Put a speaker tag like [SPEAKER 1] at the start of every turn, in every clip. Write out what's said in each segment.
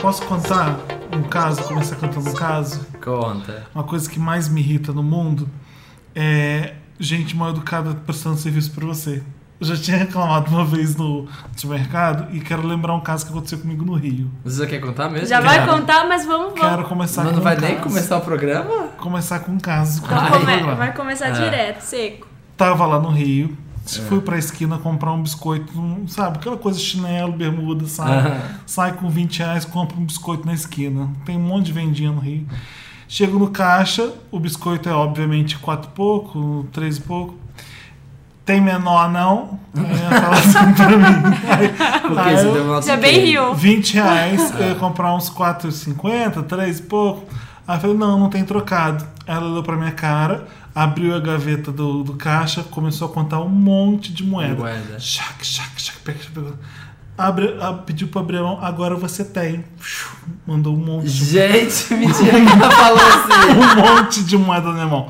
[SPEAKER 1] posso contar um caso, começar cantando um caso?
[SPEAKER 2] Conta.
[SPEAKER 1] Uma coisa que mais me irrita no mundo é gente mal educada prestando serviço pra você. Eu já tinha reclamado uma vez no supermercado e quero lembrar um caso que aconteceu comigo no Rio.
[SPEAKER 2] Você quer contar mesmo?
[SPEAKER 3] Já vai
[SPEAKER 2] Quero.
[SPEAKER 3] contar, mas vamos, vamos.
[SPEAKER 1] Quero começar
[SPEAKER 2] Mas
[SPEAKER 1] com
[SPEAKER 2] não
[SPEAKER 1] um
[SPEAKER 2] vai
[SPEAKER 1] caso.
[SPEAKER 2] nem começar o programa?
[SPEAKER 1] Começar com um caso.
[SPEAKER 3] Então
[SPEAKER 2] Ai,
[SPEAKER 3] come-
[SPEAKER 1] vamos lá.
[SPEAKER 3] vai começar
[SPEAKER 2] É.
[SPEAKER 3] direto, seco.
[SPEAKER 1] Tava lá no Rio, fui pra esquina comprar um biscoito, um- sabe? Aquela coisa chinelo, bermuda, sabe?
[SPEAKER 2] Aham.
[SPEAKER 1] Sai com 20 reais, compra um biscoito na esquina. Tem um monte de vendinha no Rio. Chego no caixa, o biscoito é obviamente quatro e pouco, três e pouco. Tem menor não? Aí fala assim pra mim. Aí-
[SPEAKER 2] Porque
[SPEAKER 1] aí
[SPEAKER 2] você
[SPEAKER 1] eu-
[SPEAKER 2] deu uma
[SPEAKER 3] Você é bem rio.
[SPEAKER 1] 20 reais, eu ia comprar uns 4,50, 3 e pouco. Aí eu falei, não, não tem trocado. Ela olhou pra minha cara, abriu a gaveta do, do caixa, começou a contar um monte de moeda.
[SPEAKER 2] Moeda.
[SPEAKER 1] Chac, chac, chac, pega, pegou. Abre, a- pediu pra abrir a mão, agora você tem. Mandou um monte
[SPEAKER 2] Gente, mentira que ela falou assim.
[SPEAKER 1] um monte de moeda na minha mão.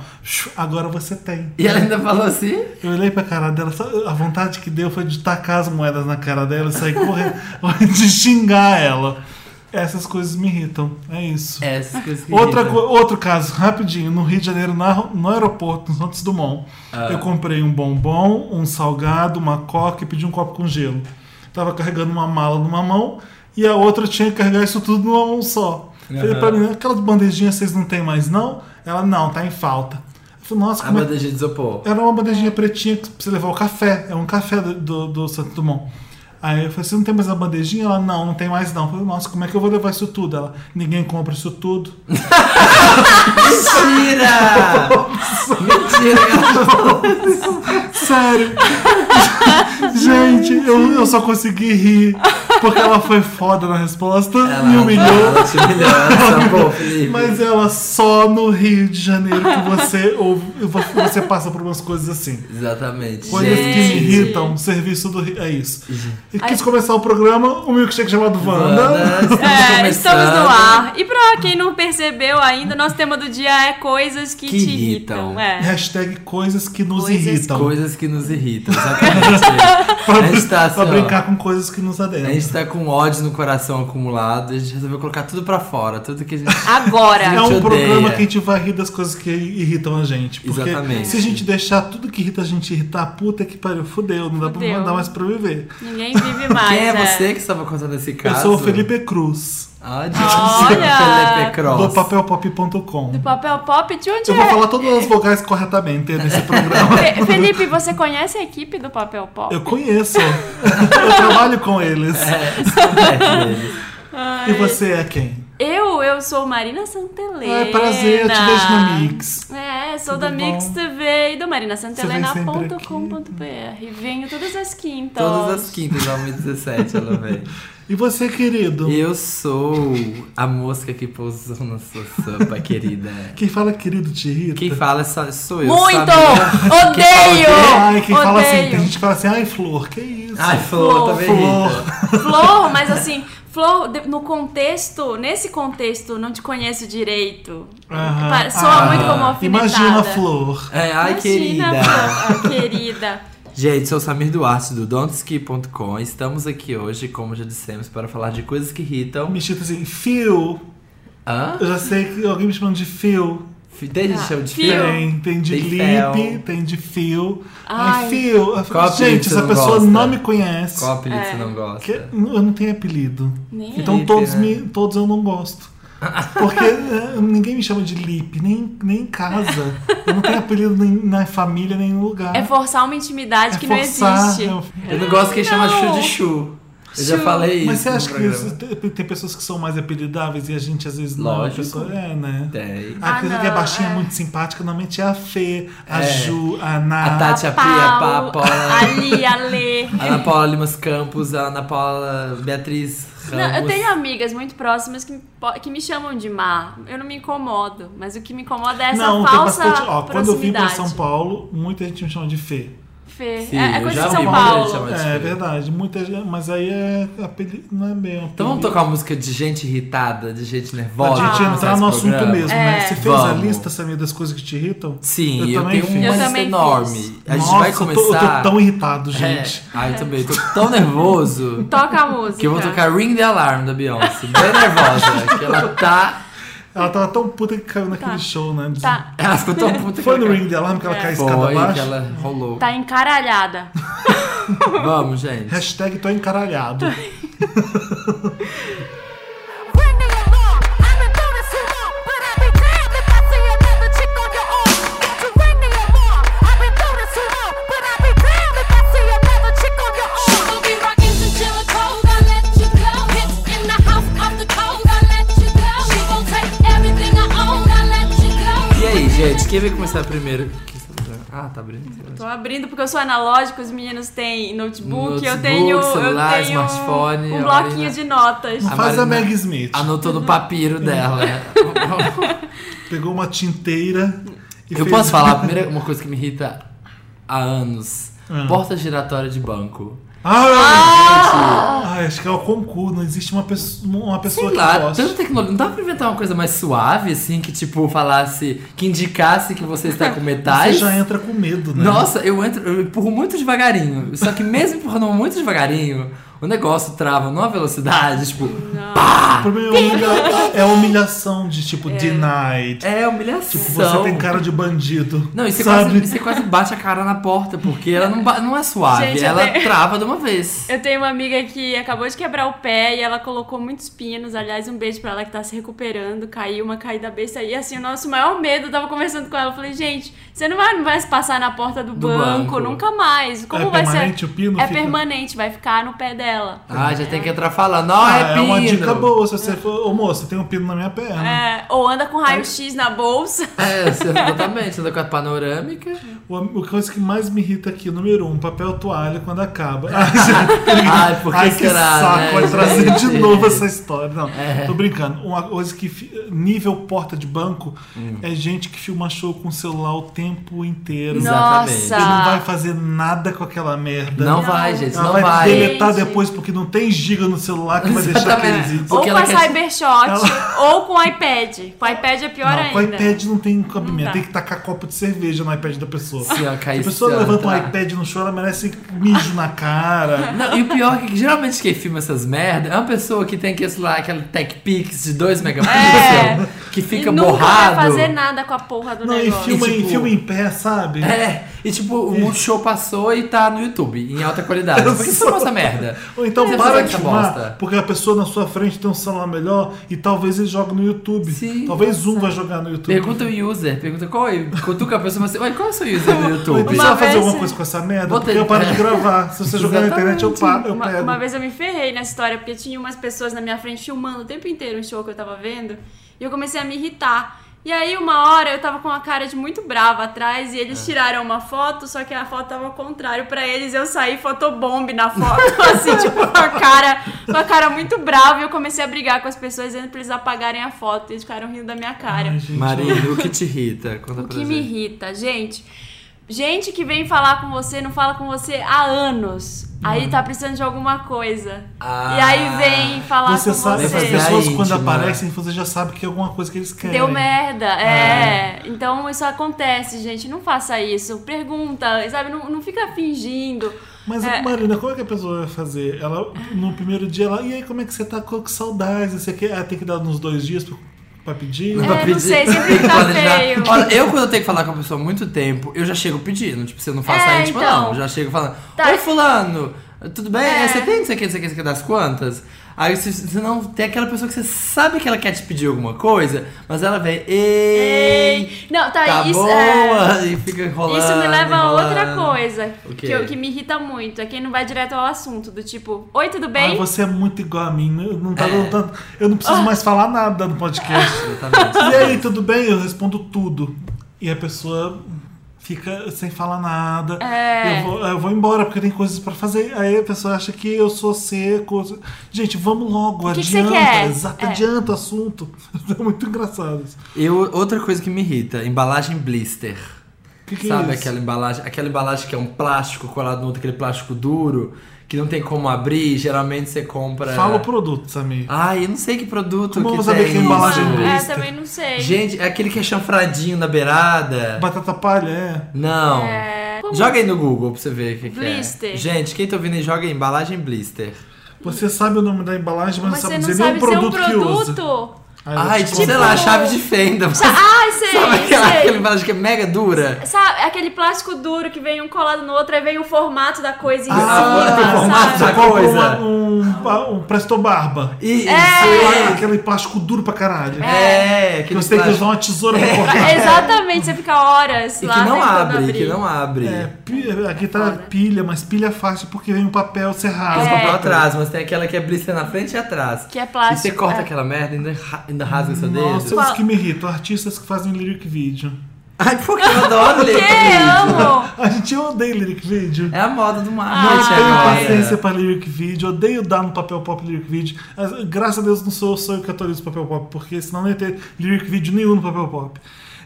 [SPEAKER 1] Agora você tem.
[SPEAKER 2] E ela ainda falou assim?
[SPEAKER 1] Eu olhei pra cara dela, só- a vontade que deu foi de tacar as moedas na cara dela e sair correndo, de xingar ela. Essas coisas me irritam, é isso.
[SPEAKER 2] Essas coisas que então.
[SPEAKER 1] Outra,
[SPEAKER 2] irritam.
[SPEAKER 1] co- outro caso, rapidinho, no Rio de Janeiro, na, no aeroporto, no Santos Dumont, eu comprei um bombom, um salgado, uma coca e pedi um copo com gelo. Tava carregando uma mala numa mão e a outra eu tinha que carregar isso tudo numa mão só. Falei
[SPEAKER 2] Aham.
[SPEAKER 1] pra mim, aquelas bandejinhas vocês não tem mais não? Ela, não, tá em falta. Eu falei, nossa,
[SPEAKER 2] A
[SPEAKER 1] como é que
[SPEAKER 2] bandeja de isopor.
[SPEAKER 1] era uma bandejinha pretinha que você levar o café. É um café do, do, do Santo Dumont. Aí eu falei, você não tem mais a bandejinha? Ela, não, não tem mais não. Eu falei, nossa, como é que eu vou levar isso tudo? Ela, ninguém compra isso tudo.
[SPEAKER 2] Mentira! Mentira que ela falou.
[SPEAKER 1] Sério. Gente, eu, eu só consegui rir. Porque ela foi foda na resposta
[SPEAKER 2] Ela, é
[SPEAKER 1] me humilhou.
[SPEAKER 2] Ela te humilhou, ela sacou, Felipe.
[SPEAKER 1] Mas ela só no Rio de Janeiro que você, ouve, você passa por umas coisas assim.
[SPEAKER 2] Exatamente.
[SPEAKER 1] Coisas que me
[SPEAKER 3] Gente.
[SPEAKER 1] irritam, serviço do Rio. É isso.
[SPEAKER 2] Gente.
[SPEAKER 1] E quis começar o programa, um milkshake chamado Wanda.
[SPEAKER 2] Wanda, estamos
[SPEAKER 3] É, estamos no
[SPEAKER 2] começando.
[SPEAKER 3] ar. E pra quem não percebeu ainda, nosso tema do dia é coisas que,
[SPEAKER 2] Que
[SPEAKER 3] te irritam.
[SPEAKER 2] irritam.
[SPEAKER 3] É.
[SPEAKER 1] Hashtag coisas que nos
[SPEAKER 3] Coisas-
[SPEAKER 1] irritam.
[SPEAKER 2] Coisas que nos irritam, exatamente.
[SPEAKER 1] Pra,
[SPEAKER 2] A gente tá assim,
[SPEAKER 1] pra
[SPEAKER 2] ó.
[SPEAKER 1] brincar com coisas que nos
[SPEAKER 2] a
[SPEAKER 1] adentram.
[SPEAKER 2] gente tá com ódio no coração acumulado e a gente resolveu colocar tudo pra fora, tudo que a gente.
[SPEAKER 3] Agora.
[SPEAKER 1] É
[SPEAKER 2] gente
[SPEAKER 1] um
[SPEAKER 2] odeia.
[SPEAKER 1] programa que a gente vai rir das coisas que irritam a gente. Porque
[SPEAKER 2] Exatamente.
[SPEAKER 1] se a gente deixar tudo que irrita a gente irritar, puta que pariu, fudeu, não dá pra
[SPEAKER 3] Fudeu.
[SPEAKER 1] mandar mais pra viver.
[SPEAKER 3] Ninguém vive mais.
[SPEAKER 2] Quem é
[SPEAKER 3] é.
[SPEAKER 2] você que estava contando esse caso?
[SPEAKER 1] Eu sou o Felipe Cruz,
[SPEAKER 2] Olha!
[SPEAKER 3] Olha!
[SPEAKER 2] Felipe Cross.
[SPEAKER 1] do papelpop.com.
[SPEAKER 3] Do papel pop de onde
[SPEAKER 1] Eu
[SPEAKER 3] é?
[SPEAKER 1] vou falar todas as vogais corretamente nesse programa.
[SPEAKER 3] Fe- Felipe, você conhece a equipe do papel pop?
[SPEAKER 1] Eu conheço. Eu trabalho com eles.
[SPEAKER 2] É, isso é dele.
[SPEAKER 1] E você é quem?
[SPEAKER 3] Eu, eu sou Marina Santelena.
[SPEAKER 1] É prazer, eu te vejo no Mix.
[SPEAKER 3] É, sou
[SPEAKER 1] Tudo
[SPEAKER 3] da
[SPEAKER 1] bom?
[SPEAKER 3] Mix TV e do
[SPEAKER 1] Você vem
[SPEAKER 3] marinasantelena.com.br. E venho todas as quintas.
[SPEAKER 2] Todas as quintas, 2017, ela vem.
[SPEAKER 1] E você, querido?
[SPEAKER 2] Eu sou a mosca que pousou na sua sopa, querida.
[SPEAKER 1] Quem fala querido te irrita?
[SPEAKER 2] Quem fala é só- sou eu.
[SPEAKER 3] Muito!
[SPEAKER 2] Samira. Quem fala o quê?
[SPEAKER 3] Odeio!
[SPEAKER 1] Ai, quem fala assim,
[SPEAKER 3] Odeio.
[SPEAKER 1] tem gente que fala assim, ai, Flor, que isso?
[SPEAKER 2] Ai, Flor, tá também
[SPEAKER 1] Flor.
[SPEAKER 2] irrita.
[SPEAKER 3] Flor, mas assim, Flor, de- no contexto, nesse contexto, não te conheço direito.
[SPEAKER 1] Aham.
[SPEAKER 3] Pa- Soa
[SPEAKER 2] Ah,
[SPEAKER 3] muito como alfinetada.
[SPEAKER 1] Imagina, Flor.
[SPEAKER 2] É, ai,
[SPEAKER 3] Imagina,
[SPEAKER 2] querida.
[SPEAKER 3] Flor. Ah, querida.
[SPEAKER 2] Gente, sou o Samir Duarte do Donski.com. Estamos aqui hoje, como já dissemos, para falar de coisas que irritam.
[SPEAKER 1] Me chita assim, Phil.
[SPEAKER 2] Hã?
[SPEAKER 1] Eu já sei que alguém me chamando de Phil.
[SPEAKER 2] F- Tem gente
[SPEAKER 3] Ah,
[SPEAKER 2] que chama de
[SPEAKER 3] Phil.
[SPEAKER 2] Phil?
[SPEAKER 1] Tem, tem de
[SPEAKER 2] Tem
[SPEAKER 1] Lipe,
[SPEAKER 2] Phil.
[SPEAKER 1] tem de Phil.
[SPEAKER 3] Ai.
[SPEAKER 1] Ai, Phil. Eu falo,
[SPEAKER 2] Qual apelido
[SPEAKER 1] gente,
[SPEAKER 2] você
[SPEAKER 1] essa
[SPEAKER 2] não
[SPEAKER 1] pessoa
[SPEAKER 2] gosta?
[SPEAKER 1] não me conhece.
[SPEAKER 2] Qual apelido
[SPEAKER 3] É.
[SPEAKER 2] você não
[SPEAKER 1] Que-
[SPEAKER 2] gosta?
[SPEAKER 1] eu não tenho apelido.
[SPEAKER 3] Nem é.
[SPEAKER 1] Então
[SPEAKER 2] Lipe,
[SPEAKER 1] todos,
[SPEAKER 2] né?
[SPEAKER 1] me, todos eu não gosto. Porque eh, ninguém me chama de Lipe, nem, nem em casa. Eu não tenho apelido nem na família, nem em lugar.
[SPEAKER 3] É forçar uma intimidade
[SPEAKER 1] É
[SPEAKER 3] que
[SPEAKER 1] forçar,
[SPEAKER 3] não
[SPEAKER 1] é-
[SPEAKER 3] existe.
[SPEAKER 2] Eu não gosto que chama Chu
[SPEAKER 3] Não.
[SPEAKER 2] de Chu. Eu já
[SPEAKER 3] Chu.
[SPEAKER 2] falei isso.
[SPEAKER 1] Mas você
[SPEAKER 2] no
[SPEAKER 1] acha que
[SPEAKER 2] programa.
[SPEAKER 1] isso- tem, tem pessoas que são mais apelidáveis e a gente às vezes não. a
[SPEAKER 2] Lógico.
[SPEAKER 1] pessoa- é, né?
[SPEAKER 2] Tem.
[SPEAKER 1] A
[SPEAKER 3] Ah,
[SPEAKER 1] coisa que é
[SPEAKER 3] não,
[SPEAKER 1] baixinha,
[SPEAKER 3] é.
[SPEAKER 1] muito simpática, normalmente é a Fê, a
[SPEAKER 2] É.
[SPEAKER 1] Ju, a Ná.
[SPEAKER 2] A Tati, a Pia,
[SPEAKER 3] Pau,
[SPEAKER 2] a Paula.
[SPEAKER 3] Ali, a Lê.
[SPEAKER 2] A Ana Paula Limas Campos, a Ana Paula Beatriz Ramos.
[SPEAKER 3] Não, eu tenho amigas muito próximas que, me po- que me chamam de Má. Eu não me incomodo, mas o que me incomoda é essa
[SPEAKER 1] não, tem
[SPEAKER 3] falsa
[SPEAKER 1] bastante. Ó, quando eu vim pra
[SPEAKER 3] proximidade.
[SPEAKER 1] São Paulo, muita gente me chama de Fê.
[SPEAKER 3] Fê.
[SPEAKER 2] Sim,
[SPEAKER 3] é, é
[SPEAKER 2] eu
[SPEAKER 3] coisa
[SPEAKER 2] já
[SPEAKER 3] de
[SPEAKER 2] vi
[SPEAKER 3] São
[SPEAKER 2] muita gente
[SPEAKER 3] Paulo.
[SPEAKER 2] chamar de
[SPEAKER 1] É,
[SPEAKER 2] Fê.
[SPEAKER 1] verdade. Muita gente, mas aí é apelido, não é bem. um
[SPEAKER 2] Então vamos
[SPEAKER 1] apelido.
[SPEAKER 2] tocar uma música de gente irritada, de gente
[SPEAKER 1] Pra
[SPEAKER 2] nervosa.
[SPEAKER 1] gente
[SPEAKER 2] pra começar
[SPEAKER 1] entrar no
[SPEAKER 2] esse
[SPEAKER 1] assunto
[SPEAKER 2] programa?
[SPEAKER 1] mesmo, né? Você fez a
[SPEAKER 2] Vamos.
[SPEAKER 1] lista, Samir, das coisas que te irritam?
[SPEAKER 2] Sim, eu,
[SPEAKER 1] Eu também
[SPEAKER 2] tenho
[SPEAKER 1] fiz.
[SPEAKER 2] uma
[SPEAKER 3] Eu
[SPEAKER 2] lista
[SPEAKER 3] também fiz.
[SPEAKER 2] enorme. A gente
[SPEAKER 1] Nossa,
[SPEAKER 2] vai
[SPEAKER 1] eu tô-
[SPEAKER 2] começar.
[SPEAKER 1] Eu tô, tão irritado,
[SPEAKER 2] É.
[SPEAKER 1] gente.
[SPEAKER 2] Ai, eu também. Tô tão nervoso
[SPEAKER 3] Toca a música.
[SPEAKER 2] que eu vou tocar Ring the Alarm da Beyoncé. Bem nervosa. que ela tá.
[SPEAKER 1] Ela tava tão puta que caiu naquele
[SPEAKER 3] Tá.
[SPEAKER 1] show, né?
[SPEAKER 3] Tá,
[SPEAKER 2] Ela ficou tão puta
[SPEAKER 1] Foi
[SPEAKER 2] que
[SPEAKER 1] no ring de alarme que ela
[SPEAKER 3] É.
[SPEAKER 1] cai a escada
[SPEAKER 2] Foi, que
[SPEAKER 1] abaixo?
[SPEAKER 2] ela rolou.
[SPEAKER 3] tá encaralhada.
[SPEAKER 2] Vamos, gente.
[SPEAKER 1] Hashtag tô encaralhado.
[SPEAKER 4] Bring me along. I've been through this too long, but I'd be damned if I see another chick on your arm. Got to ring me along. I've been through this too long, but I'd be damned if I see another chick on your arm.
[SPEAKER 5] We'll be rocking chinchilla cold, I let you go. Hits in the house, off the cold, I let you go. She gon' take everything I own, I let you go.
[SPEAKER 2] E aí, gente, quem vai começar primeiro? Que- Ah, tá abrindo.
[SPEAKER 3] Tô abrindo porque eu sou analógico, os meninos têm notebook, eu
[SPEAKER 2] Notebook,
[SPEAKER 3] tenho,
[SPEAKER 2] celular,
[SPEAKER 3] eu tenho
[SPEAKER 2] smartphone,
[SPEAKER 3] um
[SPEAKER 2] a
[SPEAKER 3] bloquinho
[SPEAKER 2] Marina-
[SPEAKER 3] de notas.
[SPEAKER 2] né? A
[SPEAKER 1] Faz a
[SPEAKER 2] Marina-
[SPEAKER 1] Meg Smith.
[SPEAKER 2] Anotou no papiro dela.
[SPEAKER 1] Pegou uma tinteira e
[SPEAKER 2] Eu
[SPEAKER 1] fez-
[SPEAKER 2] posso falar a primeira uma coisa que me irrita há anos.
[SPEAKER 1] Ah.
[SPEAKER 2] Porta giratória de banco.
[SPEAKER 3] Ah!
[SPEAKER 1] Ah, gente. Ai, acho que é o concurso. Não existe uma pessoa, uma pessoa que
[SPEAKER 2] Sei lá,
[SPEAKER 1] goste.
[SPEAKER 2] tanta tecnologia. Não dá pra inventar uma coisa mais suave, assim, que tipo, falasse, que indicasse que você está com
[SPEAKER 1] Você
[SPEAKER 2] metais.
[SPEAKER 1] já entra com medo, né?
[SPEAKER 2] Nossa, eu entro, eu empurro muito devagarinho. Só que mesmo empurrando muito devagarinho, o negócio trava numa velocidade, tipo,
[SPEAKER 1] O problema é, humilha- é a humilhação de tipo denied.
[SPEAKER 2] é humilhação.
[SPEAKER 1] Tipo, você tem cara de bandido.
[SPEAKER 2] Não, e você,
[SPEAKER 1] sabe?
[SPEAKER 2] quase, é você quase bate a cara na porta, porque ela não, ba- não é suave,
[SPEAKER 3] Gente, eu
[SPEAKER 2] ela
[SPEAKER 3] tenho-
[SPEAKER 2] trava de uma vez.
[SPEAKER 3] Eu tenho uma amiga que acabou de quebrar o pé e ela colocou muitos pinos. Aliás, um beijo pra ela que tá se recuperando. Caiu uma caída besta. E assim, o nosso maior medo, eu tava conversando com ela. Eu falei, gente, você não vai, não vai se passar na porta do,
[SPEAKER 2] Do
[SPEAKER 3] banco,
[SPEAKER 2] banco.
[SPEAKER 3] nunca mais. Como
[SPEAKER 1] É
[SPEAKER 3] vai
[SPEAKER 1] permanente
[SPEAKER 3] ser?
[SPEAKER 1] o pino?
[SPEAKER 3] É
[SPEAKER 1] Fica-
[SPEAKER 3] permanente, vai ficar no pé dela.
[SPEAKER 2] Ah, já tem que entrar falando, ó,
[SPEAKER 1] Ah,
[SPEAKER 2] é
[SPEAKER 1] é
[SPEAKER 2] pino.
[SPEAKER 1] uma dica boa se você for. Ô moço, tem um pino na minha perna.
[SPEAKER 3] É, ou anda com raio-x na bolsa.
[SPEAKER 2] É, você- exatamente, anda com a panorâmica.
[SPEAKER 1] O, o coisa que mais me irrita aqui, número um, papel toalha quando acaba.
[SPEAKER 2] Ai, por que
[SPEAKER 1] Ai, que
[SPEAKER 2] será,
[SPEAKER 1] saco,
[SPEAKER 2] né,
[SPEAKER 1] vai trazer
[SPEAKER 2] gente? É.
[SPEAKER 1] de novo essa história. Não, tô brincando. Uma coisa que, fi- nível porta de banco,
[SPEAKER 2] Hum.
[SPEAKER 1] é gente que filma show com o celular o tempo inteiro.
[SPEAKER 2] Exato. Exatamente.
[SPEAKER 1] E não vai
[SPEAKER 3] Nossa!
[SPEAKER 1] fazer nada com aquela merda.
[SPEAKER 2] Não, vai, gente,
[SPEAKER 1] Ela
[SPEAKER 2] não
[SPEAKER 1] vai,
[SPEAKER 2] vai.
[SPEAKER 1] deletar
[SPEAKER 3] Gente.
[SPEAKER 1] depois porque não tem giga no celular que vai deixar
[SPEAKER 2] Exatamente.
[SPEAKER 1] aqueles itens.
[SPEAKER 3] Ou
[SPEAKER 2] porque
[SPEAKER 3] com
[SPEAKER 2] ela
[SPEAKER 3] a
[SPEAKER 2] quer-
[SPEAKER 3] Cybershot, ou com o iPad. Com o iPad é pior
[SPEAKER 1] Não,
[SPEAKER 3] ainda.
[SPEAKER 1] com o iPad não tem cabimento.
[SPEAKER 3] dá.
[SPEAKER 1] Tem que tacar copo de cerveja no iPad da pessoa.
[SPEAKER 2] Se ela
[SPEAKER 1] Se
[SPEAKER 2] cair,
[SPEAKER 1] a pessoa
[SPEAKER 2] se
[SPEAKER 1] levanta um
[SPEAKER 2] entrar.
[SPEAKER 1] iPad no show, ela merece mijo na cara.
[SPEAKER 2] Não, e o pior é que geralmente quem filma essas merdas é uma pessoa que tem aquele lá, aquela Tech Pix de 2 megapixels,
[SPEAKER 3] É.
[SPEAKER 2] que fica
[SPEAKER 3] e nunca
[SPEAKER 2] borrado.
[SPEAKER 3] vai fazer nada com a porra do
[SPEAKER 1] Não, e
[SPEAKER 3] negócio.
[SPEAKER 1] filma,
[SPEAKER 2] E,
[SPEAKER 1] em-
[SPEAKER 2] tipo,
[SPEAKER 1] filma em pé, sabe?
[SPEAKER 2] É, e tipo, o Multishow passou e tá no YouTube, em alta qualidade. Por que você filma essa merda?
[SPEAKER 1] Ou então
[SPEAKER 2] Você
[SPEAKER 1] para
[SPEAKER 2] faz
[SPEAKER 1] de
[SPEAKER 2] essa
[SPEAKER 1] filmar,
[SPEAKER 2] bosta.
[SPEAKER 1] porque a pessoa na sua frente tem um celular melhor e talvez ele jogue no YouTube.
[SPEAKER 2] Sim.
[SPEAKER 1] talvez um vai jogar no YouTube.
[SPEAKER 2] Pergunta o user, pergunta qual é. Cutuca a pessoa e fala assim, ué, qual é o seu user no
[SPEAKER 1] Ou
[SPEAKER 2] YouTube?
[SPEAKER 1] então
[SPEAKER 3] Uma
[SPEAKER 1] só fazer
[SPEAKER 3] vez-
[SPEAKER 1] alguma coisa com essa merda,
[SPEAKER 2] Botei-
[SPEAKER 1] porque eu paro de gravar. Se você jogar na internet, eu paro, eu
[SPEAKER 3] uma,
[SPEAKER 1] pego.
[SPEAKER 3] uma vez eu me ferrei nessa história, porque tinha umas pessoas na minha frente filmando o tempo inteiro um show que eu tava vendo, e eu comecei a me irritar. E aí, uma hora, eu tava com uma cara de muito brava atrás, e
[SPEAKER 1] É.
[SPEAKER 3] eles tiraram uma foto, só que a foto tava ao contrário pra eles, eu saí fotobomb na foto, assim, tipo, com a cara, com a cara muito brava, e eu comecei a brigar com as pessoas, dizendo pra eles apagarem a foto, e eles ficaram rindo da minha cara.
[SPEAKER 1] Ai, gente,
[SPEAKER 2] Marina, o que te irrita? Conta
[SPEAKER 3] O
[SPEAKER 2] pra
[SPEAKER 3] que
[SPEAKER 2] gente.
[SPEAKER 3] me irrita, gente. Gente que vem falar com você, não fala com você há anos. Aí tá precisando de alguma coisa.
[SPEAKER 2] Uhum. Ah.
[SPEAKER 3] e aí vem falar
[SPEAKER 1] Você
[SPEAKER 3] com
[SPEAKER 1] sabe,
[SPEAKER 3] você.
[SPEAKER 1] as
[SPEAKER 2] Fazer a
[SPEAKER 1] pessoas
[SPEAKER 2] íntima.
[SPEAKER 1] quando aparecem, você já sabe que é alguma coisa que eles querem.
[SPEAKER 3] Deu merda, é. Então isso acontece, gente. Não faça isso. Pergunta, sabe? Não, não fica fingindo.
[SPEAKER 1] Mas,
[SPEAKER 3] É.
[SPEAKER 1] Marina, como é que a pessoa vai fazer? Ela, no primeiro dia, ela, e aí, como é que você tá? Com que saudades? Você quer, ah, tem que dar nos dois dias pra, pra pedir? Ah,
[SPEAKER 3] É. não sei, sempre
[SPEAKER 2] Tem que
[SPEAKER 3] tá
[SPEAKER 2] planejar.
[SPEAKER 3] feio.
[SPEAKER 2] Olha, eu quando eu tenho que falar com uma pessoa há muito tempo, eu já chego pedindo. Tipo, você não faça
[SPEAKER 3] É,
[SPEAKER 2] aí, tipo,
[SPEAKER 3] então.
[SPEAKER 2] não. Eu Já chego falando,
[SPEAKER 3] Tá.
[SPEAKER 2] oi fulano, tudo bem?
[SPEAKER 3] É.
[SPEAKER 2] Você tem não sei o que, não sei o que, não sei o que das quantas? Aí você, você não tem aquela pessoa que você sabe que ela quer te pedir alguma coisa, mas ela vem, ei,
[SPEAKER 3] Ei. Não, tá,
[SPEAKER 2] tá
[SPEAKER 3] isso.
[SPEAKER 2] boa,
[SPEAKER 3] é.
[SPEAKER 2] e fica rolando.
[SPEAKER 3] Isso me leva a outra coisa
[SPEAKER 2] O quê?
[SPEAKER 3] que, eu- que me irrita muito. É quem não vai direto ao assunto, do tipo, oi, tudo
[SPEAKER 1] Ah,
[SPEAKER 3] bem? Ah.
[SPEAKER 1] você é muito igual a mim. né? Eu não, tá
[SPEAKER 2] É.
[SPEAKER 1] dando tanto- eu não preciso mais falar nada no podcast.
[SPEAKER 2] Exatamente.
[SPEAKER 1] e aí, tudo bem? Eu respondo tudo. E a pessoa fica sem falar nada.
[SPEAKER 3] É.
[SPEAKER 1] Eu, vou, eu vou embora porque tem coisas pra fazer. Aí a pessoa acha que eu sou seco. Gente, vamos logo.
[SPEAKER 3] que que você
[SPEAKER 1] adianta.
[SPEAKER 3] quer?
[SPEAKER 1] Exato,
[SPEAKER 3] É.
[SPEAKER 1] adianta o assunto. É muito engraçado isso.
[SPEAKER 2] Eu, outra coisa que me irrita, embalagem blister.
[SPEAKER 1] Que que é
[SPEAKER 2] Sabe
[SPEAKER 1] isso?
[SPEAKER 2] aquela embalagem? Aquela embalagem que é um plástico colado no outro, aquele plástico duro, que não tem como abrir, geralmente você compra.
[SPEAKER 1] Fala o produto, Samir.
[SPEAKER 2] Ai, eu não sei que produto
[SPEAKER 1] Como eu
[SPEAKER 2] que
[SPEAKER 1] vou saber
[SPEAKER 2] tem
[SPEAKER 1] que é embalagem
[SPEAKER 2] isso.
[SPEAKER 1] dura?
[SPEAKER 3] É,
[SPEAKER 1] besta.
[SPEAKER 3] também não sei.
[SPEAKER 2] Gente, é aquele que é chanfradinho na beirada.
[SPEAKER 1] Batata palha, é.
[SPEAKER 2] Não.
[SPEAKER 3] É, como-
[SPEAKER 2] Joga aí no Google pra você ver o que, que é.
[SPEAKER 3] Blister.
[SPEAKER 2] Gente, quem tá ouvindo aí, joga aí embalagem blister.
[SPEAKER 1] Você sabe o nome da embalagem, mas,
[SPEAKER 3] Mas você
[SPEAKER 1] não sabe
[SPEAKER 3] não
[SPEAKER 1] dizer nem
[SPEAKER 3] sabe
[SPEAKER 1] o
[SPEAKER 3] se é um
[SPEAKER 1] produto que usa.
[SPEAKER 3] produto.
[SPEAKER 1] Aí eu
[SPEAKER 2] Ai,
[SPEAKER 1] te
[SPEAKER 2] tipo, sei
[SPEAKER 1] conto.
[SPEAKER 2] lá, chave de fenda.
[SPEAKER 3] Ai, sei,
[SPEAKER 2] Sabe aquela,
[SPEAKER 3] sei.
[SPEAKER 2] aquela embalagem que é mega dura?
[SPEAKER 3] Sabe, aquele plástico duro que vem um colado no outro, aí vem o formato da coisa em
[SPEAKER 2] Ah,
[SPEAKER 3] cima,
[SPEAKER 2] tem o
[SPEAKER 3] sabe?
[SPEAKER 2] formato
[SPEAKER 1] Você
[SPEAKER 2] da
[SPEAKER 1] compra
[SPEAKER 2] coisa.
[SPEAKER 1] uma- um, um presto barba.
[SPEAKER 2] Isso!
[SPEAKER 1] Lá, Aquele plástico duro pra caralho.
[SPEAKER 2] É,
[SPEAKER 1] Que
[SPEAKER 2] aquele
[SPEAKER 1] você tem que
[SPEAKER 2] plástico. É.
[SPEAKER 1] usar uma tesoura pra cortar.
[SPEAKER 3] É. Exatamente, você fica horas
[SPEAKER 2] E
[SPEAKER 3] lá
[SPEAKER 2] que não
[SPEAKER 3] tentando
[SPEAKER 2] abre,
[SPEAKER 3] abrir.
[SPEAKER 2] que não abre.
[SPEAKER 1] É, pi- aqui tá pilha, mas pilha fácil porque vem um papel serrado.
[SPEAKER 2] Elas
[SPEAKER 3] É.
[SPEAKER 2] compram atrás, mas tem aquela que é blister na frente e atrás.
[SPEAKER 3] Que é plástico,
[SPEAKER 2] E você corta
[SPEAKER 3] é.
[SPEAKER 2] aquela merda e ainda, ra- ainda rasga seu dedo.
[SPEAKER 1] Nossa,
[SPEAKER 3] Qual-
[SPEAKER 1] isso que me irritam. Artistas que fazem lyric video.
[SPEAKER 2] Ai, porque eu adoro ler.
[SPEAKER 3] Que amo! Ah,
[SPEAKER 1] A gente eu odeio lyric video.
[SPEAKER 2] É a moda do
[SPEAKER 1] Não
[SPEAKER 2] marketing
[SPEAKER 1] tenho
[SPEAKER 2] agora.
[SPEAKER 3] é.
[SPEAKER 1] paciência pra lyric video, odeio dar no papel pop lyric video. As- Graças a Deus não sou, sou eu que atualizo o papel pop, porque senão não ia ter lyric video nenhum no papel pop.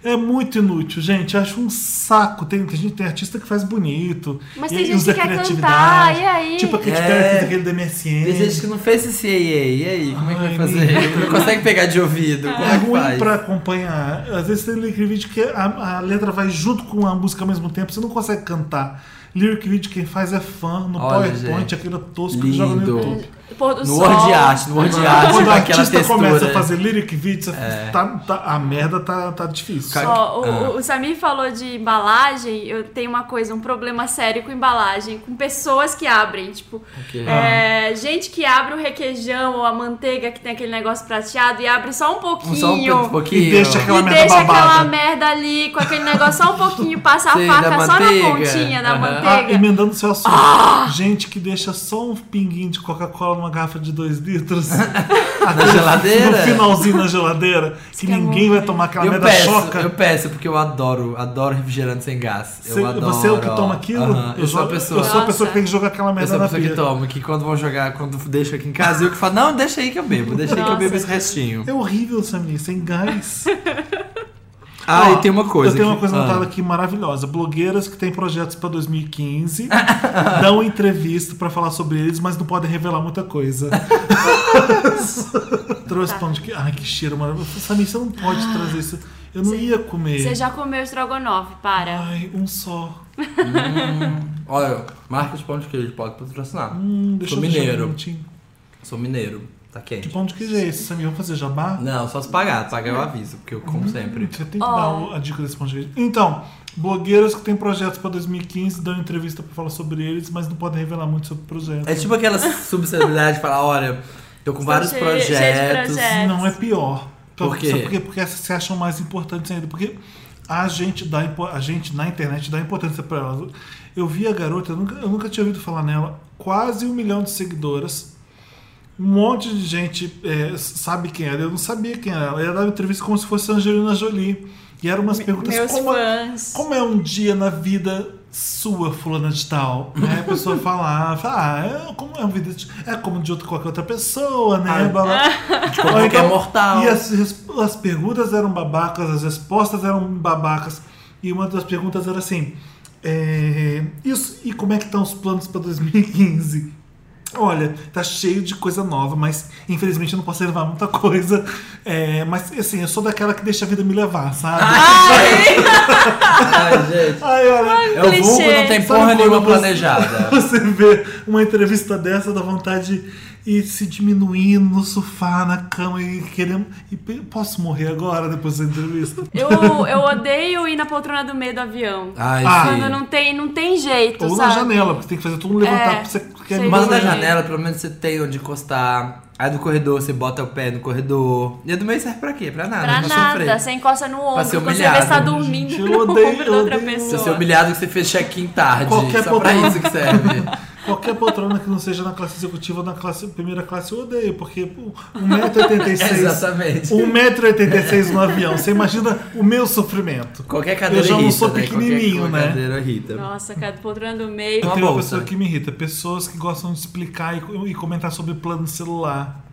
[SPEAKER 1] É muito inútil, gente. Acho um saco. Tem, tem gente, tem artista que faz bonito.
[SPEAKER 3] Mas
[SPEAKER 1] e
[SPEAKER 3] tem gente
[SPEAKER 1] usa
[SPEAKER 3] que quer
[SPEAKER 1] criatividade.
[SPEAKER 3] cantar, e aí?
[SPEAKER 1] Tipo aquele
[SPEAKER 2] É.
[SPEAKER 1] cara que fez aquele da MSN.
[SPEAKER 2] Tem gente que não fez esse CAA, e aí? Como é que
[SPEAKER 1] Ai,
[SPEAKER 2] vai fazer? Não consegue pegar de ouvido, como
[SPEAKER 1] É
[SPEAKER 2] é que
[SPEAKER 1] ruim
[SPEAKER 2] faz?
[SPEAKER 1] pra acompanhar. Às vezes tem lyric video que a, a letra vai junto com a música ao mesmo tempo, você não consegue cantar. Lyric video quem faz é fã, no
[SPEAKER 2] Olha,
[SPEAKER 1] PowerPoint,
[SPEAKER 2] gente.
[SPEAKER 1] aquilo tosco que joga no
[SPEAKER 2] Lindo.
[SPEAKER 1] YouTube.
[SPEAKER 3] Pôr do
[SPEAKER 2] No
[SPEAKER 3] sol.
[SPEAKER 2] Word Art, no Word Art,
[SPEAKER 1] Quando
[SPEAKER 2] com
[SPEAKER 1] o
[SPEAKER 2] aquela
[SPEAKER 1] artista começa a
[SPEAKER 2] textura. né? É.
[SPEAKER 1] fazer lyric video, você tá- tá- a merda tá, tá difícil.
[SPEAKER 2] Cara,
[SPEAKER 3] Ó, o,
[SPEAKER 2] Ah.
[SPEAKER 3] o Samir falou de embalagem, eu tenho uma coisa, um problema sério com embalagem, com pessoas que abrem, tipo,
[SPEAKER 2] Ok.
[SPEAKER 3] é, gente que abre o requeijão ou a manteiga que tem aquele negócio prateado e abre só um pouquinho.
[SPEAKER 2] Um Só um pouquinho.
[SPEAKER 1] E deixa
[SPEAKER 3] E
[SPEAKER 1] aquela merda
[SPEAKER 3] deixa aquela
[SPEAKER 1] babada.
[SPEAKER 3] merda ali, com aquele negócio só um pouquinho, passa
[SPEAKER 2] Sei,
[SPEAKER 3] a faca
[SPEAKER 2] da
[SPEAKER 3] só na
[SPEAKER 2] manteiga.
[SPEAKER 3] pontinha da
[SPEAKER 2] Aham.
[SPEAKER 1] Ah,
[SPEAKER 3] manteiga.
[SPEAKER 1] emendando seu assunto.
[SPEAKER 2] Ah!
[SPEAKER 1] Gente que deixa só um pinguinho de Coca-Cola numa garrafa de 2 litros.
[SPEAKER 2] É Na geladeira?
[SPEAKER 1] No finalzinho na geladeira. que
[SPEAKER 3] que é
[SPEAKER 1] ninguém
[SPEAKER 3] bom.
[SPEAKER 1] vai tomar aquela
[SPEAKER 2] Eu
[SPEAKER 1] merda
[SPEAKER 2] peço,
[SPEAKER 1] choca.
[SPEAKER 2] eu peço, porque eu adoro, adoro refrigerante sem gás. Eu
[SPEAKER 1] Você-
[SPEAKER 2] adoro.
[SPEAKER 1] você é o que toma aquilo?
[SPEAKER 2] Aham, Eu sou a
[SPEAKER 1] jogo-
[SPEAKER 2] pessoa.
[SPEAKER 1] Eu sou a pessoa
[SPEAKER 3] Nossa.
[SPEAKER 1] que tem que jogar aquela
[SPEAKER 2] Eu
[SPEAKER 1] merda
[SPEAKER 2] sou a
[SPEAKER 1] na
[SPEAKER 2] pessoa
[SPEAKER 1] pia.
[SPEAKER 2] que toma, que quando vão jogar, quando deixa aqui em casa, eu que falo, não, deixa aí que eu bebo, deixa aí que eu
[SPEAKER 3] Nossa.
[SPEAKER 2] bebo esse restinho.
[SPEAKER 1] É horrível, Samir, sem gás.
[SPEAKER 2] Ah,
[SPEAKER 1] Ó,
[SPEAKER 2] e tem uma coisa.
[SPEAKER 1] Eu tenho
[SPEAKER 2] que-
[SPEAKER 1] uma coisa
[SPEAKER 2] ah.
[SPEAKER 1] anotada aqui maravilhosa. Blogueiras que têm projetos pra 2015 dão entrevista pra falar sobre eles, mas não podem revelar muita coisa.
[SPEAKER 3] Tá.
[SPEAKER 1] Trouxe pão de queijo. Ai, que cheiro maravilhoso. Samir, você não pode trazer isso. Eu não ia comer.
[SPEAKER 3] Ah, Você já comeu estrogonofe, para.
[SPEAKER 1] Ai, um só.
[SPEAKER 2] Olha, marca os pão de queijo, pode patrocinar.
[SPEAKER 1] Hum, deixa
[SPEAKER 2] Sou
[SPEAKER 1] eu deixar
[SPEAKER 2] mineiro.
[SPEAKER 1] bonitinho.
[SPEAKER 2] Sou mineiro, tá quente.
[SPEAKER 1] Que pão de queijo é esse, Samir? Vamos fazer jabá?
[SPEAKER 2] Não, só se pagar, pagar eu aviso, porque eu como sempre.
[SPEAKER 1] Você tem que dar o- a dica desse ponto de vista. Então, blogueiras que têm projetos pra 2015 dão entrevista pra falar sobre eles, mas não podem revelar muito sobre o projeto.
[SPEAKER 2] É tipo aquela subcelebridade que fala, olha, tô com vários
[SPEAKER 3] cheio- cheio de
[SPEAKER 2] projetos.
[SPEAKER 3] projetos.
[SPEAKER 1] Não é pior.
[SPEAKER 2] Por quê?
[SPEAKER 1] Sabe por quê? Porque essas se acham mais importantes ainda. Porque a gente, dá, impo- a gente na internet dá importância pra elas. Eu vi a garota, eu nunca, eu nunca tinha ouvido falar nela, quase um milhão de seguidoras. Um monte de gente é, sabe quem era. Eu não sabia quem era. Ela dava entrevista como se fosse a Angelina Jolie. E eram umas perguntas
[SPEAKER 3] Meus
[SPEAKER 1] como,
[SPEAKER 3] fãs.
[SPEAKER 1] Como é um dia na vida sua, fulana de tal? Né? A pessoa fala, fala, ah, é como, é, uma vida de- é como de outra, qualquer outra pessoa, né?
[SPEAKER 2] Ah,
[SPEAKER 1] blá, blá.
[SPEAKER 2] Como
[SPEAKER 1] Ou
[SPEAKER 2] é que é
[SPEAKER 1] então-
[SPEAKER 2] mortal.
[SPEAKER 1] E as, res- as perguntas eram babacas, as respostas eram babacas. E uma das perguntas era assim: é, isso, e como é que estão os planos para 2015? Olha, tá cheio de coisa nova, mas infelizmente eu não posso levar muita coisa. É, mas assim, eu sou daquela que deixa a vida me levar, sabe?
[SPEAKER 2] Ah, Ai, gente.
[SPEAKER 1] Ai, olha,
[SPEAKER 2] É o vulgo, não tem
[SPEAKER 1] Sabe
[SPEAKER 2] porra
[SPEAKER 1] quando
[SPEAKER 2] nenhuma
[SPEAKER 1] você-
[SPEAKER 2] planejada.
[SPEAKER 1] Você vê uma entrevista dessa, dá vontade de ir se diminuindo no sofá, na cama e querendo. E pe- posso morrer agora depois da entrevista?
[SPEAKER 3] Eu, eu odeio ir na poltrona do meio do avião.
[SPEAKER 2] Ai,
[SPEAKER 1] Ah.
[SPEAKER 2] sim.
[SPEAKER 3] Quando não tem, não tem jeito,
[SPEAKER 1] Ou na
[SPEAKER 3] sabe?
[SPEAKER 1] janela, porque tem que fazer todo mundo levantar
[SPEAKER 3] É,
[SPEAKER 1] porque você quer
[SPEAKER 3] sei.
[SPEAKER 2] Mas na
[SPEAKER 3] Sim.
[SPEAKER 2] janela, pelo menos você tem onde encostar. Aí do corredor, você bota o pé no corredor. E a do meio serve pra quê? Pra nada. né?
[SPEAKER 3] Pra
[SPEAKER 2] pra
[SPEAKER 3] nada,
[SPEAKER 2] sofrer.
[SPEAKER 3] você encosta no ombro,
[SPEAKER 2] ser
[SPEAKER 3] quando você vê
[SPEAKER 2] humilhado,
[SPEAKER 3] você tá
[SPEAKER 2] né,
[SPEAKER 3] dormindo
[SPEAKER 1] né, gente? Eu
[SPEAKER 3] no
[SPEAKER 1] odeio,
[SPEAKER 3] ombro da outra
[SPEAKER 1] eu odeio.
[SPEAKER 2] Pra
[SPEAKER 3] pessoa.
[SPEAKER 2] ser humilhado que você fez check-in tarde.
[SPEAKER 1] Qualquer
[SPEAKER 2] só pra
[SPEAKER 1] botão.
[SPEAKER 2] isso que serve.
[SPEAKER 1] Qualquer poltrona que não seja na classe executiva ou na classe, primeira classe, eu odeio, porque pô, 1,86m.
[SPEAKER 2] Exatamente.
[SPEAKER 1] 1,86m no avião. Você imagina o meu sofrimento.
[SPEAKER 2] Qualquer cadeira
[SPEAKER 1] Eu já não
[SPEAKER 2] irrita,
[SPEAKER 1] sou
[SPEAKER 2] né?
[SPEAKER 1] pequenininho,
[SPEAKER 2] Qualquer,
[SPEAKER 1] né?
[SPEAKER 2] qualquer cadeira irrita.
[SPEAKER 3] Nossa, cara, poltrona do meio.
[SPEAKER 2] Uma
[SPEAKER 1] Tem uma
[SPEAKER 2] bolsa.
[SPEAKER 1] pessoa que me irrita, pessoas que gostam de explicar e, e comentar sobre plano celular.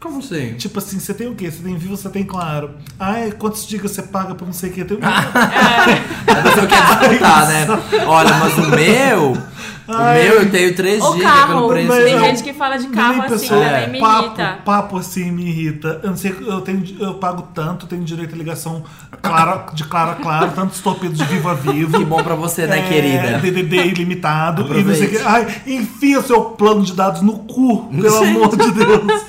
[SPEAKER 2] Como assim?
[SPEAKER 1] Tipo assim, você tem o quê? Você tem vivo, você tem claro. Ai, quantos gigas você paga pra não sei o quê? Tem um...
[SPEAKER 2] Ah, A pessoa quer disputar, né? Olha, mas o meu.
[SPEAKER 1] Ai.
[SPEAKER 2] O meu eu tenho 3
[SPEAKER 3] Ou
[SPEAKER 2] gigas pelo
[SPEAKER 3] carro.
[SPEAKER 2] preço.
[SPEAKER 3] Tem
[SPEAKER 1] Não.
[SPEAKER 3] gente que fala de carro
[SPEAKER 1] Nem
[SPEAKER 3] assim,
[SPEAKER 1] pessoa-
[SPEAKER 2] né?
[SPEAKER 3] também me irrita.
[SPEAKER 1] papo, papo assim me irrita. Eu não sei, eu tenho, eu pago tanto, tenho direito à ligação clara, de claro a claro, tantos torpedos de vivo a vivo.
[SPEAKER 2] Que bom pra você, né,
[SPEAKER 1] É,
[SPEAKER 2] querida?
[SPEAKER 1] DDD ilimitado. E não sei o
[SPEAKER 2] Aproveite.
[SPEAKER 1] que. Ai, enfia seu plano de dados no cu, pelo amor de Deus.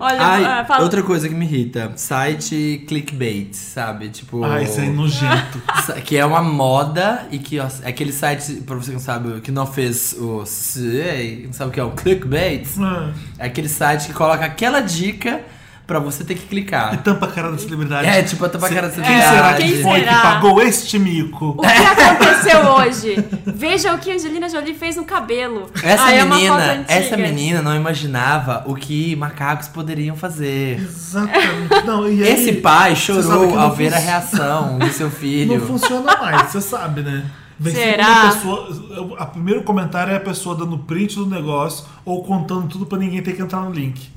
[SPEAKER 3] Olha,
[SPEAKER 2] Ai,
[SPEAKER 3] ah, fala.
[SPEAKER 2] outra coisa que me irrita, site clickbait, sabe? Tipo.
[SPEAKER 1] Ai, isso é nojento.
[SPEAKER 2] Sa- Que é uma moda e que ó, é aquele site, pra você que não sabe, que não fez o. sei, Não sabe o que é o clickbait?
[SPEAKER 3] Ah.
[SPEAKER 2] É aquele site que coloca aquela dica pra você ter que
[SPEAKER 1] E
[SPEAKER 2] clicar.
[SPEAKER 1] tampa a cara da celebridade.
[SPEAKER 2] É, tipo, tá pra cara da
[SPEAKER 1] Quem será que
[SPEAKER 3] Quem
[SPEAKER 1] foi
[SPEAKER 3] será?
[SPEAKER 1] que pagou este mico?
[SPEAKER 3] O que aconteceu hoje? Veja o que a Angelina Jolie fez no cabelo.
[SPEAKER 2] Essa
[SPEAKER 1] Ah,
[SPEAKER 3] Aí é uma foto
[SPEAKER 2] menina,
[SPEAKER 3] antiga.
[SPEAKER 2] essa menina não imaginava o que macacos poderiam fazer.
[SPEAKER 1] Exatamente. Não, e aí,
[SPEAKER 2] Esse pai
[SPEAKER 1] você sabe que
[SPEAKER 2] chorou
[SPEAKER 1] não
[SPEAKER 2] ao ver a
[SPEAKER 1] fun-
[SPEAKER 2] reação do seu
[SPEAKER 1] Não
[SPEAKER 2] filho.
[SPEAKER 1] funciona mais, você sabe, né? Vem sempre
[SPEAKER 3] Será?
[SPEAKER 1] uma pessoa, a- o primeiro comentário é a pessoa dando print do negócio ou contando tudo pra ninguém ter que entrar no link.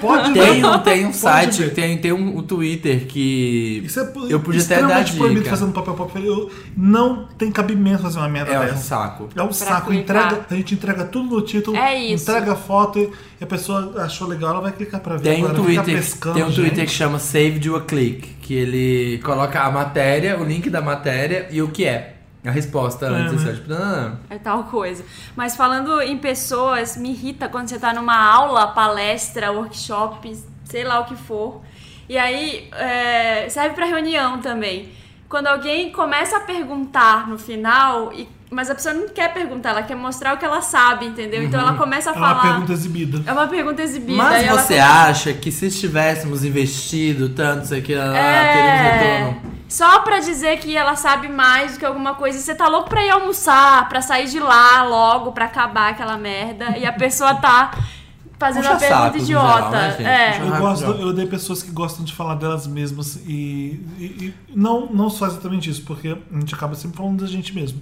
[SPEAKER 1] Pode
[SPEAKER 2] Tem, um-
[SPEAKER 1] ver.
[SPEAKER 2] tem um
[SPEAKER 1] Pode
[SPEAKER 2] site,
[SPEAKER 1] ver.
[SPEAKER 2] tem, tem um, um Twitter que
[SPEAKER 1] Isso é
[SPEAKER 2] eu podia até dar
[SPEAKER 1] extremamente proibido
[SPEAKER 2] dica.
[SPEAKER 1] fazendo papel pop. Eu, não tem cabimento fazer uma merda
[SPEAKER 2] É um
[SPEAKER 1] dessa.
[SPEAKER 2] saco.
[SPEAKER 1] É um saco.
[SPEAKER 3] clicar.
[SPEAKER 1] Entrega, a gente entrega tudo no título,
[SPEAKER 3] É isso.
[SPEAKER 1] entrega a foto e a pessoa achou legal, ela vai clicar pra ver.
[SPEAKER 2] Tem um
[SPEAKER 1] Agora,
[SPEAKER 2] Twitter,
[SPEAKER 1] ficar pescando,
[SPEAKER 2] tem um Twitter
[SPEAKER 1] gente.
[SPEAKER 2] que chama Saved You a Click, que ele coloca a matéria, o link da matéria e o que é. A resposta antes,
[SPEAKER 1] né?
[SPEAKER 2] sabe? tipo, não, não, não.
[SPEAKER 3] É tal coisa. Mas falando em pessoas, me irrita quando você tá numa aula, palestra, workshop, sei lá o que for. E aí é, serve pra reunião também. Quando alguém começa a perguntar no final, e- mas a pessoa não quer perguntar, ela quer mostrar o que ela sabe, entendeu? Então
[SPEAKER 2] Uhum.
[SPEAKER 3] ela começa a
[SPEAKER 1] É uma
[SPEAKER 3] falar.
[SPEAKER 1] pergunta exibida.
[SPEAKER 3] É uma pergunta exibida.
[SPEAKER 2] Mas
[SPEAKER 3] e ela tá-
[SPEAKER 2] você acha que se tivéssemos investido tanto, sei que, lá, teríamos
[SPEAKER 3] É,
[SPEAKER 2] retorno?
[SPEAKER 3] só pra dizer que ela sabe mais do que alguma coisa. Você tá louco pra ir almoçar, pra sair de lá logo, pra acabar aquela merda. E a pessoa tá fazendo
[SPEAKER 2] Puxa
[SPEAKER 3] uma pergunta
[SPEAKER 2] saco, no
[SPEAKER 3] idiota.
[SPEAKER 2] geral, né, gente?
[SPEAKER 3] é.
[SPEAKER 2] Puxa-
[SPEAKER 1] Eu,
[SPEAKER 2] Ah,
[SPEAKER 1] gosto,
[SPEAKER 2] legal.
[SPEAKER 1] eu odeio pessoas que gostam de falar delas mesmas e, e- e não, não só exatamente isso, porque a gente acaba sempre falando da gente mesmo.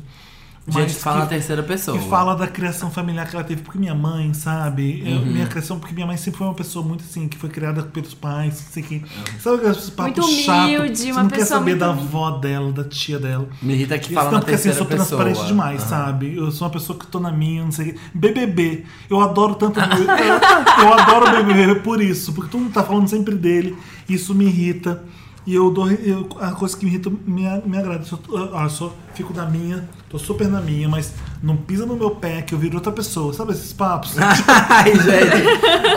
[SPEAKER 2] Gente, que fala na
[SPEAKER 1] que,
[SPEAKER 2] terceira pessoa.
[SPEAKER 1] que fala da criação familiar que ela teve, porque minha mãe, sabe?
[SPEAKER 2] Uhum.
[SPEAKER 1] Eu- minha criação, porque minha mãe sempre foi uma pessoa muito assim, que foi criada pelos pais, não sei o quê.
[SPEAKER 2] Uhum.
[SPEAKER 1] Sabe aquelas papos
[SPEAKER 3] Muito
[SPEAKER 1] chato,
[SPEAKER 3] humilde,
[SPEAKER 1] você
[SPEAKER 3] uma
[SPEAKER 1] não quer
[SPEAKER 3] pessoa
[SPEAKER 1] saber
[SPEAKER 3] muito
[SPEAKER 1] da
[SPEAKER 3] humilde.
[SPEAKER 1] avó dela, da tia dela.
[SPEAKER 2] Me irrita que
[SPEAKER 1] Isso
[SPEAKER 2] fala na
[SPEAKER 1] porque assim, eu
[SPEAKER 2] terceira
[SPEAKER 1] sou
[SPEAKER 2] pessoa.
[SPEAKER 1] transparente demais,
[SPEAKER 2] Aham.
[SPEAKER 1] sabe? Eu sou uma pessoa que tô na minha, não sei o quê. BBB. Eu adoro tanto. eu, eu adoro BBB por isso, porque todo mundo tá falando sempre dele. Isso me irrita. E eu dou. eu- a coisa que me irrita me, a- me agrada. Eu, sou- eu- ó, eu sou- fico na minha, tô super na minha, mas não pisa no meu pé que eu viro outra pessoa. Sabe esses papos?
[SPEAKER 2] Ai, gente.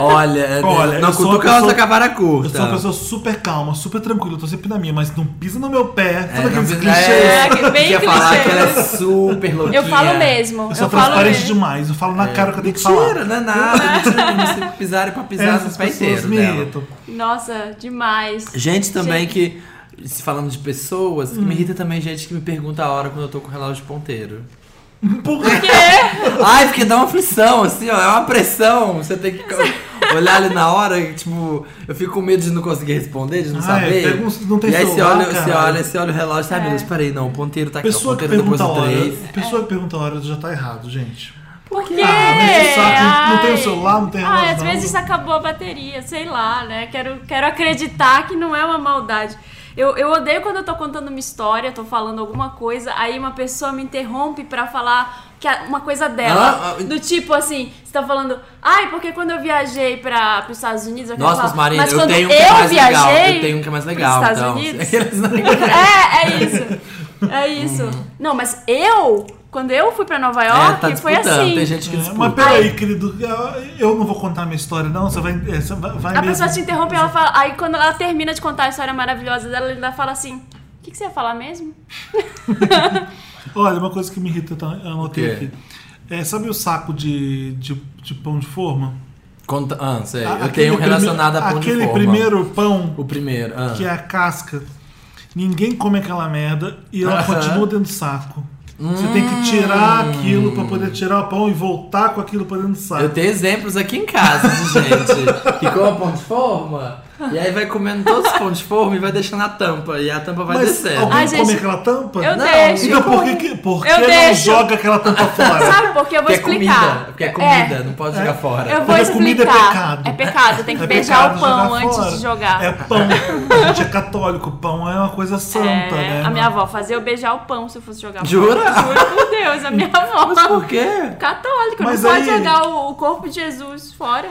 [SPEAKER 2] Olha,
[SPEAKER 1] Olha,
[SPEAKER 2] não
[SPEAKER 1] eu sou uma
[SPEAKER 2] cutuca a nossa
[SPEAKER 1] pessoa-
[SPEAKER 2] cavara curta.
[SPEAKER 1] Eu sou uma pessoa super calma, super tranquila, eu tô sempre na minha, mas não pisa no meu pé. Sabe
[SPEAKER 2] É, não
[SPEAKER 1] aqueles
[SPEAKER 2] precisa-
[SPEAKER 1] clichês?
[SPEAKER 2] é,
[SPEAKER 3] É, bem
[SPEAKER 2] quer falar
[SPEAKER 3] clichê.
[SPEAKER 2] que ela é super louquinha.
[SPEAKER 3] Eu falo mesmo.
[SPEAKER 1] Eu
[SPEAKER 3] Eu,
[SPEAKER 1] sou
[SPEAKER 3] falo
[SPEAKER 1] transparente
[SPEAKER 3] mesmo.
[SPEAKER 1] demais, eu falo na cara o que eu tenho que falar.
[SPEAKER 2] Mentira, não é nada. Mentira, se pisarem pra pisar
[SPEAKER 1] Essas
[SPEAKER 2] no pé
[SPEAKER 1] pessoas
[SPEAKER 2] inteiro
[SPEAKER 1] me
[SPEAKER 2] dela.
[SPEAKER 1] irritam.
[SPEAKER 3] Nossa, demais.
[SPEAKER 2] Gente também
[SPEAKER 3] Gente. Hum.
[SPEAKER 2] que, se falando de pessoas, que me irrita também gente que me pergunta a hora quando eu tô com o relógio de ponteiro.
[SPEAKER 1] Por quê?
[SPEAKER 2] É, Ai, porque dá uma aflição, assim, ó, é uma pressão. Você tem que olhar ali na hora, e, tipo, eu fico com medo de não conseguir responder, de não
[SPEAKER 1] Ah, é,
[SPEAKER 2] saber.
[SPEAKER 1] pergunta- não tem
[SPEAKER 2] e aí você
[SPEAKER 1] celular,
[SPEAKER 2] olha, você
[SPEAKER 1] cara.
[SPEAKER 2] olha, você olha o relógio,
[SPEAKER 3] É.
[SPEAKER 2] ai meu Deus, peraí, não, o ponteiro tá aqui, ó,
[SPEAKER 1] Pessoa
[SPEAKER 2] o
[SPEAKER 1] que
[SPEAKER 2] ponteiro depois
[SPEAKER 1] pergunta a
[SPEAKER 2] do
[SPEAKER 1] hora.
[SPEAKER 2] 3.
[SPEAKER 1] Pessoa que pergunta a hora já tá errado, gente.
[SPEAKER 3] Por quê?
[SPEAKER 1] Ah, mas esse saco não- não tem o
[SPEAKER 3] Ai.
[SPEAKER 1] celular, não tem relógio,
[SPEAKER 3] Ai, às
[SPEAKER 1] não.
[SPEAKER 3] vezes acabou a bateria, sei lá, né? Quero, quero acreditar que não é uma maldade. Eu, eu odeio quando eu tô contando uma história, tô falando alguma coisa, aí uma pessoa me interrompe pra falar que a- uma coisa dela.
[SPEAKER 2] Ah, ah,
[SPEAKER 3] do tipo assim, você tá falando, ai, porque quando eu viajei pra, pros Estados Unidos, eu quero
[SPEAKER 2] Nossa,
[SPEAKER 3] falar,
[SPEAKER 2] Marina,
[SPEAKER 3] mas
[SPEAKER 2] eu
[SPEAKER 3] quando
[SPEAKER 2] tenho um que
[SPEAKER 3] eu
[SPEAKER 2] é mais
[SPEAKER 3] viajei
[SPEAKER 2] legal. Eu tenho um que é mais
[SPEAKER 3] pros
[SPEAKER 2] legal,
[SPEAKER 3] Estados
[SPEAKER 2] então.
[SPEAKER 3] Unidos, é, é isso. É isso. Não, mas eu, quando eu fui pra Nova York,
[SPEAKER 2] Uhum. é, tá
[SPEAKER 3] foi
[SPEAKER 2] disputando,
[SPEAKER 3] assim.
[SPEAKER 2] tem gente que
[SPEAKER 1] É,
[SPEAKER 2] disputa.
[SPEAKER 1] mas peraí, querido, eu não vou contar minha história, não. Você vai. é, Você vai, vai
[SPEAKER 3] A
[SPEAKER 1] mesmo.
[SPEAKER 3] pessoa te interrompe e ela fala. Aí quando ela termina de contar a história maravilhosa dela, ela ainda fala assim: O que, que você ia falar mesmo?
[SPEAKER 1] Olha, uma coisa que me irrita, tá? eu anotei
[SPEAKER 2] O quê?
[SPEAKER 1] aqui. É, sabe o saco de, de, de pão de forma?
[SPEAKER 2] Conta, ah, não sei,
[SPEAKER 1] A-
[SPEAKER 2] eu
[SPEAKER 1] aquele
[SPEAKER 2] tenho um
[SPEAKER 1] prime-
[SPEAKER 2] relacionado a pão de
[SPEAKER 1] Aquele
[SPEAKER 2] forma.
[SPEAKER 1] primeiro pão
[SPEAKER 2] O primeiro, ah.
[SPEAKER 1] que é a casca. Ninguém come aquela merda e ela
[SPEAKER 2] Aham. Hum.
[SPEAKER 1] continua dentro do saco. Você tem que tirar aquilo pra poder tirar o pão e voltar com aquilo pra dentro do saco.
[SPEAKER 2] Eu tenho exemplos aqui em casa de gente que come pão de forma E aí vai comendo todos os pão de forma e vai deixando a tampa. E a tampa vai
[SPEAKER 1] Mas
[SPEAKER 2] descendo.
[SPEAKER 1] alguém
[SPEAKER 3] Ai,
[SPEAKER 1] come
[SPEAKER 3] gente,
[SPEAKER 1] aquela tampa?
[SPEAKER 3] Ah, Eu
[SPEAKER 2] Não,
[SPEAKER 3] deixo.
[SPEAKER 1] Então por que, que- por que
[SPEAKER 3] um Eu
[SPEAKER 1] não
[SPEAKER 3] deixo.
[SPEAKER 1] joga aquela tampa fora?
[SPEAKER 3] Sabe por que eu vou
[SPEAKER 2] Porque é
[SPEAKER 3] explicar?
[SPEAKER 2] comida. Porque é comida, não pode jogar fora.
[SPEAKER 3] Eu vou
[SPEAKER 1] Porque comida é
[SPEAKER 3] explicar.
[SPEAKER 1] pecado.
[SPEAKER 3] É pecado, tem que
[SPEAKER 1] É
[SPEAKER 3] beijar
[SPEAKER 1] pecado
[SPEAKER 3] o pão
[SPEAKER 1] jogar
[SPEAKER 3] antes
[SPEAKER 1] fora.
[SPEAKER 3] de jogar.
[SPEAKER 1] É pão. A gente é católico, pão é uma coisa santa,
[SPEAKER 3] É,
[SPEAKER 1] né?
[SPEAKER 3] a minha avó fazia eu beijar o pão se eu fosse jogar
[SPEAKER 2] Jura?
[SPEAKER 3] fora. Juro por Deus, a minha avó.
[SPEAKER 2] Mas por quê?
[SPEAKER 3] Católico,
[SPEAKER 1] Mas
[SPEAKER 3] não pode
[SPEAKER 1] aí- Ah,
[SPEAKER 3] jogar o, o corpo de Jesus fora.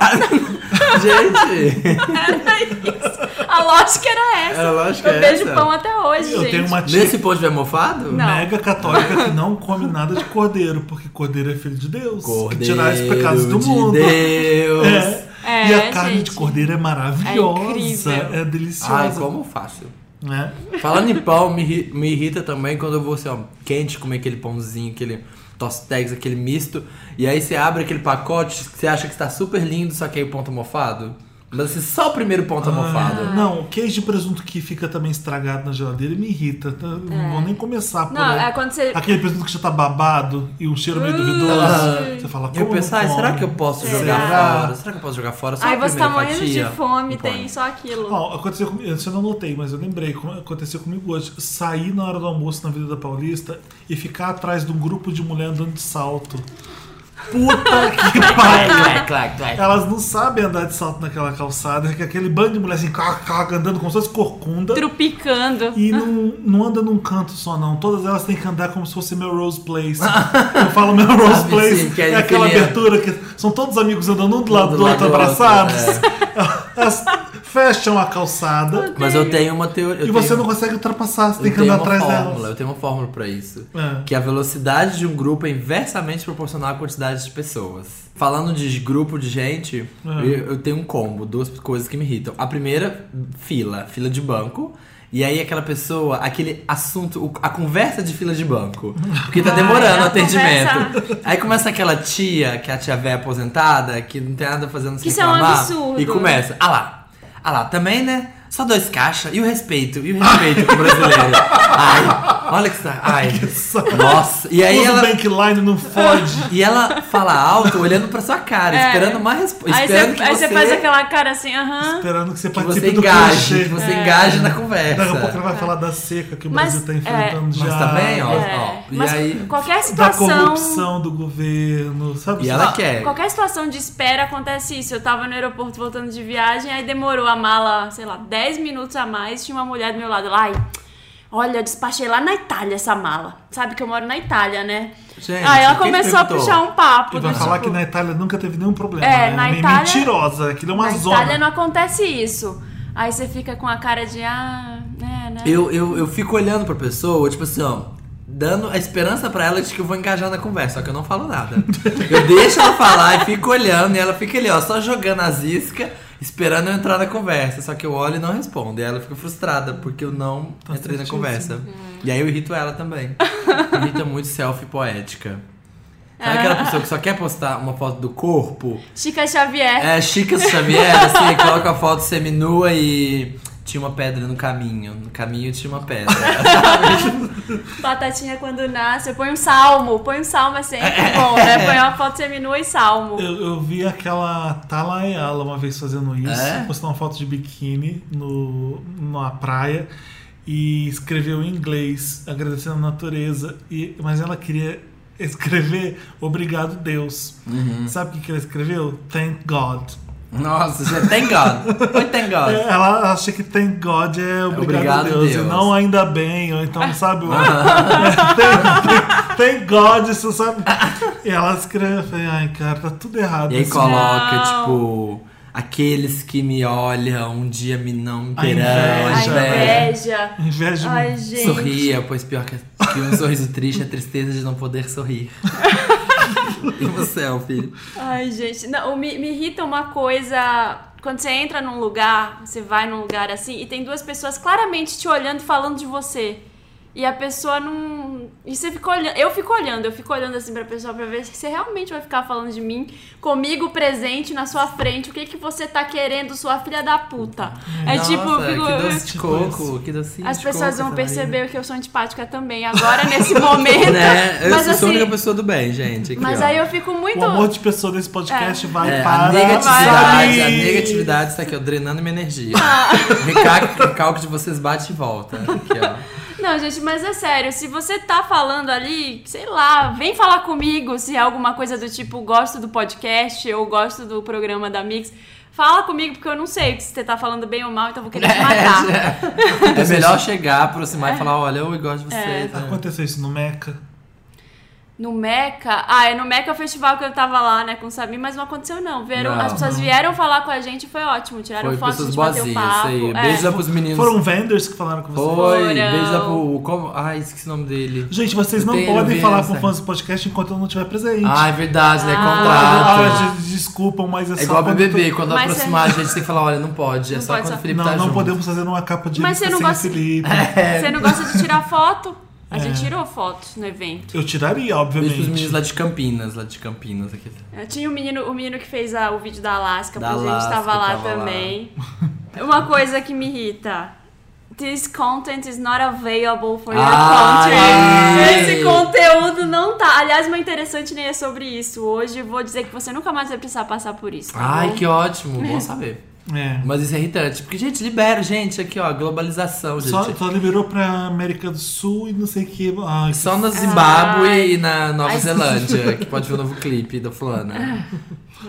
[SPEAKER 2] Gente,
[SPEAKER 3] Era isso. A lógica era essa.
[SPEAKER 2] A lógica
[SPEAKER 3] eu
[SPEAKER 2] é
[SPEAKER 3] beijo
[SPEAKER 2] essa.
[SPEAKER 3] pão até hoje,
[SPEAKER 1] Eu
[SPEAKER 3] gente.
[SPEAKER 1] tenho uma tia
[SPEAKER 2] nesse pão tiver mofado?
[SPEAKER 3] Não.
[SPEAKER 1] mega católica que não come nada de cordeiro, porque cordeiro é filho de Deus. que
[SPEAKER 2] Cordeiro
[SPEAKER 1] tirar os pecados do
[SPEAKER 2] de
[SPEAKER 1] mundo.
[SPEAKER 2] Deus.
[SPEAKER 1] É.
[SPEAKER 3] É,
[SPEAKER 1] e a carne
[SPEAKER 3] gente.
[SPEAKER 1] de cordeiro é maravilhosa.
[SPEAKER 3] É incrível.
[SPEAKER 1] é
[SPEAKER 2] Ai,
[SPEAKER 1] deliciosa.
[SPEAKER 2] como fácil.
[SPEAKER 1] né?
[SPEAKER 2] Falando em pão, me, irri- me irrita também quando eu vou, assim, ó, quente, comer aquele pãozinho, aquele tostex, aquele misto. E aí você abre aquele pacote, você acha que está super lindo, só que aí o pão tá mofado. Mas assim, só o primeiro pão tá mofado.
[SPEAKER 1] Ah, não, o queijo de presunto que fica também estragado na geladeira me irrita. tá? Eu Não vou nem começar por
[SPEAKER 3] É. Não,
[SPEAKER 1] aí.
[SPEAKER 3] é quando você.
[SPEAKER 1] Aquele presunto que já tá babado e um cheiro meio duvidoso.
[SPEAKER 2] Ah.
[SPEAKER 1] Você fala, como
[SPEAKER 2] Eu penso,
[SPEAKER 1] não
[SPEAKER 2] ai, será
[SPEAKER 1] come?"
[SPEAKER 2] que eu posso
[SPEAKER 1] Será?
[SPEAKER 2] jogar fora? Será que eu posso jogar fora? Só
[SPEAKER 3] Aí
[SPEAKER 2] a
[SPEAKER 3] você tá
[SPEAKER 2] primeira
[SPEAKER 3] morrendo
[SPEAKER 2] fatia?
[SPEAKER 3] de fome,
[SPEAKER 2] Não põe.
[SPEAKER 3] tem só aquilo.
[SPEAKER 1] Ó, aconteceu comigo, isso eu não notei, mas eu lembrei, como aconteceu comigo hoje. Sair na hora do almoço na Avenida Paulista e ficar atrás de um grupo de mulher andando de salto. Puta que
[SPEAKER 2] Clac,
[SPEAKER 1] pariu!
[SPEAKER 2] clac, clac, clac.
[SPEAKER 1] Elas não sabem andar de salto naquela calçada, que aquele bando de mulher assim, caca, caca, andando como se fosse corcunda.
[SPEAKER 3] Trupicando.
[SPEAKER 1] E não, não anda num canto só, não. Todas elas têm que andar como se fosse Melrose Place. Eu falo Melrose
[SPEAKER 2] Sabe,
[SPEAKER 1] Place,
[SPEAKER 2] sim, que é
[SPEAKER 1] é aquela
[SPEAKER 2] infinito.
[SPEAKER 1] abertura que são todos amigos andando um do lado
[SPEAKER 2] Um
[SPEAKER 1] do,
[SPEAKER 2] do
[SPEAKER 1] outro,
[SPEAKER 2] lado do outro, é.
[SPEAKER 1] abraçados. Elas fecham a calçada
[SPEAKER 2] Mas eu tenho uma teoria.
[SPEAKER 1] e
[SPEAKER 2] eu
[SPEAKER 1] você
[SPEAKER 2] tenho-
[SPEAKER 1] não consegue ultrapassar, você tem
[SPEAKER 2] Eu
[SPEAKER 1] que
[SPEAKER 2] tenho
[SPEAKER 1] andar
[SPEAKER 2] uma
[SPEAKER 1] atrás
[SPEAKER 2] fórmula,
[SPEAKER 1] delas.
[SPEAKER 2] eu tenho uma fórmula pra isso.
[SPEAKER 1] É.
[SPEAKER 2] Que a velocidade de um grupo é inversamente proporcional à quantidade de pessoas. Falando de grupo de gente,
[SPEAKER 1] É.
[SPEAKER 2] eu, eu tenho um combo, duas coisas que me irritam. A primeira, fila, fila de banco. E aí aquela pessoa, aquele assunto, o- a conversa de fila de banco. Porque tá
[SPEAKER 3] Ah,
[SPEAKER 2] demorando o
[SPEAKER 3] a
[SPEAKER 2] atendimento. Aí começa aquela tia, que é a tia véia aposentada, que não tem nada fazendo
[SPEAKER 3] Que isso é um absurdo.
[SPEAKER 2] E começa, ah lá, ah lá, também, né? Só dois caixas. E o respeito, e o respeito com o brasileiro. Ai, olha que sa... Ai, nossa. E aí
[SPEAKER 1] Usa o
[SPEAKER 2] ela...
[SPEAKER 1] bankline, não fode.
[SPEAKER 2] E ela fala alto, olhando pra sua cara,
[SPEAKER 3] É.
[SPEAKER 2] esperando mais resposta.
[SPEAKER 3] Aí,
[SPEAKER 2] Esperando
[SPEAKER 3] você,
[SPEAKER 2] que
[SPEAKER 3] aí
[SPEAKER 2] você,
[SPEAKER 3] você faz aquela cara assim, aham.
[SPEAKER 1] Esperando que você
[SPEAKER 2] que você
[SPEAKER 1] participe do
[SPEAKER 2] engaje,
[SPEAKER 1] clichê.
[SPEAKER 2] que você
[SPEAKER 3] É.
[SPEAKER 2] engaje um na conversa.
[SPEAKER 1] Daqui a pouco ela vai falar da seca que o
[SPEAKER 3] Mas,
[SPEAKER 1] Brasil tá enfrentando já.
[SPEAKER 2] Mas também, ó,
[SPEAKER 3] É,
[SPEAKER 2] ó. E
[SPEAKER 3] mas
[SPEAKER 2] aí...
[SPEAKER 3] qualquer
[SPEAKER 1] Da
[SPEAKER 3] situação.
[SPEAKER 1] corrupção do governo, sabe?
[SPEAKER 2] E ela quer.
[SPEAKER 3] Qualquer situação de espera acontece isso. Eu tava no aeroporto voltando de viagem, aí demorou a mala, sei lá, 10 minutos a mais, tinha uma mulher do meu lado lá. Ai, olha, eu despachei lá na Itália essa mala. Sabe que eu moro na Itália, né?
[SPEAKER 2] Gente,
[SPEAKER 3] aí ela
[SPEAKER 2] quem
[SPEAKER 3] começou a
[SPEAKER 2] perguntou?
[SPEAKER 3] puxar um papo.
[SPEAKER 1] E vai
[SPEAKER 3] do
[SPEAKER 1] falar
[SPEAKER 3] tipo,
[SPEAKER 2] é
[SPEAKER 1] que na Itália nunca teve nenhum problema.
[SPEAKER 3] É,
[SPEAKER 1] né?
[SPEAKER 3] na
[SPEAKER 1] Nem
[SPEAKER 3] Itália-
[SPEAKER 1] Mentirosa, aquilo é uma
[SPEAKER 3] na
[SPEAKER 1] zona.
[SPEAKER 3] Itália não acontece isso. Aí você fica com a cara de, ah, né, né?
[SPEAKER 2] Eu, eu, eu fico olhando pra pessoa, tipo assim, ó, dando a esperança pra ela de que eu vou engajar na conversa, só que eu não falo nada. Eu deixo ela falar e fico olhando, e ela fica ali, ó, só jogando as iscas, esperando eu entrar na conversa. Só que eu olho e não respondo. E ela fica frustrada, porque eu não entrei na
[SPEAKER 1] certíssimo.
[SPEAKER 2] conversa. E aí eu irrito ela também. Irrita muito selfie poética. Sabe aquela pessoa que só quer postar uma foto do corpo?
[SPEAKER 3] Chica Xavier.
[SPEAKER 2] É, Chica Xavier, assim, coloca a foto seminua e tinha uma pedra no caminho. No caminho tinha uma pedra.
[SPEAKER 3] Batatinha quando nasce, eu ponho um salmo, põe um salmo é sempre bom, né? Põe uma foto seminua e salmo.
[SPEAKER 1] Eu, eu vi aquela Tala Ayala uma vez fazendo isso,
[SPEAKER 2] É?
[SPEAKER 1] postou uma foto de biquíni no, na praia e escreveu em inglês, agradecendo a natureza, e, mas ela queria escrever Obrigado Deus. Sabe o que, que ela escreveu? Thank God.
[SPEAKER 2] Nossa, gente, thank God. Foi thank God.
[SPEAKER 1] É, Ela acha que Thank God é Obrigado,
[SPEAKER 2] É. Obrigado,
[SPEAKER 1] Deus,
[SPEAKER 2] Deus.
[SPEAKER 1] e não ainda bem, ou então, sabe, o- thank, thank God, isso sabe? E ela escreveu, eu falei, ai cara, tá tudo errado.
[SPEAKER 2] E aí
[SPEAKER 1] esse
[SPEAKER 2] coloca,
[SPEAKER 3] Não.
[SPEAKER 2] tipo, aqueles que me olham, um dia me não terão.
[SPEAKER 1] inveja.
[SPEAKER 3] A
[SPEAKER 2] né?
[SPEAKER 3] inveja.
[SPEAKER 1] Inveja de
[SPEAKER 3] Ai, gente.
[SPEAKER 2] Sorria, pois pior que, que um sorriso triste é a tristeza de não poder sorrir. e você, filho?
[SPEAKER 3] Ai, gente. Não, me, me irrita uma coisa. Quando você entra num lugar, você vai num lugar assim, e tem duas pessoas claramente te olhando e falando de você. E a pessoa não. E você fica olhando, eu fico olhando, eu fico olhando assim pra pessoa pra ver se você realmente vai ficar falando de mim, comigo presente na sua frente, o que que você tá querendo, sua filha da puta. É
[SPEAKER 2] Nossa,
[SPEAKER 3] tipo, eu fico-
[SPEAKER 2] que doce de
[SPEAKER 1] tipo
[SPEAKER 2] coco, que docinho
[SPEAKER 3] as
[SPEAKER 2] de
[SPEAKER 3] pessoas
[SPEAKER 2] coco,
[SPEAKER 3] vão
[SPEAKER 2] essa Marina.
[SPEAKER 3] perceber que eu sou antipática também, agora nesse momento.
[SPEAKER 2] Né? Eu
[SPEAKER 3] mas
[SPEAKER 2] sou a única
[SPEAKER 3] assim,
[SPEAKER 2] pessoa do bem, gente. aqui,
[SPEAKER 3] mas
[SPEAKER 2] ó.
[SPEAKER 3] aí eu fico muito.
[SPEAKER 1] O amor de pessoa desse podcast vai
[SPEAKER 2] É,
[SPEAKER 1] para.
[SPEAKER 2] a negatividade, a
[SPEAKER 1] Vai.
[SPEAKER 2] negatividade está aqui, ó, drenando minha energia.
[SPEAKER 3] Ah.
[SPEAKER 2] Recalque, recalque de vocês bate e volta. Aqui, ó.
[SPEAKER 3] Não, gente, mas é sério, se você tá falando ali, sei lá, vem falar comigo se é alguma coisa do tipo, gosto do podcast ou gosto do programa da Mix. Fala comigo, porque eu não sei se você tá falando bem ou mal, então eu vou querer te matar.
[SPEAKER 2] É, melhor chegar,
[SPEAKER 3] É.
[SPEAKER 2] aproximar e falar: olha, eu gosto de vocês.
[SPEAKER 3] tá
[SPEAKER 2] né?
[SPEAKER 1] Aconteceu isso no Meca.
[SPEAKER 3] No Meca? Ah, é no Meca o festival que eu tava lá, né, com o Samir, mas não aconteceu não. Vieram,
[SPEAKER 2] Não,
[SPEAKER 3] as pessoas vieram falar com a gente, foi ótimo. Tiraram
[SPEAKER 2] Foi
[SPEAKER 3] foto, a
[SPEAKER 2] pessoas
[SPEAKER 3] gente bateu
[SPEAKER 2] boazinhas,
[SPEAKER 3] papo.
[SPEAKER 2] aí.
[SPEAKER 3] é.
[SPEAKER 2] Beijo lá pros meninos.
[SPEAKER 1] Foram vendors que falaram com você.
[SPEAKER 2] Foi,
[SPEAKER 3] Foram.
[SPEAKER 2] beijo lá pro. Como? Ai, esqueci o nome dele.
[SPEAKER 1] Gente, vocês
[SPEAKER 2] Eu
[SPEAKER 1] não
[SPEAKER 2] tenho
[SPEAKER 1] podem falar
[SPEAKER 2] essa.
[SPEAKER 1] com fãs do podcast enquanto eu não estiver presente.
[SPEAKER 2] Ah, é verdade, né?
[SPEAKER 1] Ah,
[SPEAKER 2] Contrato.
[SPEAKER 1] de- desculpam, mas é,
[SPEAKER 2] É
[SPEAKER 1] só
[SPEAKER 2] igual
[SPEAKER 1] quando-
[SPEAKER 2] BBB, quando
[SPEAKER 3] Mas é-
[SPEAKER 2] aproximar a gente tem que falar: olha, não pode, é
[SPEAKER 3] Não
[SPEAKER 2] só
[SPEAKER 3] pode,
[SPEAKER 2] quando
[SPEAKER 3] só-
[SPEAKER 2] o Felipe
[SPEAKER 1] Não,
[SPEAKER 2] tá
[SPEAKER 1] não
[SPEAKER 2] junto.
[SPEAKER 1] podemos fazer uma capa de
[SPEAKER 3] Mas você
[SPEAKER 1] revista
[SPEAKER 3] não
[SPEAKER 1] sem
[SPEAKER 3] gosta-
[SPEAKER 1] Felipe.
[SPEAKER 2] É.
[SPEAKER 3] Você não gosta de tirar foto? A gente tirou fotos no evento.
[SPEAKER 1] Eu tiraria,
[SPEAKER 2] Beijo pros
[SPEAKER 1] obviamente.
[SPEAKER 2] meninos lá de Campinas, lá de Campinas. Aqui.
[SPEAKER 3] É, Tinha o menino, o menino que fez a- o vídeo da Alaska,
[SPEAKER 2] Da
[SPEAKER 3] porque a gente
[SPEAKER 2] Alaska,
[SPEAKER 3] tava lá
[SPEAKER 2] tava lá.
[SPEAKER 3] também. Uma coisa que me irrita. This content is not available for your
[SPEAKER 2] Ah,
[SPEAKER 3] country.
[SPEAKER 2] Ai.
[SPEAKER 3] Esse conteúdo não tá. Aliás, uma interessante nem é sobre isso. Hoje eu vou dizer que você nunca mais vai precisar passar por isso. tá
[SPEAKER 2] Ai,
[SPEAKER 3] bom?
[SPEAKER 2] que ótimo, bom saber.
[SPEAKER 1] É.
[SPEAKER 2] Mas isso é irritante, porque, gente, libera, gente, aqui, ó, globalização, gente.
[SPEAKER 1] Só,
[SPEAKER 2] Só,
[SPEAKER 1] só liberou pra América do Sul e não sei o que. Ai,
[SPEAKER 2] no Zimbábue
[SPEAKER 3] Ai.
[SPEAKER 2] e na Nova
[SPEAKER 3] Ai.
[SPEAKER 2] Zelândia, que pode ver o novo clipe da fulana.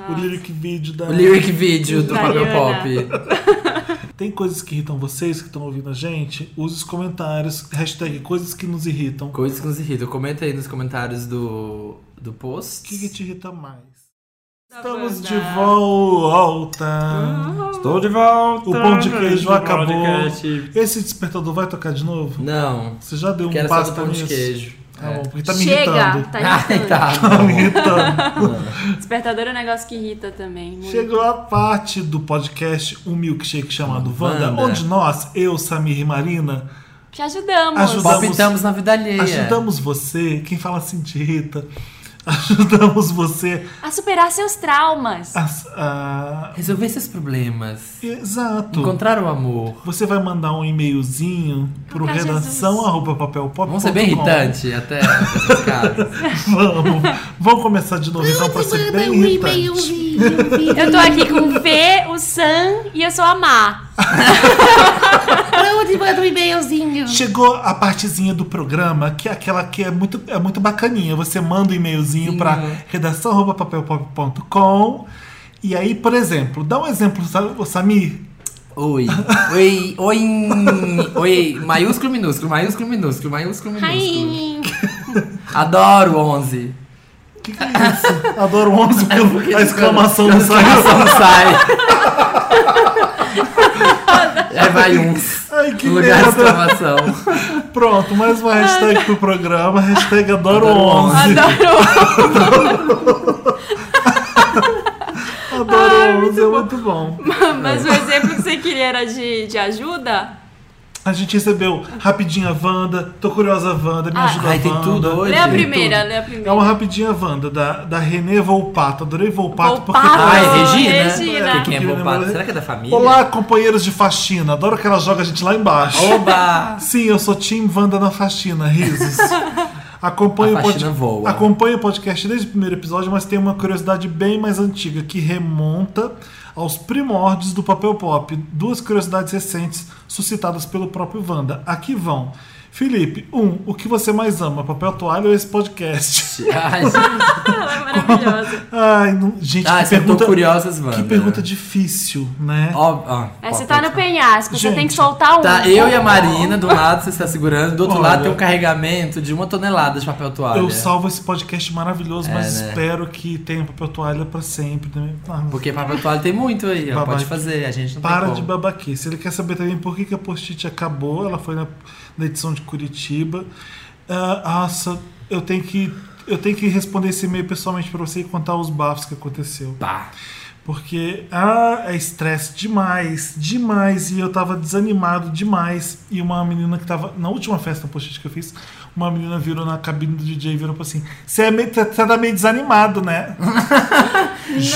[SPEAKER 1] o lyric vídeo da.
[SPEAKER 2] O lyric video do Fabio
[SPEAKER 3] Italiana.
[SPEAKER 2] Pop.
[SPEAKER 1] Tem coisas que irritam vocês que estão ouvindo a gente? Use os comentários, hashtag coisas que nos irritam. O
[SPEAKER 2] Coisas que nos irritam. Comenta aí nos comentários do, do post.
[SPEAKER 1] que, que te irrita mais?
[SPEAKER 3] Da
[SPEAKER 1] Estamos
[SPEAKER 3] banda.
[SPEAKER 1] de volta!
[SPEAKER 2] Estou de volta!
[SPEAKER 1] O pão de queijo acabou. Esse despertador vai tocar de novo?
[SPEAKER 2] Não,
[SPEAKER 1] Você já deu um
[SPEAKER 2] quero só do
[SPEAKER 1] basta
[SPEAKER 2] pão de
[SPEAKER 1] nisso?
[SPEAKER 2] queijo. É.
[SPEAKER 1] Tá bom, porque tá me
[SPEAKER 3] Chega,
[SPEAKER 1] irritando.
[SPEAKER 3] tá
[SPEAKER 2] Ai,
[SPEAKER 3] irritando.
[SPEAKER 2] tá.
[SPEAKER 1] Tá me irritando.
[SPEAKER 3] Despertador é um negócio que irrita também. muito.
[SPEAKER 1] Chegou a parte do podcast Um Milkshake chamado Wanda,
[SPEAKER 2] Wanda.
[SPEAKER 1] onde nós, eu, Samir e Marina,
[SPEAKER 3] Te ajudamos.
[SPEAKER 1] Ajudamos.
[SPEAKER 2] Palpitamos na vida alheia.
[SPEAKER 1] ajudamos você, quem fala assim te irrita, ajudamos você
[SPEAKER 3] A superar seus traumas.
[SPEAKER 1] a- a...
[SPEAKER 2] Resolver seus problemas.
[SPEAKER 1] Exato.
[SPEAKER 2] Encontrar o amor.
[SPEAKER 1] Você vai mandar um e-mailzinho pro
[SPEAKER 3] Pra Jesus.
[SPEAKER 1] redação arroba papelpop.
[SPEAKER 2] Vamos ser bem irritante até esses casos.
[SPEAKER 1] Vamos. Vamos começar de novo então pra ser bem
[SPEAKER 5] um
[SPEAKER 1] irritante.
[SPEAKER 3] Eu tô aqui com o Fê, o Sam e eu sou a Má.
[SPEAKER 5] Pra onde manda um e-mailzinho?
[SPEAKER 1] Chegou a partezinha do programa, que é aquela que é muito, é muito bacaninha. Você manda um e-mailzinho
[SPEAKER 2] Sim,
[SPEAKER 1] pra
[SPEAKER 2] né?
[SPEAKER 1] redação arroba papelpop.com. E aí, por exemplo, dá um exemplo, Sa- ô, Samir.
[SPEAKER 2] Oi. Oi. Oi. Oi. Maiúsculo, minúsculo, maiúsculo, minúsculo, maiúsculo, minúsculo.
[SPEAKER 5] Ai,
[SPEAKER 2] Adoro 11.
[SPEAKER 1] O que, que é isso? Adoro 11 porque a exclamação não saiu.
[SPEAKER 2] Exclamação sai. Aí vai uns.
[SPEAKER 1] Ai, que
[SPEAKER 2] no lugar de
[SPEAKER 1] merda.
[SPEAKER 2] exclamação.
[SPEAKER 1] Pronto, mais uma hashtag pro programa. Hashtag adoro
[SPEAKER 2] Adoro
[SPEAKER 1] 11.
[SPEAKER 3] Adoro.
[SPEAKER 1] Adoro 11 é muito bom.
[SPEAKER 3] Mas o exemplo que você queria era de, de ajuda?
[SPEAKER 1] A gente recebeu Rapidinha Wanda, Tô Curiosa Wanda, Me
[SPEAKER 3] Ah,
[SPEAKER 1] Ajuda
[SPEAKER 2] ai, tem
[SPEAKER 1] Wanda.
[SPEAKER 2] tudo hoje.
[SPEAKER 3] Lê a
[SPEAKER 2] Sim,
[SPEAKER 3] primeira, lê a primeira.
[SPEAKER 1] É uma Rapidinha Wanda, da, da Renê Volpato. Adorei Volpato, porque...
[SPEAKER 3] Volpato.
[SPEAKER 2] Ai, Regina.
[SPEAKER 3] Regina.
[SPEAKER 2] Que Quem é bobado? Será que é da família?
[SPEAKER 1] Olá, companheiros de faxina. Adoro que ela joga a gente lá embaixo.
[SPEAKER 2] Oba!
[SPEAKER 1] Sim, eu sou Tim Wanda na faxina, risos. Acompanho,
[SPEAKER 2] A
[SPEAKER 1] o
[SPEAKER 2] faxina voa.
[SPEAKER 1] acompanho o podcast desde o primeiro episódio, mas tem uma curiosidade bem mais antiga que remonta aos primórdios do papel pop. Duas curiosidades recentes suscitadas pelo próprio Wanda. Aqui vão. Felipe, um, o que você mais ama, papel toalha ou esse podcast?
[SPEAKER 2] Ai, gente.
[SPEAKER 3] Ela é maravilhosa.
[SPEAKER 1] Ai, não- gente,
[SPEAKER 2] Ai,
[SPEAKER 1] que,
[SPEAKER 2] são Ah, é tão
[SPEAKER 1] pergunta,
[SPEAKER 2] curiosas, mano.
[SPEAKER 1] que pergunta difícil, né?
[SPEAKER 2] Ó, ó,
[SPEAKER 3] É,
[SPEAKER 2] ó,
[SPEAKER 3] você tá
[SPEAKER 2] pode
[SPEAKER 3] no penhasco, você
[SPEAKER 1] Gente,
[SPEAKER 3] tem que soltar um.
[SPEAKER 2] Tá, eu e a Marina, de um lado você está segurando, do outro
[SPEAKER 1] Olha.
[SPEAKER 2] lado tem um carregamento de uma tonelada de papel toalha.
[SPEAKER 1] Eu salvo esse podcast maravilhoso,
[SPEAKER 2] É,
[SPEAKER 1] mas
[SPEAKER 2] né?
[SPEAKER 1] espero que tenha papel toalha pra sempre. né? Ah,
[SPEAKER 2] Porque papel toalha tem muito aí, ó,
[SPEAKER 1] Babaca.
[SPEAKER 2] pode fazer, a gente não
[SPEAKER 1] Para
[SPEAKER 2] tem
[SPEAKER 1] de
[SPEAKER 2] como.
[SPEAKER 1] babaquice. Ele quer saber também por que, que a post-it acabou. Ela foi na, na edição de Curitiba. Ah, nossa, eu tenho que. Eu tenho que responder esse e-mail pessoalmente pra você e contar os bafos que aconteceu.
[SPEAKER 2] Pá.
[SPEAKER 1] Porque ah, é estresse demais, demais. E eu tava desanimado demais. E uma menina que tava. Na última festa um post-it que eu fiz, Uma menina virou na cabine do DJ e virou pra assim: Você é meio, tá, tá meio desanimado, né?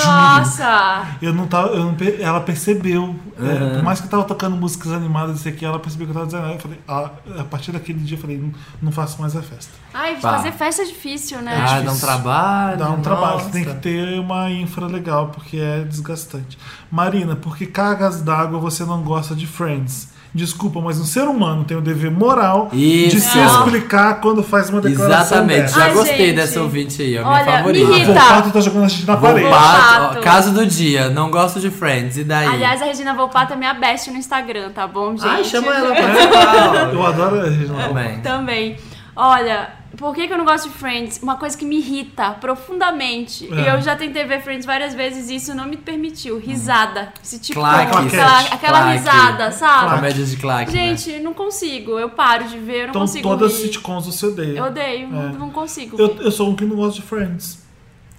[SPEAKER 3] Nossa!
[SPEAKER 1] Eu não tava. eu não per- ela percebeu. né? Por mais que eu tava tocando músicas animadas isso aqui, ela percebeu que eu tava desanimado. Eu falei, ah, a partir daquele dia eu falei, não, não faço mais a festa.
[SPEAKER 3] Ai,
[SPEAKER 2] Pá.
[SPEAKER 3] fazer festa é difícil, né?
[SPEAKER 2] Ah, dá um trabalho.
[SPEAKER 1] Dá um trabalho, você tem que
[SPEAKER 2] nossa.
[SPEAKER 1] ter uma infra legal, porque é desgastante. Marina, por que cargas d'água você não gosta de Friends? Desculpa, mas um ser humano tem o dever moral de
[SPEAKER 2] Isso. Ah.
[SPEAKER 1] se explicar quando faz uma declaração
[SPEAKER 2] Exatamente, Ah,
[SPEAKER 1] dessa.
[SPEAKER 2] já
[SPEAKER 3] Ai,
[SPEAKER 2] gostei
[SPEAKER 3] gente.
[SPEAKER 2] dessa ouvinte aí, a minha
[SPEAKER 3] Olha, me
[SPEAKER 2] favorita.
[SPEAKER 1] O
[SPEAKER 3] irrita.
[SPEAKER 1] Pato tá jogando a gente na parede.
[SPEAKER 2] Volpato, ó,
[SPEAKER 3] Volpato.
[SPEAKER 2] caso do dia, não gosto de Friends, e daí?
[SPEAKER 3] Aliás, a Regina Volpato é minha best no Instagram, tá bom, gente?
[SPEAKER 2] Ai, chama ela pra participar.
[SPEAKER 1] Eu adoro a Regina.
[SPEAKER 2] Tá bem.
[SPEAKER 3] Também. Olha, por que, que eu não gosto de Friends? Uma coisa que me irrita profundamente.
[SPEAKER 1] É.
[SPEAKER 3] E eu já tentei ver Friends várias vezes e isso não me permitiu. Risada. Esse tipo
[SPEAKER 2] Claque.
[SPEAKER 3] aquela, aquela
[SPEAKER 2] Claque.
[SPEAKER 3] risada, sabe?
[SPEAKER 2] Comédia de claque, né?
[SPEAKER 3] Gente, não consigo. Eu paro de ver, eu não
[SPEAKER 1] Então
[SPEAKER 3] consigo.
[SPEAKER 1] todas as
[SPEAKER 3] rir.
[SPEAKER 1] sitcoms você odeia.
[SPEAKER 3] Eu odeio, não-
[SPEAKER 1] É.
[SPEAKER 3] não consigo.
[SPEAKER 1] Eu,
[SPEAKER 3] rir.
[SPEAKER 1] eu sou um que não gosta de Friends.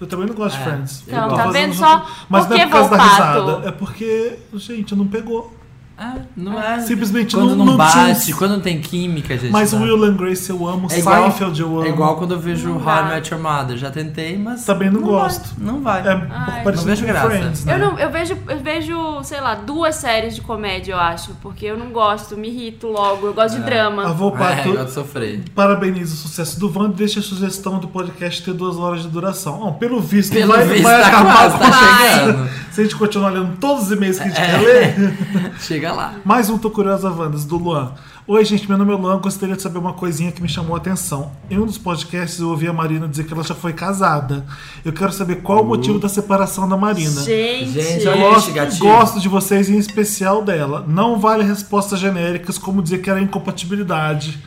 [SPEAKER 1] Eu também não gosto
[SPEAKER 2] É,
[SPEAKER 1] de Friends.
[SPEAKER 2] eu Então,
[SPEAKER 1] Tô
[SPEAKER 2] tá
[SPEAKER 1] fazendo
[SPEAKER 3] vendo
[SPEAKER 1] um-
[SPEAKER 3] só?
[SPEAKER 1] Mas
[SPEAKER 3] Por
[SPEAKER 1] não é
[SPEAKER 3] que
[SPEAKER 1] por causa da
[SPEAKER 3] Volpato?
[SPEAKER 1] risada. É porque, gente, não pegou.
[SPEAKER 2] Ah, não é.
[SPEAKER 1] Simplesmente
[SPEAKER 2] quando
[SPEAKER 1] não-
[SPEAKER 2] não,
[SPEAKER 1] não
[SPEAKER 2] bate,
[SPEAKER 1] tinha- um
[SPEAKER 2] quando não tem química, gente. né?
[SPEAKER 1] Mas
[SPEAKER 2] não.
[SPEAKER 1] Will and Grace eu amo,
[SPEAKER 2] É igual-
[SPEAKER 1] Seinfeld eu amo.
[SPEAKER 2] É igual quando eu vejo
[SPEAKER 3] Não
[SPEAKER 2] How I
[SPEAKER 3] dá.
[SPEAKER 2] Met Your Mother. Já tentei, mas.
[SPEAKER 1] Também não
[SPEAKER 2] vai,
[SPEAKER 1] gosto.
[SPEAKER 2] Não vai.
[SPEAKER 1] É um pouco
[SPEAKER 3] Ai.
[SPEAKER 1] parecido
[SPEAKER 2] Não vejo
[SPEAKER 1] com
[SPEAKER 2] graça.
[SPEAKER 1] Friends, né?
[SPEAKER 3] Eu, não, eu, vejo, eu vejo, sei lá, duas séries de comédia, eu acho. Porque eu não gosto, me irrito logo. Eu gosto de
[SPEAKER 1] A
[SPEAKER 3] drama.
[SPEAKER 2] É,
[SPEAKER 1] Volpato
[SPEAKER 2] gosto de sofrer.
[SPEAKER 1] parabeniza o sucesso do Wanda e deixa a sugestão do podcast ter duas horas de duração. Bom, pelo visto,
[SPEAKER 2] Pelo
[SPEAKER 1] vai,
[SPEAKER 2] visto,
[SPEAKER 1] vai
[SPEAKER 2] tá
[SPEAKER 1] acabar
[SPEAKER 2] quase, tá
[SPEAKER 1] com
[SPEAKER 2] chegando. É.
[SPEAKER 1] isso. Se a gente continuar lendo todos os e-mails que a gente quer ler...
[SPEAKER 2] Chega lá.
[SPEAKER 1] Mais um Tô Curiosa Vandas, do Luan. Oi, gente, meu nome é Luan, gostaria de saber uma coisinha que me chamou a atenção. Em um dos podcasts eu ouvi a Marina dizer que ela já foi casada. Eu quero saber qual o motivo
[SPEAKER 2] Uh.
[SPEAKER 1] da separação da Marina.
[SPEAKER 3] Gente,
[SPEAKER 2] Gente, olha esse
[SPEAKER 1] Gosto,
[SPEAKER 2] gatilho.
[SPEAKER 1] gosto de vocês, em especial dela. Não vale respostas genéricas, como dizer que era incompatibilidade.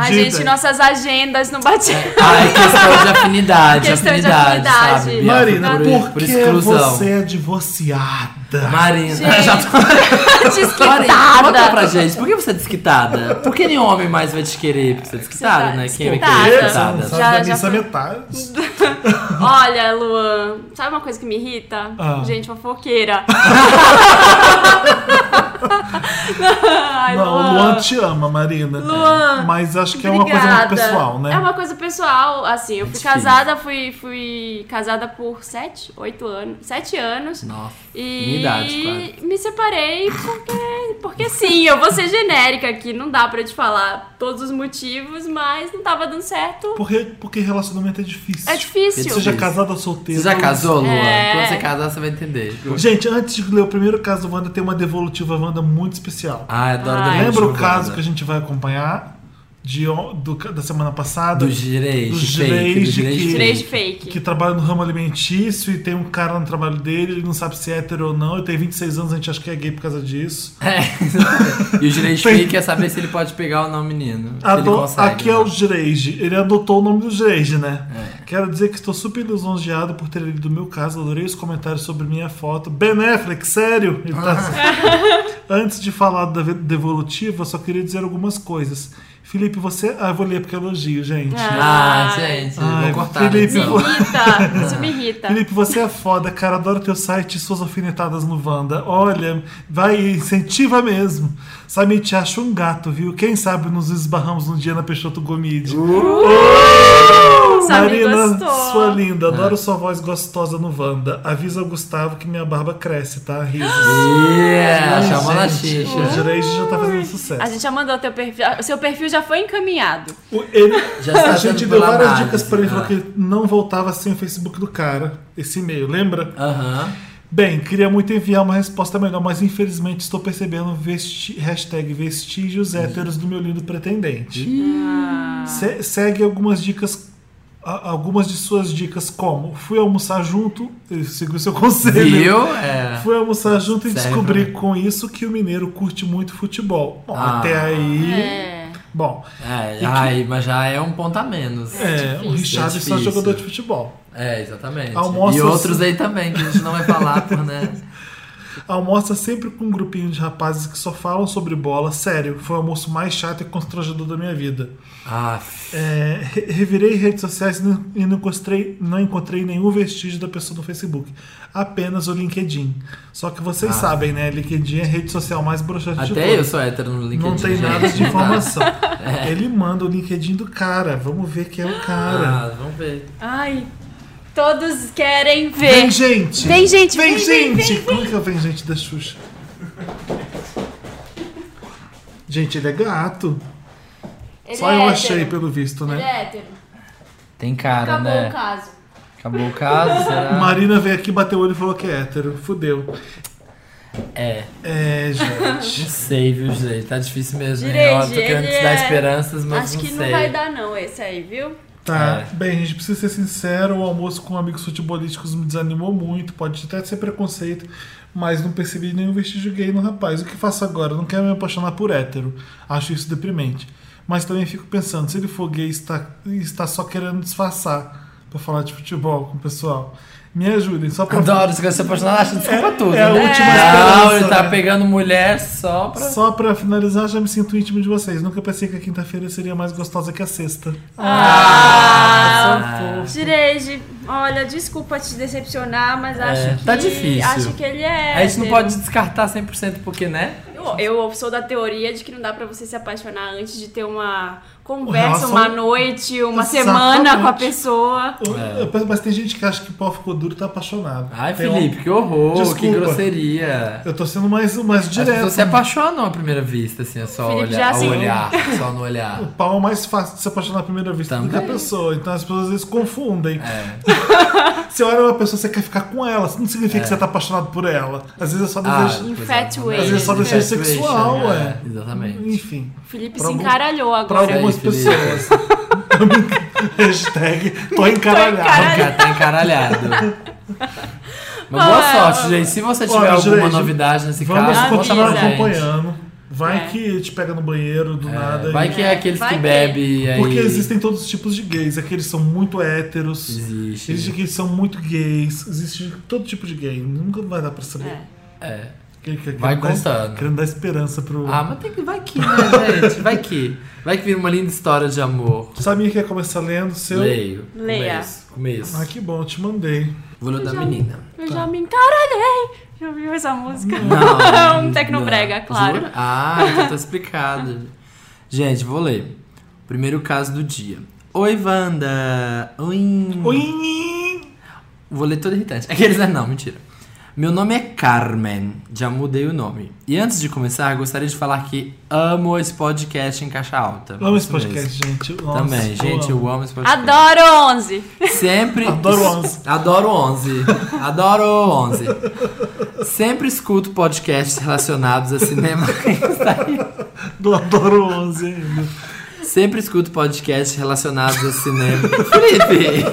[SPEAKER 3] Ai,
[SPEAKER 1] Dita,
[SPEAKER 3] gente, nossas agendas não batiam.
[SPEAKER 2] Ai, questão de afinidade.
[SPEAKER 3] Questão de
[SPEAKER 2] afinidade,
[SPEAKER 3] afinidade.
[SPEAKER 2] sabe? Bianca?
[SPEAKER 1] Marina,
[SPEAKER 2] por,
[SPEAKER 1] por,
[SPEAKER 2] por
[SPEAKER 1] que
[SPEAKER 2] exclusão.
[SPEAKER 1] você é divorciada?
[SPEAKER 2] Marina,
[SPEAKER 3] Gente,
[SPEAKER 2] já tô...
[SPEAKER 1] tá.
[SPEAKER 2] Marina, conta pra
[SPEAKER 3] Desquitada.
[SPEAKER 2] gente, por que você é desquitada? Por que nenhum homem mais vai te querer? Porque você é desquitada, né? Quem vai
[SPEAKER 3] tá Desquitada.
[SPEAKER 2] querer
[SPEAKER 1] Sabe
[SPEAKER 2] desquitada?
[SPEAKER 3] Já-
[SPEAKER 1] da
[SPEAKER 3] já
[SPEAKER 1] minha
[SPEAKER 3] foi.
[SPEAKER 1] metade?
[SPEAKER 3] Olha, Luan, sabe uma coisa que me irrita?
[SPEAKER 1] Ah.
[SPEAKER 3] Gente fofoqueira. Ai,
[SPEAKER 1] Não, o Luan te ama, Marina.
[SPEAKER 3] Luan,
[SPEAKER 1] Mas acho que é uma coisa muito
[SPEAKER 3] Obrigada.
[SPEAKER 1] pessoal, né?
[SPEAKER 3] É uma coisa pessoal, assim, eu fui
[SPEAKER 2] difícil.
[SPEAKER 3] casada, fui, fui casada por sete, oito anos, sete anos.
[SPEAKER 2] Nossa, minha
[SPEAKER 3] E
[SPEAKER 2] idade, quase.
[SPEAKER 3] me separei porque, porque sim, eu vou ser genérica aqui, não dá pra te falar todos os motivos, mas não tava dando certo.
[SPEAKER 1] Porque, porque relacionamento é difícil.
[SPEAKER 3] É difícil.
[SPEAKER 1] Seja
[SPEAKER 2] Difícil.
[SPEAKER 1] casado ou solteiro.
[SPEAKER 2] Você já casou, Luan?
[SPEAKER 3] É.
[SPEAKER 2] Quando você casar, você vai entender.
[SPEAKER 1] Gente, antes de ler o primeiro caso do Wanda, tem uma devolutiva Wanda muito especial.
[SPEAKER 2] Ai, adoro
[SPEAKER 3] Ah, é.
[SPEAKER 2] da
[SPEAKER 1] Lembra o
[SPEAKER 2] Ventura,
[SPEAKER 1] caso
[SPEAKER 2] Wanda.
[SPEAKER 1] que a gente vai acompanhar de on- do ca- da semana passada?
[SPEAKER 2] Dos direitos,
[SPEAKER 1] Dos
[SPEAKER 2] fake,
[SPEAKER 1] gerês
[SPEAKER 2] dos
[SPEAKER 1] de
[SPEAKER 2] gerês
[SPEAKER 1] que-
[SPEAKER 2] fake.
[SPEAKER 3] Três de fake.
[SPEAKER 1] Que trabalha no ramo alimentício e tem um cara no trabalho dele, ele não sabe se é hétero ou não, e tem 26 anos, a gente acha que é gay por causa disso.
[SPEAKER 2] É. E o gerente
[SPEAKER 1] Tem-
[SPEAKER 2] fake quer saber se ele pode pegar ou não o menino. Se ele
[SPEAKER 1] Ado-
[SPEAKER 2] consegue. né?
[SPEAKER 1] Aqui é o Dreige. Ele adotou o nome do Dreige, né?
[SPEAKER 2] É.
[SPEAKER 1] Quero dizer que estou super lisonjeado por ter lido o meu caso. Adorei os comentários sobre minha foto. Ben Affleck, sério? Ele tá assim.
[SPEAKER 2] Ah.
[SPEAKER 1] Antes de falar da ve- devolutiva, eu só queria dizer algumas coisas. Felipe, você. Ah, eu vou ler porque é elogio, gente.
[SPEAKER 2] Ah,
[SPEAKER 3] Ai.
[SPEAKER 2] gente,
[SPEAKER 1] Ai,
[SPEAKER 2] vou cortar. né,
[SPEAKER 1] Felipe,
[SPEAKER 3] Me
[SPEAKER 2] então.
[SPEAKER 3] irrita, isso me irrita.
[SPEAKER 1] Felipe, você é foda, cara. Adoro teu site e suas alfinetadas no Wanda. Olha, vai, incentiva mesmo. Samir, te acho um gato, viu? Quem sabe nos esbarramos um dia na Peixoto Gomide.
[SPEAKER 3] Sabe,
[SPEAKER 1] Marina,
[SPEAKER 3] gostou.
[SPEAKER 1] sua linda, adoro sua voz gostosa no Wanda. Avisa ao Gustavo que minha barba cresce, tá? Risos.
[SPEAKER 2] Yeah, chamou na
[SPEAKER 1] Gente,
[SPEAKER 2] xixa.
[SPEAKER 1] O Direito já tá fazendo sucesso.
[SPEAKER 3] A gente já mandou teu perfil, o seu perfil já foi encaminhado.
[SPEAKER 1] O- ele-
[SPEAKER 2] Já está
[SPEAKER 1] a gente
[SPEAKER 2] sendo
[SPEAKER 1] deu várias
[SPEAKER 2] planado,
[SPEAKER 1] dicas pra ele,
[SPEAKER 2] assim,
[SPEAKER 1] falou que não voltava sem o Facebook do cara, esse e-mail, lembra?
[SPEAKER 2] Aham.
[SPEAKER 1] Bem, queria muito enviar uma resposta melhor, mas infelizmente estou percebendo vesti hashtag vestígios héteros do meu lindo pretendente. Se- segue algumas dicas, a- algumas de suas dicas, como fui almoçar junto, ele seguiu seu conselho.
[SPEAKER 2] Viu? É.
[SPEAKER 1] Fui almoçar junto e
[SPEAKER 2] Serve
[SPEAKER 1] descobri
[SPEAKER 2] pra
[SPEAKER 1] com isso que o mineiro curte muito futebol. Bom,
[SPEAKER 2] Ah.
[SPEAKER 1] até aí.
[SPEAKER 3] É.
[SPEAKER 1] Bom,
[SPEAKER 2] É, ai, mas já é um ponto a menos.
[SPEAKER 1] é, o Richardson é
[SPEAKER 2] difícil.
[SPEAKER 1] jogador de futebol.
[SPEAKER 2] É, exatamente.
[SPEAKER 1] Almoços-
[SPEAKER 2] E outros aí também, que a gente não vai falar, por, né?
[SPEAKER 1] Almoça sempre com um grupinho de rapazes que só falam sobre bola. Sério, foi o almoço mais chato e constrangedor da minha vida.
[SPEAKER 2] Ah,
[SPEAKER 1] É, re- revirei redes sociais e não- e não encontrei, não encontrei nenhum vestígio da pessoa no Facebook. Apenas o LinkedIn. Só que vocês sabem, né? LinkedIn é a rede social mais broxante de
[SPEAKER 2] Ah. até
[SPEAKER 1] todas.
[SPEAKER 2] eu sou hétero no LinkedIn.
[SPEAKER 1] Não tem
[SPEAKER 2] é gente. É.
[SPEAKER 1] nada de informação. Ele manda o LinkedIn do cara. Vamos ver quem é o cara.
[SPEAKER 2] Ah, vamos ver.
[SPEAKER 3] Ai, todos querem
[SPEAKER 1] Vem
[SPEAKER 3] ver.
[SPEAKER 1] gente!
[SPEAKER 3] Vem gente,
[SPEAKER 1] Vem,
[SPEAKER 3] vem, vem,
[SPEAKER 1] gente!
[SPEAKER 3] vem,
[SPEAKER 1] Como que é o Vem gente da Xuxa? Gente, ele é gato.
[SPEAKER 3] Ele
[SPEAKER 1] Só
[SPEAKER 3] é
[SPEAKER 1] eu
[SPEAKER 3] hétero.
[SPEAKER 1] achei, pelo visto,
[SPEAKER 3] Ele
[SPEAKER 1] né?
[SPEAKER 3] é hétero.
[SPEAKER 6] Tem cara,
[SPEAKER 3] Acabou
[SPEAKER 6] né?
[SPEAKER 3] o caso.
[SPEAKER 6] Acabou o caso, será?
[SPEAKER 3] é
[SPEAKER 1] Marina veio aqui, bateu o olho e falou que é hétero. Fudeu.
[SPEAKER 2] É,
[SPEAKER 1] É, gente.
[SPEAKER 2] não sei, viu, gente? Tá difícil mesmo,
[SPEAKER 3] Direito,
[SPEAKER 2] hein? Ó, tô querendo
[SPEAKER 3] ele
[SPEAKER 2] te dar
[SPEAKER 3] é-
[SPEAKER 2] esperanças, mas
[SPEAKER 3] Acho
[SPEAKER 2] não
[SPEAKER 3] que
[SPEAKER 2] sei.
[SPEAKER 3] não vai dar não esse aí, viu?
[SPEAKER 1] Tá.
[SPEAKER 2] É.
[SPEAKER 1] Bem, a gente precisa ser sincero. O almoço com amigos futebolísticos me desanimou muito. Pode até ser preconceito, mas não percebi nenhum vestígio gay no rapaz. O que faço agora? Não quero me apaixonar por hétero. Acho isso deprimente. Mas também fico pensando, se ele for gay, está, está só querendo disfarçar pra falar de futebol com o pessoal. Me ajudem, só pra...
[SPEAKER 2] Adoro, se você apaixonar, acha desculpa tudo.
[SPEAKER 1] é a
[SPEAKER 2] né?
[SPEAKER 1] última
[SPEAKER 2] Não,
[SPEAKER 1] esperança,
[SPEAKER 2] ele tá
[SPEAKER 1] né?
[SPEAKER 2] pegando mulher só pra.
[SPEAKER 1] Só pra finalizar, já me sinto íntimo de vocês. Nunca pensei que a quinta-feira seria mais gostosa que a sexta.
[SPEAKER 2] um
[SPEAKER 3] Ah, Direide, olha, desculpa te decepcionar, mas acho que.
[SPEAKER 2] tá difícil.
[SPEAKER 3] Acho que ele é.
[SPEAKER 2] A gente não
[SPEAKER 3] hétero.
[SPEAKER 2] pode descartar 100% porque, né?
[SPEAKER 3] Eu, eu sou da teoria de que não dá pra você se apaixonar antes de ter uma conversa,
[SPEAKER 1] Relação-
[SPEAKER 3] uma noite, uma
[SPEAKER 1] Exatamente.
[SPEAKER 3] semana com a pessoa.
[SPEAKER 1] Eu- eu penso, Mas tem gente que acha que pau ficou duro e tá apaixonado.
[SPEAKER 2] É. Ai,
[SPEAKER 1] Tem um-
[SPEAKER 2] Felipe, que horror, que
[SPEAKER 1] Desculpa.
[SPEAKER 2] grosseria.
[SPEAKER 1] Eu tô sendo mais, mais
[SPEAKER 2] As
[SPEAKER 1] direto.
[SPEAKER 2] pessoas se apaixonam à primeira vista, assim, é só
[SPEAKER 3] Felipe
[SPEAKER 2] olhar,
[SPEAKER 3] já,
[SPEAKER 2] ao
[SPEAKER 3] assim-
[SPEAKER 2] olhar, só no olhar.
[SPEAKER 1] O pau é mais fácil de se apaixonar à primeira vista do que a
[SPEAKER 2] Também.
[SPEAKER 1] pessoa. Então as pessoas às vezes confundem.
[SPEAKER 2] É.
[SPEAKER 1] você olha uma pessoa, você quer ficar com ela. Isso não significa que você tá apaixonado por ela. Às vezes é só
[SPEAKER 2] Ah,
[SPEAKER 1] desejo.
[SPEAKER 2] pois é.
[SPEAKER 3] Infatuated.
[SPEAKER 1] Às vezes é só desejo sexual,
[SPEAKER 2] Infatuation,
[SPEAKER 1] ué.
[SPEAKER 2] é, Exatamente.
[SPEAKER 1] Enfim.
[SPEAKER 3] Felipe
[SPEAKER 1] Pra
[SPEAKER 3] se
[SPEAKER 1] algum-
[SPEAKER 3] encaralhou
[SPEAKER 1] Pra
[SPEAKER 3] agora.
[SPEAKER 1] algumas
[SPEAKER 2] Felipe.
[SPEAKER 1] pessoas. Hashtag tô encaralhado.
[SPEAKER 3] encaralhado.
[SPEAKER 2] Tá tá encaralhado. Mas boa
[SPEAKER 3] Ah,
[SPEAKER 2] sorte, gente. Se você tiver
[SPEAKER 1] Olha,
[SPEAKER 2] alguma
[SPEAKER 1] gente,
[SPEAKER 2] novidade nesse
[SPEAKER 1] Vamos
[SPEAKER 2] caso, conta
[SPEAKER 1] continuar
[SPEAKER 2] pra gente.
[SPEAKER 1] acompanhando. Vai
[SPEAKER 3] É.
[SPEAKER 1] que te pega no banheiro do nada.
[SPEAKER 2] Vai
[SPEAKER 1] e-
[SPEAKER 2] que é aqueles
[SPEAKER 3] Vai
[SPEAKER 2] que é
[SPEAKER 3] que-
[SPEAKER 2] bebe aí.
[SPEAKER 1] Porque existem todos os tipos de gays. Aqueles que são muito héteros.
[SPEAKER 2] Existe.
[SPEAKER 1] Existem aqueles que são muito gays. Existe todo tipo de gay. Nunca vai dar pra saber.
[SPEAKER 3] É.
[SPEAKER 2] É.
[SPEAKER 1] Que- que-
[SPEAKER 2] Vai
[SPEAKER 1] querendo dar es-
[SPEAKER 2] contando.
[SPEAKER 1] Querendo dar esperança pro.
[SPEAKER 2] Ah, mas tem que. Vai que, né, gente? Vai que. Vai que vira uma linda história de amor.
[SPEAKER 1] Sabia que ia começar lendo seu.
[SPEAKER 2] Leio.
[SPEAKER 3] Leia.
[SPEAKER 2] Começo. Começo.
[SPEAKER 1] Ah, que bom, eu te mandei.
[SPEAKER 2] Vou ler o da menina.
[SPEAKER 3] Eu já me encaralhei. Já ouviu essa música? um tecnobrega,
[SPEAKER 2] Não.
[SPEAKER 3] claro.
[SPEAKER 2] Jura? Ah, então tá explicado. Gente, vou ler. Primeiro caso do dia. Oi, Wanda. Oi.
[SPEAKER 1] Oi!
[SPEAKER 2] Vou ler todo irritante. Aqueles, né? Não, mentira. Meu nome é Carmen, já mudei o nome. E antes de começar, gostaria de falar que amo esse podcast em caixa alta.
[SPEAKER 1] Amo esse
[SPEAKER 2] Isso mesmo.
[SPEAKER 1] podcast, gente. Nossa,
[SPEAKER 2] Também,
[SPEAKER 1] eu
[SPEAKER 2] gente,
[SPEAKER 1] amo.
[SPEAKER 2] eu amo esse podcast.
[SPEAKER 3] Adoro 11.
[SPEAKER 2] Sempre.
[SPEAKER 1] Adoro 11.
[SPEAKER 2] Adoro 11. Adoro 11. Sempre escuto podcasts relacionados a cinema.
[SPEAKER 1] Eu adoro 11 ainda.
[SPEAKER 2] Sempre escuto podcasts relacionados a cinema. Felipe!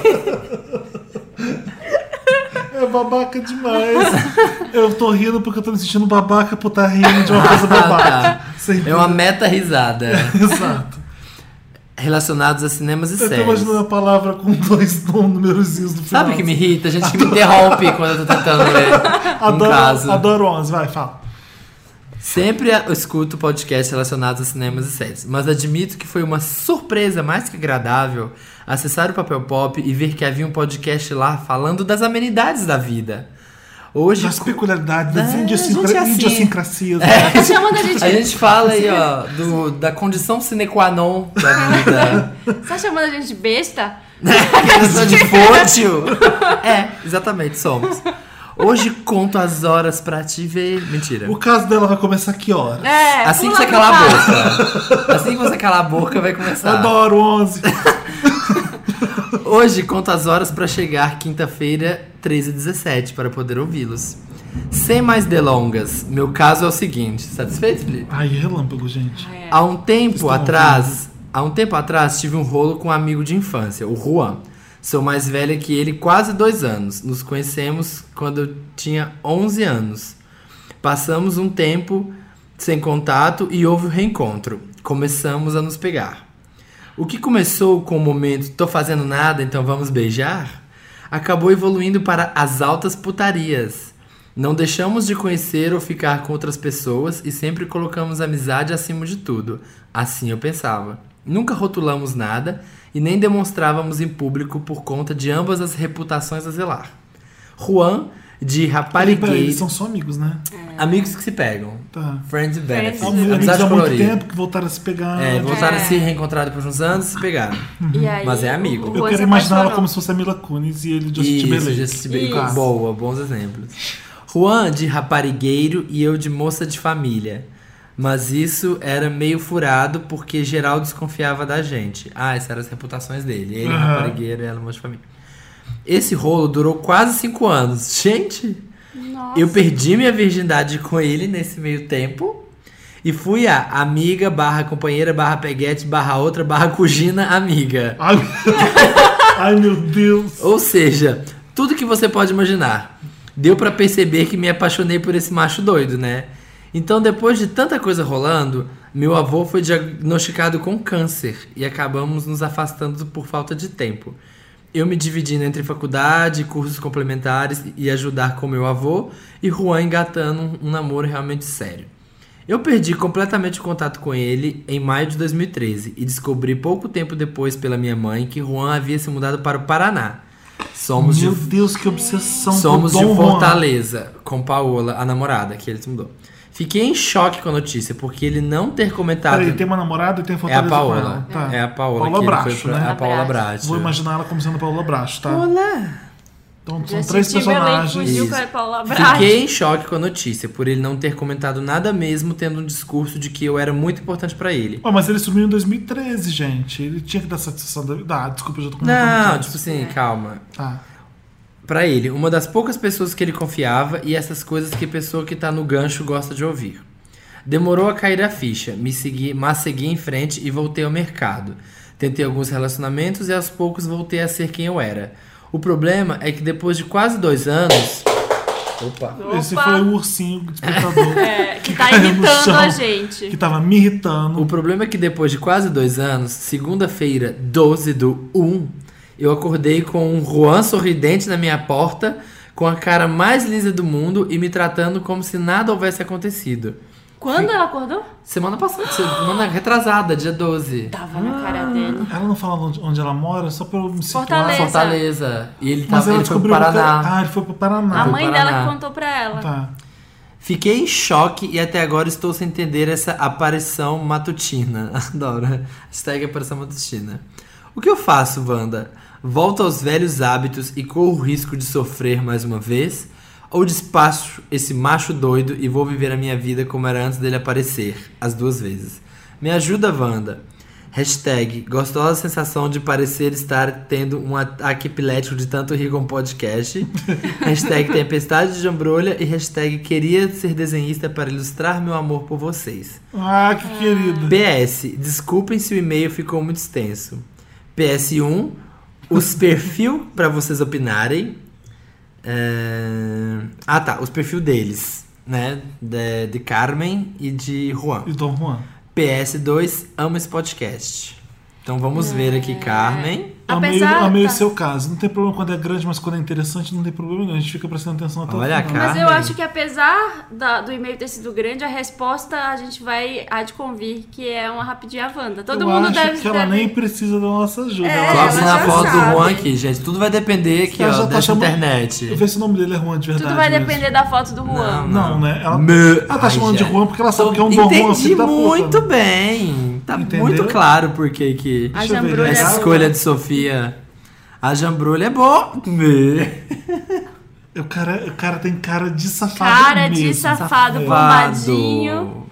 [SPEAKER 1] É babaca demais. eu tô rindo porque eu tô me sentindo babaca por estar rindo de uma coisa babaca.
[SPEAKER 2] tá.
[SPEAKER 1] Sem
[SPEAKER 2] É uma meta risada.
[SPEAKER 1] Exato.
[SPEAKER 2] Relacionados a cinemas e
[SPEAKER 1] Eu tô
[SPEAKER 2] séries.
[SPEAKER 1] imaginando a palavra com dois númerozinhos no final.
[SPEAKER 2] Sabe o que me irrita? Gente que me interrompe quando eu tô tentando ler um
[SPEAKER 1] Adoro,
[SPEAKER 2] caso.
[SPEAKER 1] adoro 11, vai, fala.
[SPEAKER 2] Sempre eu escuto podcasts relacionados a cinemas e séries, mas admito que foi uma surpresa mais que agradável acessar o Papel Pop e ver que havia um podcast lá falando das amenidades da vida. Hoje,
[SPEAKER 1] Das peculiaridades, das
[SPEAKER 2] É,
[SPEAKER 1] idiosincra- né?
[SPEAKER 2] gente, é assim.
[SPEAKER 1] idiosincracias.
[SPEAKER 3] Chama da Tá gente.
[SPEAKER 2] a gente fala aí, ó, do- da condição sine qua non da vida.
[SPEAKER 3] Você tá chamando a gente de besta?
[SPEAKER 2] Criança de fútil. É, exatamente, somos. Hoje conto as horas pra te ver. Mentira.
[SPEAKER 1] O caso dela vai começar que hora?
[SPEAKER 3] É.
[SPEAKER 2] Assim que
[SPEAKER 3] pula
[SPEAKER 2] você
[SPEAKER 3] pro
[SPEAKER 2] calar a
[SPEAKER 3] caso.
[SPEAKER 2] boca. Assim que você calar a boca, vai começar.
[SPEAKER 1] Adoro 11.
[SPEAKER 2] Tá Hoje conto as horas pra chegar quinta-feira, 13h17, para poder ouvi-los. Sem mais delongas, meu caso é o seguinte. Satisfeito, Felipe?
[SPEAKER 1] Ai, relâmpago, gente.
[SPEAKER 3] É.
[SPEAKER 2] Há um tempo
[SPEAKER 1] Estou
[SPEAKER 2] atrás, há um tempo atrás tive um rolo com um amigo de infância, o Juan. Sou mais velha que ele quase dois anos. Nos conhecemos quando eu tinha 11 anos. Passamos um tempo sem contato e houve o reencontro. Começamos a nos pegar. O que começou com o momento tô fazendo nada, então vamos beijar, acabou evoluindo para as altas putarias. Não deixamos de conhecer ou ficar com outras pessoas e sempre colocamos amizade acima de tudo. Assim eu pensava. Nunca rotulamos nada e nem demonstrávamos em público por conta de ambas as reputações a zelar. Juan
[SPEAKER 1] Peraí, peraí,
[SPEAKER 2] de
[SPEAKER 1] eles
[SPEAKER 2] raparigueiros.
[SPEAKER 1] são só amigos, né?
[SPEAKER 2] Amigos que se pegam.
[SPEAKER 1] Tá.
[SPEAKER 2] Friends and Benefits.
[SPEAKER 3] Amigos
[SPEAKER 1] Amigos
[SPEAKER 2] Amizade
[SPEAKER 1] há muito
[SPEAKER 2] colorida.
[SPEAKER 1] tempo que voltaram a se pegar.
[SPEAKER 2] É, voltaram a
[SPEAKER 3] É.
[SPEAKER 2] se reencontrar depois de uns anos e se pegaram.
[SPEAKER 3] E aí,
[SPEAKER 2] Mas é amigo.
[SPEAKER 3] o
[SPEAKER 1] Eu
[SPEAKER 3] Juan
[SPEAKER 1] quero
[SPEAKER 3] se
[SPEAKER 1] imaginar ela
[SPEAKER 3] apaixonou.
[SPEAKER 1] como se fosse a Mila Kunis e ele Justin
[SPEAKER 2] Isso,
[SPEAKER 1] Timberlake.
[SPEAKER 2] Justin Timberlake.
[SPEAKER 3] Isso.
[SPEAKER 2] Boa, bons exemplos. Juan de raparigueiro e eu de moça de família. Mas isso era meio furado porque geral desconfiava da gente. Ah, essas eram as reputações dele. Ele
[SPEAKER 1] Aham.
[SPEAKER 2] raparigueiro e ela moça de família. Esse rolo durou quase cinco anos. Gente,
[SPEAKER 3] Nossa.
[SPEAKER 2] eu perdi minha virgindade com ele nesse meio tempo. E fui a amiga, barra companheira, barra peguete, barra outra, barra cugina, amiga.
[SPEAKER 1] Ai, ai, meu Deus.
[SPEAKER 2] Ou seja, tudo que você pode imaginar. Deu pra perceber que me apaixonei por esse macho doido, né? Então, depois de tanta coisa rolando, meu avô foi diagnosticado com câncer e acabamos nos afastando por falta de tempo. Eu me dividindo entre faculdade, cursos complementares e ajudar com meu avô, e Juan engatando um- um namoro realmente sério. Eu perdi completamente o contato com ele em maio de 2013 e descobri pouco tempo depois pela minha mãe que Juan havia se mudado para o Paraná. Somos
[SPEAKER 1] Meu
[SPEAKER 2] de
[SPEAKER 1] Deus, que obsessão. por
[SPEAKER 2] Somos de
[SPEAKER 1] Dom Juan.
[SPEAKER 2] Fortaleza, com Paola, a namorada que ele se mudou. Fiquei em choque com a notícia, porque ele não ter comentado.
[SPEAKER 1] Peraí, tem uma namorada e tem
[SPEAKER 2] é a
[SPEAKER 1] Fortaleza com ela.
[SPEAKER 2] Paola.
[SPEAKER 1] Tá.
[SPEAKER 2] É a Paola
[SPEAKER 1] Paola
[SPEAKER 2] que ele
[SPEAKER 1] Bracho,
[SPEAKER 2] foi pra,
[SPEAKER 1] né?
[SPEAKER 2] A Paola
[SPEAKER 3] Bracho.
[SPEAKER 2] Bracho.
[SPEAKER 1] Vou imaginar ela como sendo Paula Bracho, tá?
[SPEAKER 2] Olá.
[SPEAKER 1] Então são
[SPEAKER 3] Justin
[SPEAKER 1] três
[SPEAKER 3] Timberlake
[SPEAKER 1] personagens.
[SPEAKER 3] fugiu
[SPEAKER 2] Isso.
[SPEAKER 3] com a Paula Bracho.
[SPEAKER 2] Fiquei em choque com a notícia, por ele não ter comentado nada mesmo, tendo um discurso de que eu era muito importante pra ele.
[SPEAKER 1] Ó, mas ele sumiu em 2013, gente. Ele tinha que dar satisfação da. Ah, desculpa, eu já tô comentando.
[SPEAKER 2] Não,
[SPEAKER 1] tanto.
[SPEAKER 2] tipo assim, calma.
[SPEAKER 1] Tá.
[SPEAKER 2] Pra ele, uma das poucas pessoas que ele confiava e essas coisas que pessoa que tá no gancho gosta de ouvir. Demorou a cair a ficha, me segui, mas segui em frente e voltei ao mercado. Tentei alguns relacionamentos e aos poucos voltei a ser quem eu era. O problema é que depois de quase dois anos. Opa!
[SPEAKER 3] Opa.
[SPEAKER 1] Esse foi o ursinho despertador.
[SPEAKER 3] É, que tá
[SPEAKER 1] caiu no
[SPEAKER 3] irritando a
[SPEAKER 1] chão.
[SPEAKER 3] gente.
[SPEAKER 1] Que tava me irritando.
[SPEAKER 2] O problema é que depois de quase dois anos, segunda-feira, 12 do 1, eu acordei com um Juan sorridente na minha porta, com a cara mais lisa do mundo e me tratando como se nada houvesse acontecido.
[SPEAKER 3] Quando ela acordou?
[SPEAKER 2] Semana passada, semana retrasada, dia 12.
[SPEAKER 3] Tava na cara
[SPEAKER 2] Ah.
[SPEAKER 3] dele.
[SPEAKER 1] Ela não fala onde, onde ela mora, só pra eu me situar.
[SPEAKER 3] Fortaleza.
[SPEAKER 2] Fortaleza. E ele,
[SPEAKER 1] Mas
[SPEAKER 2] tava,
[SPEAKER 1] ela
[SPEAKER 2] ele foi pro
[SPEAKER 1] descobriu. que era-
[SPEAKER 2] Paraná.
[SPEAKER 1] Ah, ele foi pro
[SPEAKER 3] A
[SPEAKER 1] Paraná.
[SPEAKER 2] Foi
[SPEAKER 3] mãe
[SPEAKER 2] Paraná.
[SPEAKER 3] dela que contou pra ela.
[SPEAKER 1] Tá.
[SPEAKER 2] Fiquei em choque e até agora estou sem entender essa aparição matutina. Adoro. Hashtag aparição matutina. O que eu faço, Wanda? Volto aos velhos hábitos e corro o risco de sofrer mais uma vez? Ou despacho esse macho doido e vou viver a minha vida como era antes dele aparecer? As duas vezes. Me ajuda, Wanda. Hashtag gostosa sensação de parecer estar tendo um ataque epilético de tanto rir com um podcast. hashtag tempestade de jambrolha e hashtag queria ser desenhista para ilustrar meu amor por vocês.
[SPEAKER 1] Ah, que
[SPEAKER 3] É.
[SPEAKER 1] querido.
[SPEAKER 2] PS, desculpem se o e-mail ficou muito extenso. PS1, os perfil para vocês opinarem. É, Ah tá, os perfil deles, né? De, de Carmen e de Juan.
[SPEAKER 1] E Dom Juan.
[SPEAKER 2] PS2 ama esse podcast. Então vamos
[SPEAKER 3] É.
[SPEAKER 2] ver aqui, Carmen.
[SPEAKER 1] Amei,
[SPEAKER 3] Apesar-
[SPEAKER 1] amei o
[SPEAKER 3] tá.
[SPEAKER 1] seu caso. Não tem problema quando é grande, mas quando é interessante, não tem problema nenhum. A gente fica prestando atenção até o
[SPEAKER 2] Olha a
[SPEAKER 1] final.
[SPEAKER 2] cara.
[SPEAKER 3] Mas eu
[SPEAKER 2] Carmen.
[SPEAKER 3] acho que apesar da- do e-mail ter sido grande, a resposta a gente vai há de convir que é uma rapidinha Wanda. Todo
[SPEAKER 1] eu
[SPEAKER 3] mundo
[SPEAKER 1] acho
[SPEAKER 3] deve
[SPEAKER 1] que ela
[SPEAKER 3] deve-
[SPEAKER 1] nem precisa da nossa ajuda.
[SPEAKER 3] É,
[SPEAKER 1] ela
[SPEAKER 3] ela
[SPEAKER 2] Coloca na
[SPEAKER 3] já
[SPEAKER 2] foto do
[SPEAKER 3] sabe.
[SPEAKER 2] Juan aqui, gente. Tudo vai depender aqui,
[SPEAKER 1] Ela
[SPEAKER 2] ó,
[SPEAKER 1] já tá
[SPEAKER 2] dessa
[SPEAKER 1] chamando- Eu
[SPEAKER 2] internet.
[SPEAKER 1] vejo se o nome dele é Juan de verdade.
[SPEAKER 3] Tudo vai
[SPEAKER 1] mesmo.
[SPEAKER 3] depender da foto do Juan.
[SPEAKER 1] Não, né? Ela,
[SPEAKER 2] Me-
[SPEAKER 1] ela tá
[SPEAKER 2] Ai,
[SPEAKER 1] chamando de
[SPEAKER 2] gente.
[SPEAKER 1] Juan porque ela sabe que é um Dom Juan,
[SPEAKER 2] Entendi
[SPEAKER 1] filho da puta.
[SPEAKER 2] muito
[SPEAKER 1] né?
[SPEAKER 2] bem. Tá
[SPEAKER 1] Entendeu?
[SPEAKER 2] muito claro por que que
[SPEAKER 3] A
[SPEAKER 1] Deixa eu ver, né?
[SPEAKER 3] jambrulha
[SPEAKER 1] legal.
[SPEAKER 2] essa
[SPEAKER 3] né?
[SPEAKER 2] escolha de Sofia. A jambrulha é boa. Né? Me-
[SPEAKER 1] O cara, o cara tem cara de safado
[SPEAKER 3] Cara de
[SPEAKER 1] mesmo. É.
[SPEAKER 3] safado, É bombadinho.
[SPEAKER 2] Vado.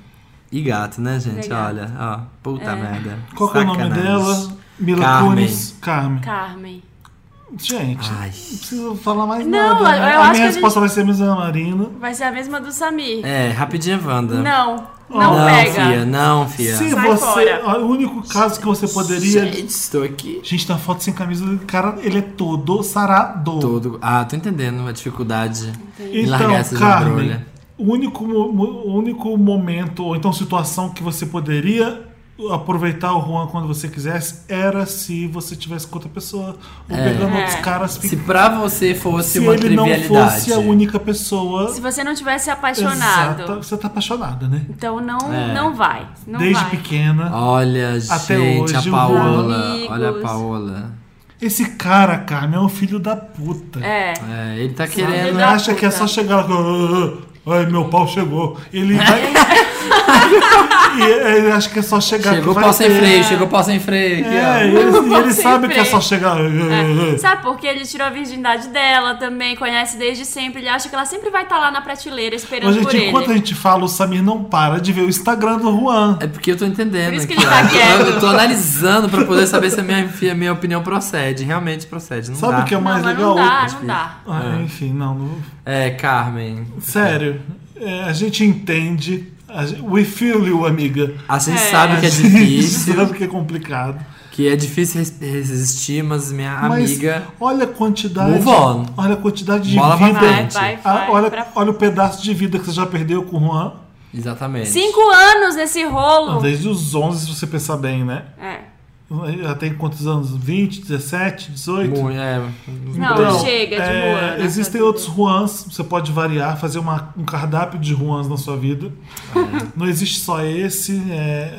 [SPEAKER 2] E gato, né, gente?
[SPEAKER 3] Legal.
[SPEAKER 2] Olha, ó. Puta merda.
[SPEAKER 1] Qual que é o nome
[SPEAKER 2] Sacanagem.
[SPEAKER 1] dela? Mila
[SPEAKER 2] Carmen.
[SPEAKER 1] Kunis. Carmen.
[SPEAKER 3] Carmen.
[SPEAKER 1] Gente,
[SPEAKER 2] Ai.
[SPEAKER 1] não preciso falar mais
[SPEAKER 3] Não,
[SPEAKER 1] nada. né?
[SPEAKER 3] eu
[SPEAKER 1] a
[SPEAKER 3] acho que
[SPEAKER 1] minha
[SPEAKER 3] a
[SPEAKER 1] resposta vai ser a mesma Marina.
[SPEAKER 3] Vai ser a mesma do Samir.
[SPEAKER 2] É, rapidinha, Wanda.
[SPEAKER 3] Não, não, pega.
[SPEAKER 2] Fia, não, Fia.
[SPEAKER 1] Se
[SPEAKER 3] Sai
[SPEAKER 1] você.
[SPEAKER 3] fora.
[SPEAKER 1] O único caso que você poderia.
[SPEAKER 2] Gente, estou aqui.
[SPEAKER 1] Gente, na foto sem camisa, o cara, ele é todo sarado.
[SPEAKER 2] Todo. Ah, tô entendendo a dificuldade em
[SPEAKER 1] Então,
[SPEAKER 2] largar essa
[SPEAKER 1] Carmen,
[SPEAKER 2] jambrulha.
[SPEAKER 1] o único, mo- mo- o único momento, ou então situação que você poderia aproveitar o Juan quando você quisesse era se você tivesse com outra pessoa. Ou pegando
[SPEAKER 3] É.
[SPEAKER 1] outros caras.
[SPEAKER 2] Se pra você fosse
[SPEAKER 1] se
[SPEAKER 2] uma
[SPEAKER 1] ele não
[SPEAKER 2] trivialidade.
[SPEAKER 1] fosse a única pessoa.
[SPEAKER 3] Se você não tivesse apaixonado,
[SPEAKER 1] Exata- você tá apaixonada, né?
[SPEAKER 3] então não,
[SPEAKER 2] É.
[SPEAKER 3] não vai. Não
[SPEAKER 1] Desde
[SPEAKER 3] vai.
[SPEAKER 1] pequena.
[SPEAKER 2] Olha,
[SPEAKER 1] Até
[SPEAKER 2] gente,
[SPEAKER 1] hoje,
[SPEAKER 2] a
[SPEAKER 1] o
[SPEAKER 2] Paola.
[SPEAKER 3] Amigos.
[SPEAKER 2] Olha a Paola.
[SPEAKER 1] Esse cara, Carmen, é um filho da puta.
[SPEAKER 3] É.
[SPEAKER 2] É, ele tá
[SPEAKER 1] Ele
[SPEAKER 2] querendo.
[SPEAKER 3] da
[SPEAKER 1] acha que é
[SPEAKER 3] puta.
[SPEAKER 1] só chegar lá com. Ai, meu pau chegou. Ele vai. E ele acha que é só chegar
[SPEAKER 2] Chegou
[SPEAKER 1] que
[SPEAKER 2] o
[SPEAKER 1] vai
[SPEAKER 2] pau sem
[SPEAKER 1] ter.
[SPEAKER 2] freio, chegou o pau sem freio.
[SPEAKER 1] É,
[SPEAKER 2] aqui,
[SPEAKER 1] e
[SPEAKER 2] ó.
[SPEAKER 1] ele, e ele
[SPEAKER 3] Sem
[SPEAKER 1] sabe que é só
[SPEAKER 3] freio.
[SPEAKER 1] chegar. É.
[SPEAKER 3] Sabe por quê? Ele tirou a virgindade dela também, conhece desde sempre. Ele acha que ela sempre vai estar lá na prateleira esperando
[SPEAKER 1] Mas,
[SPEAKER 3] por
[SPEAKER 1] gente,
[SPEAKER 3] ele.
[SPEAKER 1] enquanto a gente fala, o Samir não para de ver o Instagram do Juan.
[SPEAKER 2] É porque eu tô entendendo.
[SPEAKER 3] Por isso que
[SPEAKER 2] aqui,
[SPEAKER 3] ele tá
[SPEAKER 2] ó.
[SPEAKER 3] quieto.
[SPEAKER 2] Eu tô analisando pra poder saber se a minha, fi- a minha opinião procede. Realmente procede. Não
[SPEAKER 1] Sabe
[SPEAKER 2] dá.
[SPEAKER 1] o que é
[SPEAKER 3] Não,
[SPEAKER 1] mais
[SPEAKER 3] mas
[SPEAKER 1] legal?
[SPEAKER 3] não dá, não dá.
[SPEAKER 1] Ah, Enfim, não, não-
[SPEAKER 2] É, Carmen.
[SPEAKER 1] Sério, é, a gente entende. A gente, we feel you, amiga.
[SPEAKER 2] A gente
[SPEAKER 3] É.
[SPEAKER 2] sabe que é difícil,
[SPEAKER 1] Sabe que é complicado.
[SPEAKER 2] que é difícil res- resistir, mas minha
[SPEAKER 1] Mas
[SPEAKER 2] amiga.
[SPEAKER 1] olha a quantidade.
[SPEAKER 2] Move on.
[SPEAKER 1] Olha a quantidade de
[SPEAKER 2] Bola pra
[SPEAKER 1] vida.
[SPEAKER 3] Vai,
[SPEAKER 2] Gente,
[SPEAKER 3] vai, vai.
[SPEAKER 1] Ah, olha,
[SPEAKER 3] pra-
[SPEAKER 1] olha o pedaço de vida que você já perdeu com o Juan.
[SPEAKER 2] Exatamente.
[SPEAKER 3] Cinco anos nesse rolo.
[SPEAKER 1] Desde os 11, se você pensar bem, né?
[SPEAKER 3] É.
[SPEAKER 1] Ela tem quantos anos? 20, 17, 18?
[SPEAKER 2] Mu- é,
[SPEAKER 3] Não,
[SPEAKER 1] Então,
[SPEAKER 3] chega de
[SPEAKER 1] é,
[SPEAKER 3] Juan. né?
[SPEAKER 1] Existem outros Juans, você pode variar, fazer uma- um cardápio de Juans na sua vida.
[SPEAKER 2] É.
[SPEAKER 1] Não existe só esse. é,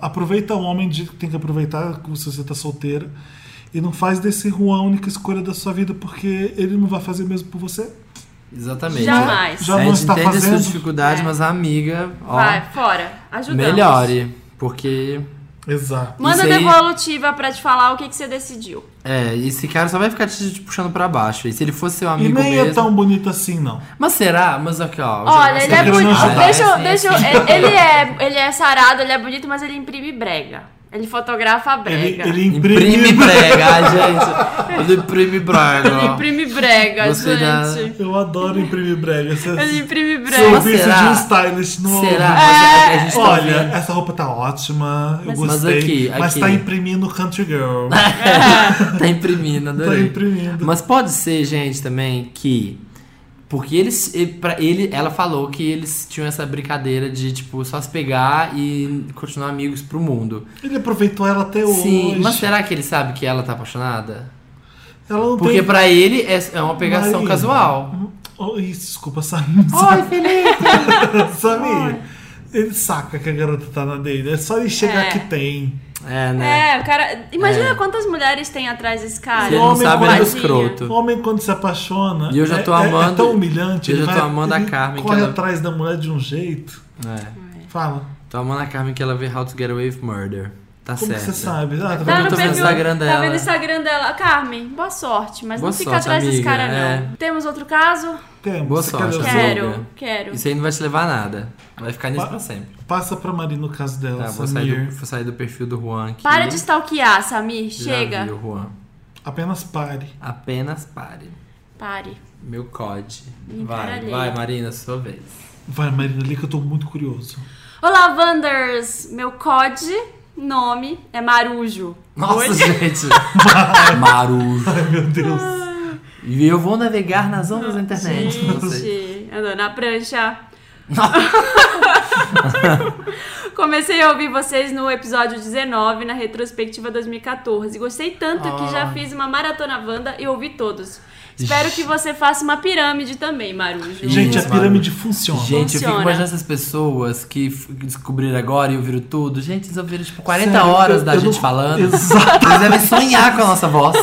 [SPEAKER 1] aproveita o homem de, tem que aproveitar se você está solteira. E não faz desse Juan a única escolha da sua vida, porque ele não vai fazer mesmo por você.
[SPEAKER 2] Exatamente.
[SPEAKER 3] Jamais.
[SPEAKER 1] Já
[SPEAKER 2] a
[SPEAKER 1] não
[SPEAKER 2] gente
[SPEAKER 1] está
[SPEAKER 2] É, entende tipo a sua
[SPEAKER 1] fazendo.
[SPEAKER 2] dificuldade,
[SPEAKER 3] É.
[SPEAKER 2] mas a amiga, ó,
[SPEAKER 3] Vai, fora. Ajudamos.
[SPEAKER 2] melhore. Porque.
[SPEAKER 1] Exato.
[SPEAKER 3] Manda
[SPEAKER 2] Isso aí-
[SPEAKER 3] devolutiva pra te falar o que, que você decidiu.
[SPEAKER 2] É, esse cara só vai ficar te, te puxando pra baixo. E se ele fosse seu
[SPEAKER 1] E
[SPEAKER 2] amigo
[SPEAKER 1] nem
[SPEAKER 2] mesmo.
[SPEAKER 1] é tão bonito assim, não.
[SPEAKER 2] Mas será? Mas aqui, ó.
[SPEAKER 3] Olha, ele é
[SPEAKER 1] querendo
[SPEAKER 3] bonito.
[SPEAKER 1] ajudar.
[SPEAKER 3] Deixa, eu-
[SPEAKER 2] É,
[SPEAKER 3] deixa,
[SPEAKER 2] sim,
[SPEAKER 3] eu- ele, é, ele é sarado, ele é bonito, mas ele imprime brega. Ele fotografa
[SPEAKER 1] Ele,
[SPEAKER 3] brega.
[SPEAKER 1] ele
[SPEAKER 2] Imprime,
[SPEAKER 1] imprime.
[SPEAKER 2] brega, ai, gente. Ele imprime brega.
[SPEAKER 3] Ele imprime brega,
[SPEAKER 2] Gostei da-
[SPEAKER 3] gente.
[SPEAKER 1] Eu adoro imprimir brega. Se,
[SPEAKER 3] Ele
[SPEAKER 1] se
[SPEAKER 3] imprime
[SPEAKER 1] eu
[SPEAKER 3] brega.
[SPEAKER 2] Mas
[SPEAKER 1] ouvir isso de
[SPEAKER 2] será?
[SPEAKER 1] um stylist no
[SPEAKER 3] É.
[SPEAKER 2] Será?
[SPEAKER 1] ouvido-
[SPEAKER 2] Mas a gente tá
[SPEAKER 1] Olha,
[SPEAKER 2] vendo.
[SPEAKER 1] essa roupa tá ótima, eu
[SPEAKER 2] Mas
[SPEAKER 1] gostei.
[SPEAKER 2] aqui,
[SPEAKER 1] mas
[SPEAKER 2] aqui.
[SPEAKER 1] tá imprimindo Country Girl.
[SPEAKER 2] tá imprimindo, adorei.
[SPEAKER 1] Tá imprimindo.
[SPEAKER 2] Mas pode ser, gente, também, que. Porque eles. e- Pra ele, ela falou que eles tinham essa brincadeira de, tipo, só se pegar e continuar amigos pro mundo.
[SPEAKER 1] Ele aproveitou ela até
[SPEAKER 2] Sim,
[SPEAKER 1] hoje.
[SPEAKER 2] mas será que ele sabe que ela tá apaixonada?
[SPEAKER 1] Ela não
[SPEAKER 2] Porque
[SPEAKER 1] tem...
[SPEAKER 2] pra ele é, é uma pegação
[SPEAKER 1] Marina.
[SPEAKER 2] casual.
[SPEAKER 1] Oh, isso, desculpa, Samir.
[SPEAKER 2] Oi, Felipe! Oh,
[SPEAKER 1] Samir. Ele saca que a garota tá na dele. É só ele chegar
[SPEAKER 3] É.
[SPEAKER 1] que tem.
[SPEAKER 2] É, né?
[SPEAKER 3] É, o cara. Imagina
[SPEAKER 2] É.
[SPEAKER 3] quantas mulheres tem atrás desse
[SPEAKER 2] Se
[SPEAKER 3] cara.
[SPEAKER 2] ele não
[SPEAKER 1] homem
[SPEAKER 2] sabe, ele é
[SPEAKER 1] quando- O
[SPEAKER 2] escroto.
[SPEAKER 1] homem, quando se apaixona,
[SPEAKER 2] E eu já tô
[SPEAKER 1] é- é- É,
[SPEAKER 2] amando-
[SPEAKER 1] tão humilhante.
[SPEAKER 2] eu
[SPEAKER 1] ele
[SPEAKER 2] já
[SPEAKER 1] vai-
[SPEAKER 2] tô amando a
[SPEAKER 1] ele
[SPEAKER 2] Carmen, que
[SPEAKER 1] corre
[SPEAKER 2] ela-
[SPEAKER 1] atrás da mulher de um jeito.
[SPEAKER 2] É.
[SPEAKER 1] Fala.
[SPEAKER 2] Tô amando a Carmen que ela vê How to Get Away with Murder. Tá
[SPEAKER 1] Como que
[SPEAKER 2] certo.
[SPEAKER 1] você sabe? Ah, tá
[SPEAKER 3] Tá
[SPEAKER 1] vendo
[SPEAKER 2] Eu
[SPEAKER 3] no
[SPEAKER 2] tô vendo o
[SPEAKER 3] perfil,
[SPEAKER 2] Instagram
[SPEAKER 3] Tá
[SPEAKER 2] dela.
[SPEAKER 3] vendo o Instagram dela. Carmen, boa sorte, mas
[SPEAKER 2] Boa
[SPEAKER 3] não fica
[SPEAKER 2] sorte,
[SPEAKER 3] atrás desse
[SPEAKER 2] amiga,
[SPEAKER 3] cara,
[SPEAKER 2] é.
[SPEAKER 3] não. Temos outro caso?
[SPEAKER 1] Temos,
[SPEAKER 2] Boa
[SPEAKER 1] você
[SPEAKER 2] sorte,
[SPEAKER 1] quer
[SPEAKER 2] Amiga.
[SPEAKER 1] ler?
[SPEAKER 3] Quero, quero.
[SPEAKER 2] Isso aí não vai te levar a nada. Vai ficar nisso
[SPEAKER 1] Pa-
[SPEAKER 2] pra sempre.
[SPEAKER 1] Passa pra Marina o caso dela,
[SPEAKER 2] Tá, vou sair,
[SPEAKER 1] Samir.
[SPEAKER 2] do, vou sair do perfil do Juan aqui.
[SPEAKER 3] Para de stalkear, Samir.
[SPEAKER 2] Já
[SPEAKER 3] Chega.
[SPEAKER 2] vi o Juan.
[SPEAKER 1] Apenas pare.
[SPEAKER 2] Apenas pare.
[SPEAKER 3] Pare.
[SPEAKER 2] Meu COD.
[SPEAKER 3] Me
[SPEAKER 2] Vai,
[SPEAKER 3] embaralhei.
[SPEAKER 2] vai, Marina, sua vez.
[SPEAKER 1] Vai, Marina, ali que eu tô muito curioso.
[SPEAKER 3] Olá, Wanders. Meu COD, nome é Marujo.
[SPEAKER 2] Nossa, gente. Marujo.
[SPEAKER 1] Ai, meu Deus.
[SPEAKER 2] Ah, E eu vou navegar nas ondas da internet. com vocês.
[SPEAKER 3] Gente, andou na prancha. Comecei a ouvir vocês no episódio 19, na retrospectiva 2014. Gostei tanto que
[SPEAKER 2] Ah.
[SPEAKER 3] já fiz uma maratona Wanda e ouvi todos. Espero que você faça uma pirâmide também, Marujo.
[SPEAKER 1] Gente, a
[SPEAKER 2] Isso,
[SPEAKER 1] pirâmide funciona.
[SPEAKER 2] Gente, eu fico
[SPEAKER 3] Funciona.
[SPEAKER 2] imaginando essas pessoas que f- descobriram agora e ouviram tudo. Gente, eles ouviram tipo 40
[SPEAKER 1] Sério,
[SPEAKER 2] horas
[SPEAKER 1] eu-
[SPEAKER 2] da
[SPEAKER 1] eu
[SPEAKER 2] gente
[SPEAKER 1] não-
[SPEAKER 2] falando.
[SPEAKER 1] Exato.
[SPEAKER 2] Eles devem sonhar com a nossa voz.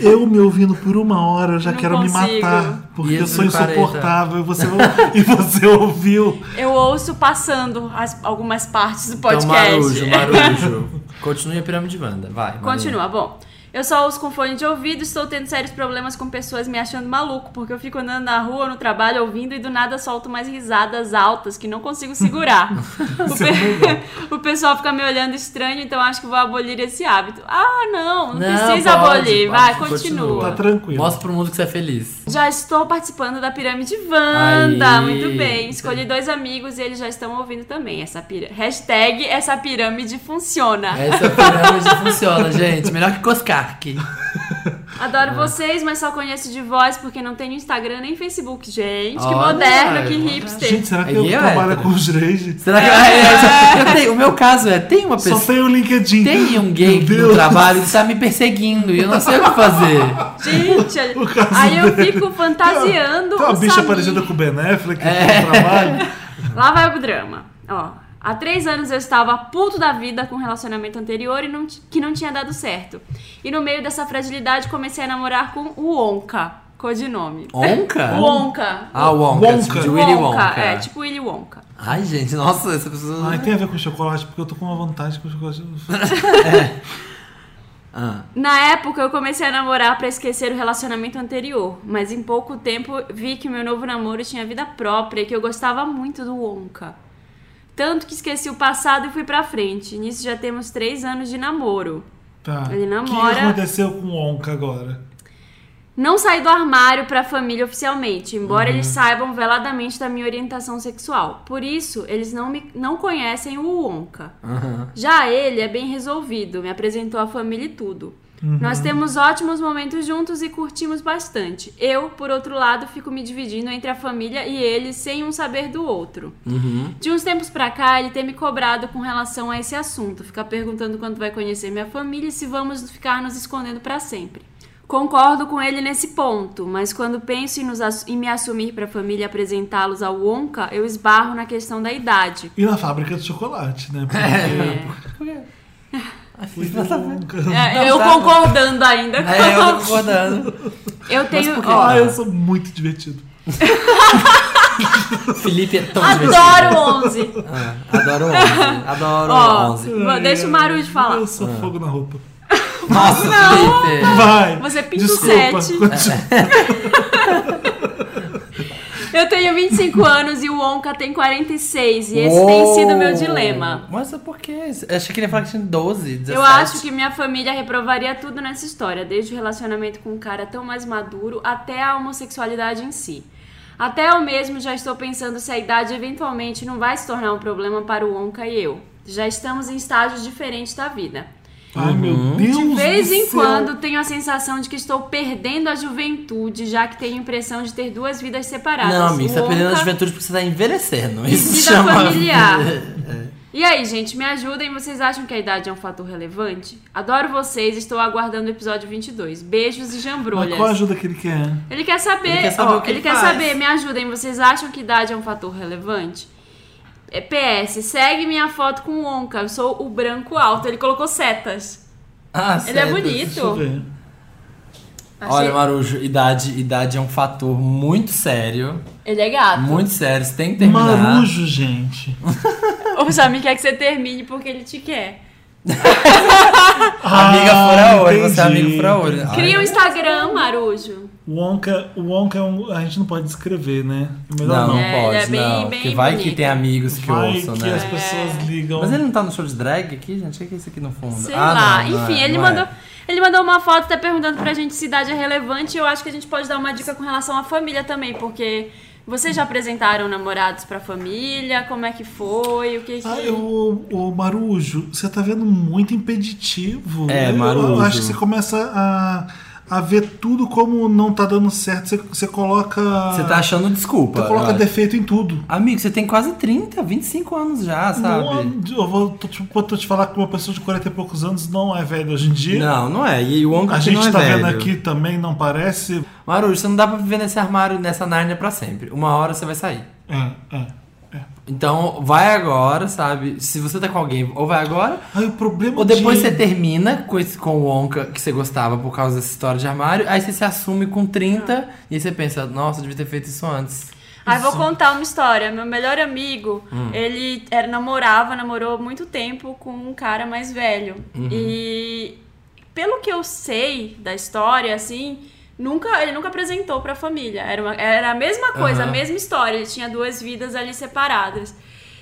[SPEAKER 1] Eu me ouvindo por uma hora, eu já
[SPEAKER 3] Não
[SPEAKER 1] quero me
[SPEAKER 3] consigo.
[SPEAKER 1] matar. Porque
[SPEAKER 2] E
[SPEAKER 1] eu
[SPEAKER 2] eles
[SPEAKER 1] sou
[SPEAKER 2] me tá? parecem.
[SPEAKER 1] insuportável. E você, e você ouviu.
[SPEAKER 3] Eu ouço passando as- algumas partes do podcast.
[SPEAKER 2] Então, Marujo, Marujo. Continue a pirâmide Wanda, vai. Marina.
[SPEAKER 3] Continua, bom. Eu só uso com fone de ouvido, estou tendo sérios problemas com pessoas me achando maluco, porque eu fico andando na rua, no trabalho, ouvindo e do nada solto umas risadas altas que não consigo segurar. o,
[SPEAKER 2] é um
[SPEAKER 3] pe- o pessoal fica me olhando estranho, então acho que vou abolir esse hábito. Ah, não, não,
[SPEAKER 2] Não,
[SPEAKER 3] precisa
[SPEAKER 2] pode,
[SPEAKER 3] abolir,
[SPEAKER 2] pode,
[SPEAKER 3] vai,
[SPEAKER 2] continua.
[SPEAKER 3] continua.
[SPEAKER 1] Tá tranquilo.
[SPEAKER 2] Mostra pro mundo que você é feliz.
[SPEAKER 3] Já estou participando da Pirâmide Wanda.
[SPEAKER 2] Aí.
[SPEAKER 3] Muito bem. Escolhi dois amigos e eles já estão ouvindo também. Essa pira... Hashtag essa pirâmide funciona.
[SPEAKER 2] Essa é pirâmide funciona, gente. Melhor que Coscarque.
[SPEAKER 1] É.
[SPEAKER 3] Adoro vocês, mas só conheço de voz porque não tenho Instagram nem Facebook. Gente, que
[SPEAKER 2] Olha,
[SPEAKER 3] moderno, que
[SPEAKER 2] olha.
[SPEAKER 3] hipster.
[SPEAKER 1] É, Gente, será que
[SPEAKER 2] Aí
[SPEAKER 1] eu
[SPEAKER 2] é
[SPEAKER 1] trabalho
[SPEAKER 2] hétero.
[SPEAKER 1] com os reis?
[SPEAKER 2] Será que. É, é, eu tenho- o meu caso é: tem uma
[SPEAKER 1] Só
[SPEAKER 2] pessoa.
[SPEAKER 1] tem o LinkedIn.
[SPEAKER 2] Tem um gay
[SPEAKER 1] Meu
[SPEAKER 2] no
[SPEAKER 1] Deus.
[SPEAKER 2] trabalho que tá me perseguindo e eu não sei o que fazer.
[SPEAKER 3] Gente, olha- aí eu fico fantasiando
[SPEAKER 1] Tem uma
[SPEAKER 3] o
[SPEAKER 1] bicha
[SPEAKER 3] Samir.
[SPEAKER 1] parecida com o Ben Affleck
[SPEAKER 2] É.
[SPEAKER 1] no trabalho.
[SPEAKER 3] Lá vai o drama. Ó, Há três anos eu estava puto da vida com um relacionamento anterior e não ti- que não tinha dado certo. E no meio dessa fragilidade comecei a namorar com o Onca, codinome.
[SPEAKER 2] Onca?
[SPEAKER 3] Wonka.
[SPEAKER 2] Ah, Wonka.
[SPEAKER 1] Wonka.
[SPEAKER 2] tipo De Willy Wonka.
[SPEAKER 3] É, tipo Willy Wonka.
[SPEAKER 2] Ai, gente, nossa, essa pessoa...
[SPEAKER 1] Ai, tem a ver com chocolate, porque eu tô com uma vontade com chocolate.
[SPEAKER 2] Ah.
[SPEAKER 3] Na época eu comecei a namorar pra esquecer o relacionamento anterior, mas em pouco tempo vi que o meu novo namoro tinha vida própria e que eu gostava muito do Wonka. Tanto que esqueci o passado e fui pra frente. Nisso já temos três anos de namoro.
[SPEAKER 1] Tá.
[SPEAKER 3] Ele
[SPEAKER 1] O que
[SPEAKER 3] namora.
[SPEAKER 1] aconteceu com o Onca agora?
[SPEAKER 3] Não saí do armário pra família oficialmente, embora eles saibam veladamente da minha orientação sexual. Por isso, eles não, me, não conhecem o Wonka. Já ele é bem resolvido, me apresentou a família e tudo. Nós temos ótimos momentos juntos e curtimos bastante. Eu, por outro lado, fico me dividindo entre a família e ele sem um saber do outro. De uns tempos pra cá, ele tem me cobrado com relação a esse assunto, fica perguntando quando vai conhecer minha família e se vamos ficar nos escondendo pra sempre. Concordo com ele nesse ponto, mas quando penso em, nos ass- em me assumir pra família e apresentá-los ao Wonka, eu esbarro na questão da idade.
[SPEAKER 1] E na fábrica de chocolate, né?
[SPEAKER 2] É.
[SPEAKER 1] Porque o Onca.
[SPEAKER 3] É, eu concordando ainda com
[SPEAKER 2] tá É, eu tô concordando.
[SPEAKER 3] Eu tenho. ó,
[SPEAKER 1] Ah, eu sou muito divertido.
[SPEAKER 2] Felipe é tão divertido.
[SPEAKER 3] adoro 11.
[SPEAKER 2] Ah, adoro 11. Adoro
[SPEAKER 3] Ó,
[SPEAKER 2] 11.
[SPEAKER 3] va- deixa o Marujo falar.
[SPEAKER 1] Eu sou
[SPEAKER 2] Ah.
[SPEAKER 1] fogo na roupa.
[SPEAKER 2] Nossa, Felipe.
[SPEAKER 1] Vai!
[SPEAKER 3] Você pinta o
[SPEAKER 1] Desculpa.
[SPEAKER 3] sete.
[SPEAKER 1] continua.
[SPEAKER 3] Eu tenho 25 anos e o Onca tem 46, e esse
[SPEAKER 2] Uou.
[SPEAKER 3] tem sido
[SPEAKER 2] Oh.
[SPEAKER 3] meu dilema.
[SPEAKER 2] Mas é por quê? Eu achei que ele ia falar que tinha 12, 17.
[SPEAKER 3] Eu acho que minha família reprovaria tudo nessa história, desde o relacionamento com um cara tão mais maduro até a homossexualidade em si. Até eu mesmo já estou pensando se a idade eventualmente não vai se tornar um problema para o Onca e eu. Já estamos em estágios diferentes da vida.
[SPEAKER 1] Ai,
[SPEAKER 2] Uhum.
[SPEAKER 1] meu Deus!
[SPEAKER 3] De vez
[SPEAKER 1] do
[SPEAKER 3] em
[SPEAKER 1] céu.
[SPEAKER 3] quando tenho a sensação de que estou perdendo a juventude, já que tenho a impressão de ter duas vidas separadas.
[SPEAKER 2] Não, amigo, você
[SPEAKER 3] O
[SPEAKER 2] tá perdendo a
[SPEAKER 3] Onca
[SPEAKER 2] juventude porque você tá envelhecendo.
[SPEAKER 3] E
[SPEAKER 2] Isso
[SPEAKER 3] vida
[SPEAKER 2] chama... É.
[SPEAKER 3] familiar. E aí, gente, me ajudem. Vocês acham que a idade é um fator relevante? Adoro vocês, estou aguardando o episódio 22. Beijos e
[SPEAKER 1] Mas qual é
[SPEAKER 3] jambrolhas.
[SPEAKER 1] ajuda que ele quer?
[SPEAKER 3] Ele quer saber,
[SPEAKER 2] Ele quer saber
[SPEAKER 3] ó,
[SPEAKER 2] o que
[SPEAKER 3] ele
[SPEAKER 2] ele
[SPEAKER 3] quer
[SPEAKER 2] faz.
[SPEAKER 3] saber, me ajudem. Vocês acham que idade é um fator relevante? É, PS, segue minha foto com Onca. Eu sou o branco alto. Ele colocou setas.
[SPEAKER 2] Ah,
[SPEAKER 3] Ele é
[SPEAKER 2] sério?
[SPEAKER 1] Deixa
[SPEAKER 3] bonito.
[SPEAKER 1] eu ver.
[SPEAKER 2] Olha, Marujo, idade, idade é um fator muito sério.
[SPEAKER 3] Ele é gato.
[SPEAKER 2] Muito sério, você tem que terminar.
[SPEAKER 1] Marujo, gente.
[SPEAKER 3] O Samir quer que você termine porque ele te quer.
[SPEAKER 2] Amiga
[SPEAKER 1] Ah,
[SPEAKER 2] fura olho, você é
[SPEAKER 1] entendi.
[SPEAKER 2] amigo fura olho.
[SPEAKER 3] Cria um Instagram, Marujo.
[SPEAKER 1] O Wonka, o Wonka é um- a gente não pode descrever, né? É Melhor
[SPEAKER 2] Não,
[SPEAKER 1] não.
[SPEAKER 2] não
[SPEAKER 3] É, ele
[SPEAKER 2] pode,
[SPEAKER 3] é bem-
[SPEAKER 2] não.
[SPEAKER 3] bem
[SPEAKER 2] porque vai que
[SPEAKER 3] bonito.
[SPEAKER 2] tem amigos que
[SPEAKER 1] Vai
[SPEAKER 2] ouçam,
[SPEAKER 1] que
[SPEAKER 2] né?
[SPEAKER 1] as pessoas ligam.
[SPEAKER 2] Mas ele não tá no show de drag aqui, gente? O que que é isso aqui no fundo?
[SPEAKER 3] Sei
[SPEAKER 2] Ah,
[SPEAKER 3] lá.
[SPEAKER 2] não, não
[SPEAKER 3] Enfim,
[SPEAKER 2] é,
[SPEAKER 3] ele
[SPEAKER 2] não
[SPEAKER 3] mandou.
[SPEAKER 2] É.
[SPEAKER 3] Ele mandou uma foto, tá perguntando pra gente se idade é relevante. Eu acho que a gente pode dar uma dica com relação à família também, porque vocês já apresentaram namorados pra família? Como é que foi? O que que.
[SPEAKER 1] Ah, eu, ô, Marujo, você tá vendo muito impeditivo.
[SPEAKER 2] É,
[SPEAKER 1] Eu- Eu
[SPEAKER 2] Marujo.
[SPEAKER 1] acho que você começa a, a ver tudo como não tá dando certo. Você, você coloca.
[SPEAKER 2] Você tá achando desculpa.
[SPEAKER 1] você coloca
[SPEAKER 2] olha.
[SPEAKER 1] defeito em tudo.
[SPEAKER 2] Amigo, você tem quase 30, 25 anos já, sabe?
[SPEAKER 1] Não, eu vou tô, te- vou te falar que uma pessoa de 40 e poucos anos não é velha hoje em dia.
[SPEAKER 2] Não, não é. E o Wong
[SPEAKER 1] A gente
[SPEAKER 2] não é
[SPEAKER 1] tá
[SPEAKER 2] velho.
[SPEAKER 1] vendo aqui também, não parece.
[SPEAKER 2] Marujo, você não dá pra viver nesse armário, nessa Nárnia pra sempre. Uma hora você vai sair.
[SPEAKER 1] É, é.
[SPEAKER 2] Então, vai agora, sabe? Se você tá com alguém, ou vai agora,
[SPEAKER 1] Aí o problema
[SPEAKER 2] ou depois
[SPEAKER 1] de...
[SPEAKER 2] você termina com, esse, com o Wonka que você gostava por causa dessa história de armário, aí você se assume com 30 e aí você pensa, nossa, eu devia ter feito isso antes.
[SPEAKER 3] Aí vou contar uma história. Meu melhor amigo,
[SPEAKER 1] Hum.
[SPEAKER 3] ele era, namorava, namorou muito tempo com um cara mais velho.
[SPEAKER 1] Uhum.
[SPEAKER 3] E pelo que eu sei da história, assim, nunca ele nunca apresentou pra família. Era, uma- era a mesma coisa, a
[SPEAKER 2] Aham.
[SPEAKER 3] mesma história. Ele tinha duas vidas ali separadas.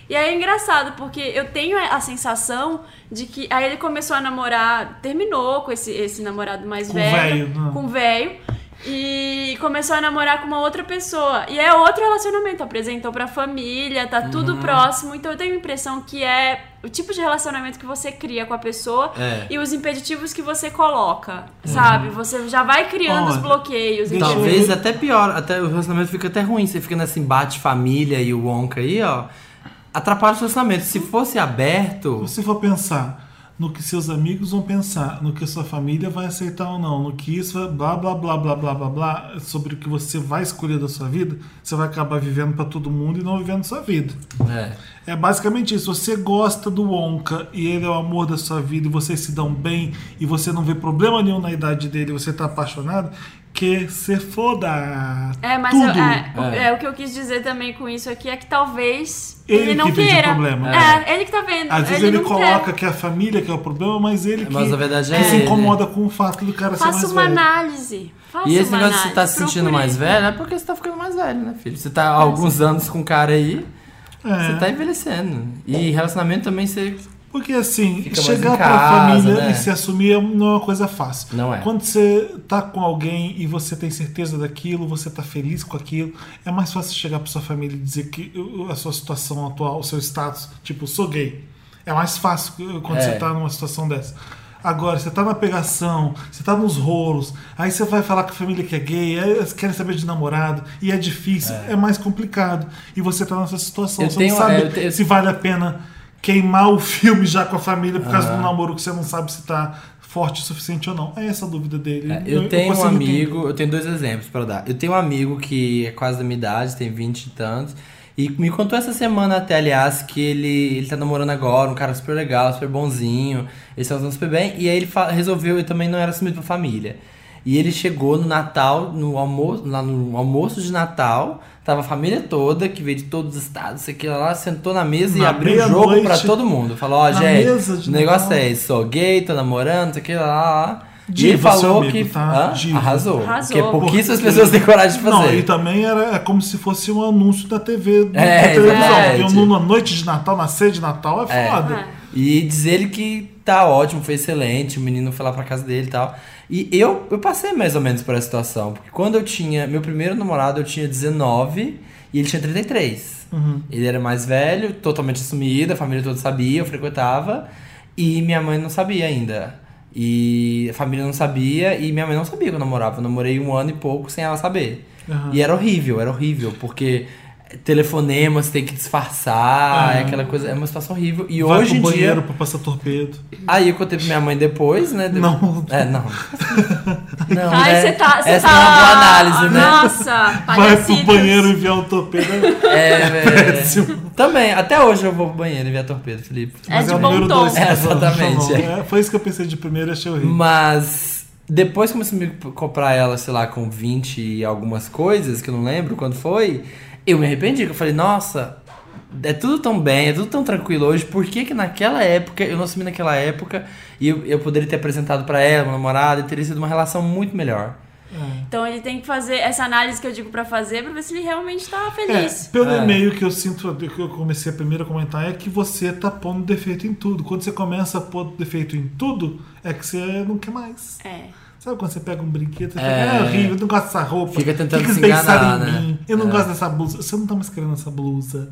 [SPEAKER 3] E aí é engraçado, porque eu tenho a sensação de que. Aí ele começou a namorar, terminou com esse, esse namorado mais
[SPEAKER 1] Com
[SPEAKER 3] velho.
[SPEAKER 1] velho, não.
[SPEAKER 3] com um velho. E começou a namorar com uma outra pessoa. E é outro relacionamento. Apresentou pra família, tá tudo
[SPEAKER 1] Uhum.
[SPEAKER 3] próximo. Então eu tenho a impressão que é o tipo de relacionamento que você cria com a pessoa
[SPEAKER 2] É.
[SPEAKER 3] e os impeditivos que você coloca, sabe? Você já vai criando os
[SPEAKER 1] Uhum. Olha,
[SPEAKER 3] bloqueios.
[SPEAKER 1] deixa
[SPEAKER 3] entendeu?
[SPEAKER 2] Talvez até pior, até o relacionamento fica até ruim. Você fica nesse embate família e o Wonka aí, ó. Atrapalha o seu relacionamento. Se fosse aberto,
[SPEAKER 1] Se você for pensar, no que seus amigos vão pensar, no que sua família vai aceitar ou não, no que isso vai blá blá blá blá blá blá blá, sobre o que você vai escolher da sua vida, você vai acabar vivendo pra todo mundo e não vivendo sua vida.
[SPEAKER 2] É.
[SPEAKER 1] É basicamente isso. Você gosta do Wonka e ele é o amor da sua vida e vocês se dão bem e você não vê problema nenhum na idade dele, você tá apaixonado, que se foda.
[SPEAKER 3] É, mas
[SPEAKER 1] Tudo.
[SPEAKER 3] eu- é, o-
[SPEAKER 2] É.
[SPEAKER 3] é, o que eu quis dizer também com isso aqui é que talvez
[SPEAKER 1] Ele
[SPEAKER 3] ele,
[SPEAKER 1] que
[SPEAKER 3] não
[SPEAKER 1] vê de
[SPEAKER 3] queira.
[SPEAKER 1] problema.
[SPEAKER 3] É. ele que tá vendo.
[SPEAKER 1] Às vezes ele,
[SPEAKER 3] ele não
[SPEAKER 1] coloca
[SPEAKER 3] quer.
[SPEAKER 1] que é a família que é o problema, mas ele que,
[SPEAKER 2] Mas na verdade é
[SPEAKER 1] que se
[SPEAKER 2] ele, né?
[SPEAKER 1] incomoda com o fato do cara
[SPEAKER 3] Faça
[SPEAKER 1] ser mais
[SPEAKER 3] uma
[SPEAKER 1] velho.
[SPEAKER 3] análise. Faça
[SPEAKER 2] E esse
[SPEAKER 3] uma
[SPEAKER 2] negócio de você
[SPEAKER 3] análise.
[SPEAKER 2] tá se sentindo
[SPEAKER 3] Procure.
[SPEAKER 2] mais velho é porque você tá ficando mais velho, né, filho? Você tá há alguns anos com um cara aí,
[SPEAKER 1] É.
[SPEAKER 2] você tá envelhecendo. E relacionamento também você.
[SPEAKER 1] Porque assim,
[SPEAKER 2] Fica mais
[SPEAKER 1] chegar
[SPEAKER 2] em
[SPEAKER 1] pra
[SPEAKER 2] casa,
[SPEAKER 1] família
[SPEAKER 2] né?
[SPEAKER 1] e se assumir é- não é uma coisa fácil.
[SPEAKER 2] Não é.
[SPEAKER 1] Quando você tá com alguém e você tem certeza daquilo, você tá feliz com aquilo, é mais fácil chegar pra sua família e dizer que uh, a sua situação atual, o seu status, tipo, sou gay. É mais fácil uh, quando
[SPEAKER 2] É.
[SPEAKER 1] você tá numa situação dessa. Agora, você tá na pegação, você tá nos rolos, aí você vai falar com a família que é gay, aí eles querem saber de namorado, e é difícil, é, mais complicado. E você tá nessa situação,
[SPEAKER 2] Eu
[SPEAKER 1] você
[SPEAKER 2] tenho-
[SPEAKER 1] não sabe
[SPEAKER 2] é, eu te-
[SPEAKER 1] se vale a pena queimar o filme já com a família por
[SPEAKER 2] Ah.
[SPEAKER 1] causa do namoro que você não sabe se tá forte o suficiente ou não. É essa a dúvida dele.
[SPEAKER 2] Eu tenho um
[SPEAKER 1] consigo
[SPEAKER 2] amigo,
[SPEAKER 1] entender.
[SPEAKER 2] eu tenho dois exemplos pra dar. Eu tenho um amigo que é quase da minha idade, tem 20 e tantos. E me contou essa semana até, aliás, que ele, ele tá namorando agora, um cara super legal, super bonzinho, eles estão super bem. E aí ele fa- resolveu, e também não era assumido pra família. E ele chegou no Natal, no almoço, lá no almoço de Natal, tava a família toda, que veio de todos os estados, sei que lá, sentou na mesa e
[SPEAKER 1] Na
[SPEAKER 2] abriu o jogo pra
[SPEAKER 1] meia-noite,
[SPEAKER 2] todo mundo. Falou, ó,
[SPEAKER 1] na mesa
[SPEAKER 2] gente,
[SPEAKER 1] de
[SPEAKER 2] o negócio
[SPEAKER 1] Natal.
[SPEAKER 2] é esse, sou gay, tô namorando, sei que lá, lá, lá.
[SPEAKER 1] Diva,
[SPEAKER 2] e ele falou
[SPEAKER 1] seu amigo,
[SPEAKER 2] que
[SPEAKER 1] tá?
[SPEAKER 2] Hã?
[SPEAKER 1] Diva.
[SPEAKER 2] arrasou.
[SPEAKER 3] Arrasou.
[SPEAKER 2] Porque pouquíssimas
[SPEAKER 1] Porque-
[SPEAKER 2] pessoas têm coragem de
[SPEAKER 1] Não, e
[SPEAKER 2] fazer.
[SPEAKER 1] também era é como se fosse um anúncio da TV, do-
[SPEAKER 2] É,
[SPEAKER 1] da televisão.
[SPEAKER 2] exatamente.
[SPEAKER 1] Porque numa noite de Natal, na ceia de Natal, é
[SPEAKER 2] É.
[SPEAKER 1] foda.
[SPEAKER 3] É.
[SPEAKER 2] E diz ele que tá ótimo, foi excelente, o menino foi lá pra casa dele e tal. E eu, eu passei mais ou menos por essa situação. Porque quando eu tinha. Meu primeiro namorado eu tinha 19 e ele tinha 33. Ele era mais velho, totalmente assumido, a família toda sabia, eu frequentava. E minha mãe não sabia ainda. E a família não sabia, e minha mãe não sabia que eu namorava. Eu namorei um ano e pouco sem ela saber. E era horrível, era horrível, porque telefonema, você tem que disfarçar, é aquela coisa, é uma situação horrível. E
[SPEAKER 1] Vai pro
[SPEAKER 2] hoje em dia.
[SPEAKER 1] banheiro pra passar torpedo.
[SPEAKER 2] Aí eu contei pra minha mãe depois, né? de-
[SPEAKER 1] Não.
[SPEAKER 2] É, não. não
[SPEAKER 3] Ai,
[SPEAKER 2] né?
[SPEAKER 3] você tá. Você
[SPEAKER 2] Essa
[SPEAKER 3] tá...
[SPEAKER 2] é uma boa análise, né?
[SPEAKER 3] Nossa,
[SPEAKER 1] Vai pro
[SPEAKER 3] parecidos.
[SPEAKER 1] banheiro enviar um torpedo.
[SPEAKER 2] É, é, Também, até hoje eu vou pro banheiro e ver a torpedo, Felipe.
[SPEAKER 3] É
[SPEAKER 1] Mas
[SPEAKER 3] de
[SPEAKER 1] é o
[SPEAKER 3] bom
[SPEAKER 1] número
[SPEAKER 3] tom.
[SPEAKER 1] dois. que
[SPEAKER 2] É,
[SPEAKER 1] eu tô achando,
[SPEAKER 2] exatamente,
[SPEAKER 1] não. É, foi isso que eu pensei de primeiro, achei horrível.
[SPEAKER 2] Mas depois comecei a me comprar ela, sei lá, com 20 e algumas coisas, que eu não lembro quando foi, eu me arrependi, que eu falei, nossa, é tudo tão bem, é tudo tão tranquilo hoje, por que que naquela época, eu não assumi naquela época, e eu, eu poderia ter apresentado pra ela, uma namorada, e teria sido uma relação muito melhor.
[SPEAKER 3] Então ele tem que fazer essa análise que eu digo pra fazer pra ver se ele realmente tá
[SPEAKER 1] É,
[SPEAKER 3] feliz.
[SPEAKER 1] pelo
[SPEAKER 2] É.
[SPEAKER 1] e-mail que eu sinto, que eu comecei primeiro a comentar, é que você tá pondo defeito em tudo. Quando você começa a pôr defeito em tudo, é que você não quer mais.
[SPEAKER 3] É.
[SPEAKER 1] Sabe quando você pega um brinquedo, você
[SPEAKER 2] É.
[SPEAKER 1] fica, é horrível, eu não gosto dessa roupa.
[SPEAKER 2] Fica tentando
[SPEAKER 1] que que
[SPEAKER 2] se
[SPEAKER 1] eles pensaram
[SPEAKER 2] enganar,
[SPEAKER 1] em
[SPEAKER 2] né?
[SPEAKER 1] mim? Eu não
[SPEAKER 2] É.
[SPEAKER 1] gosto dessa blusa. Você não tá mais querendo essa blusa.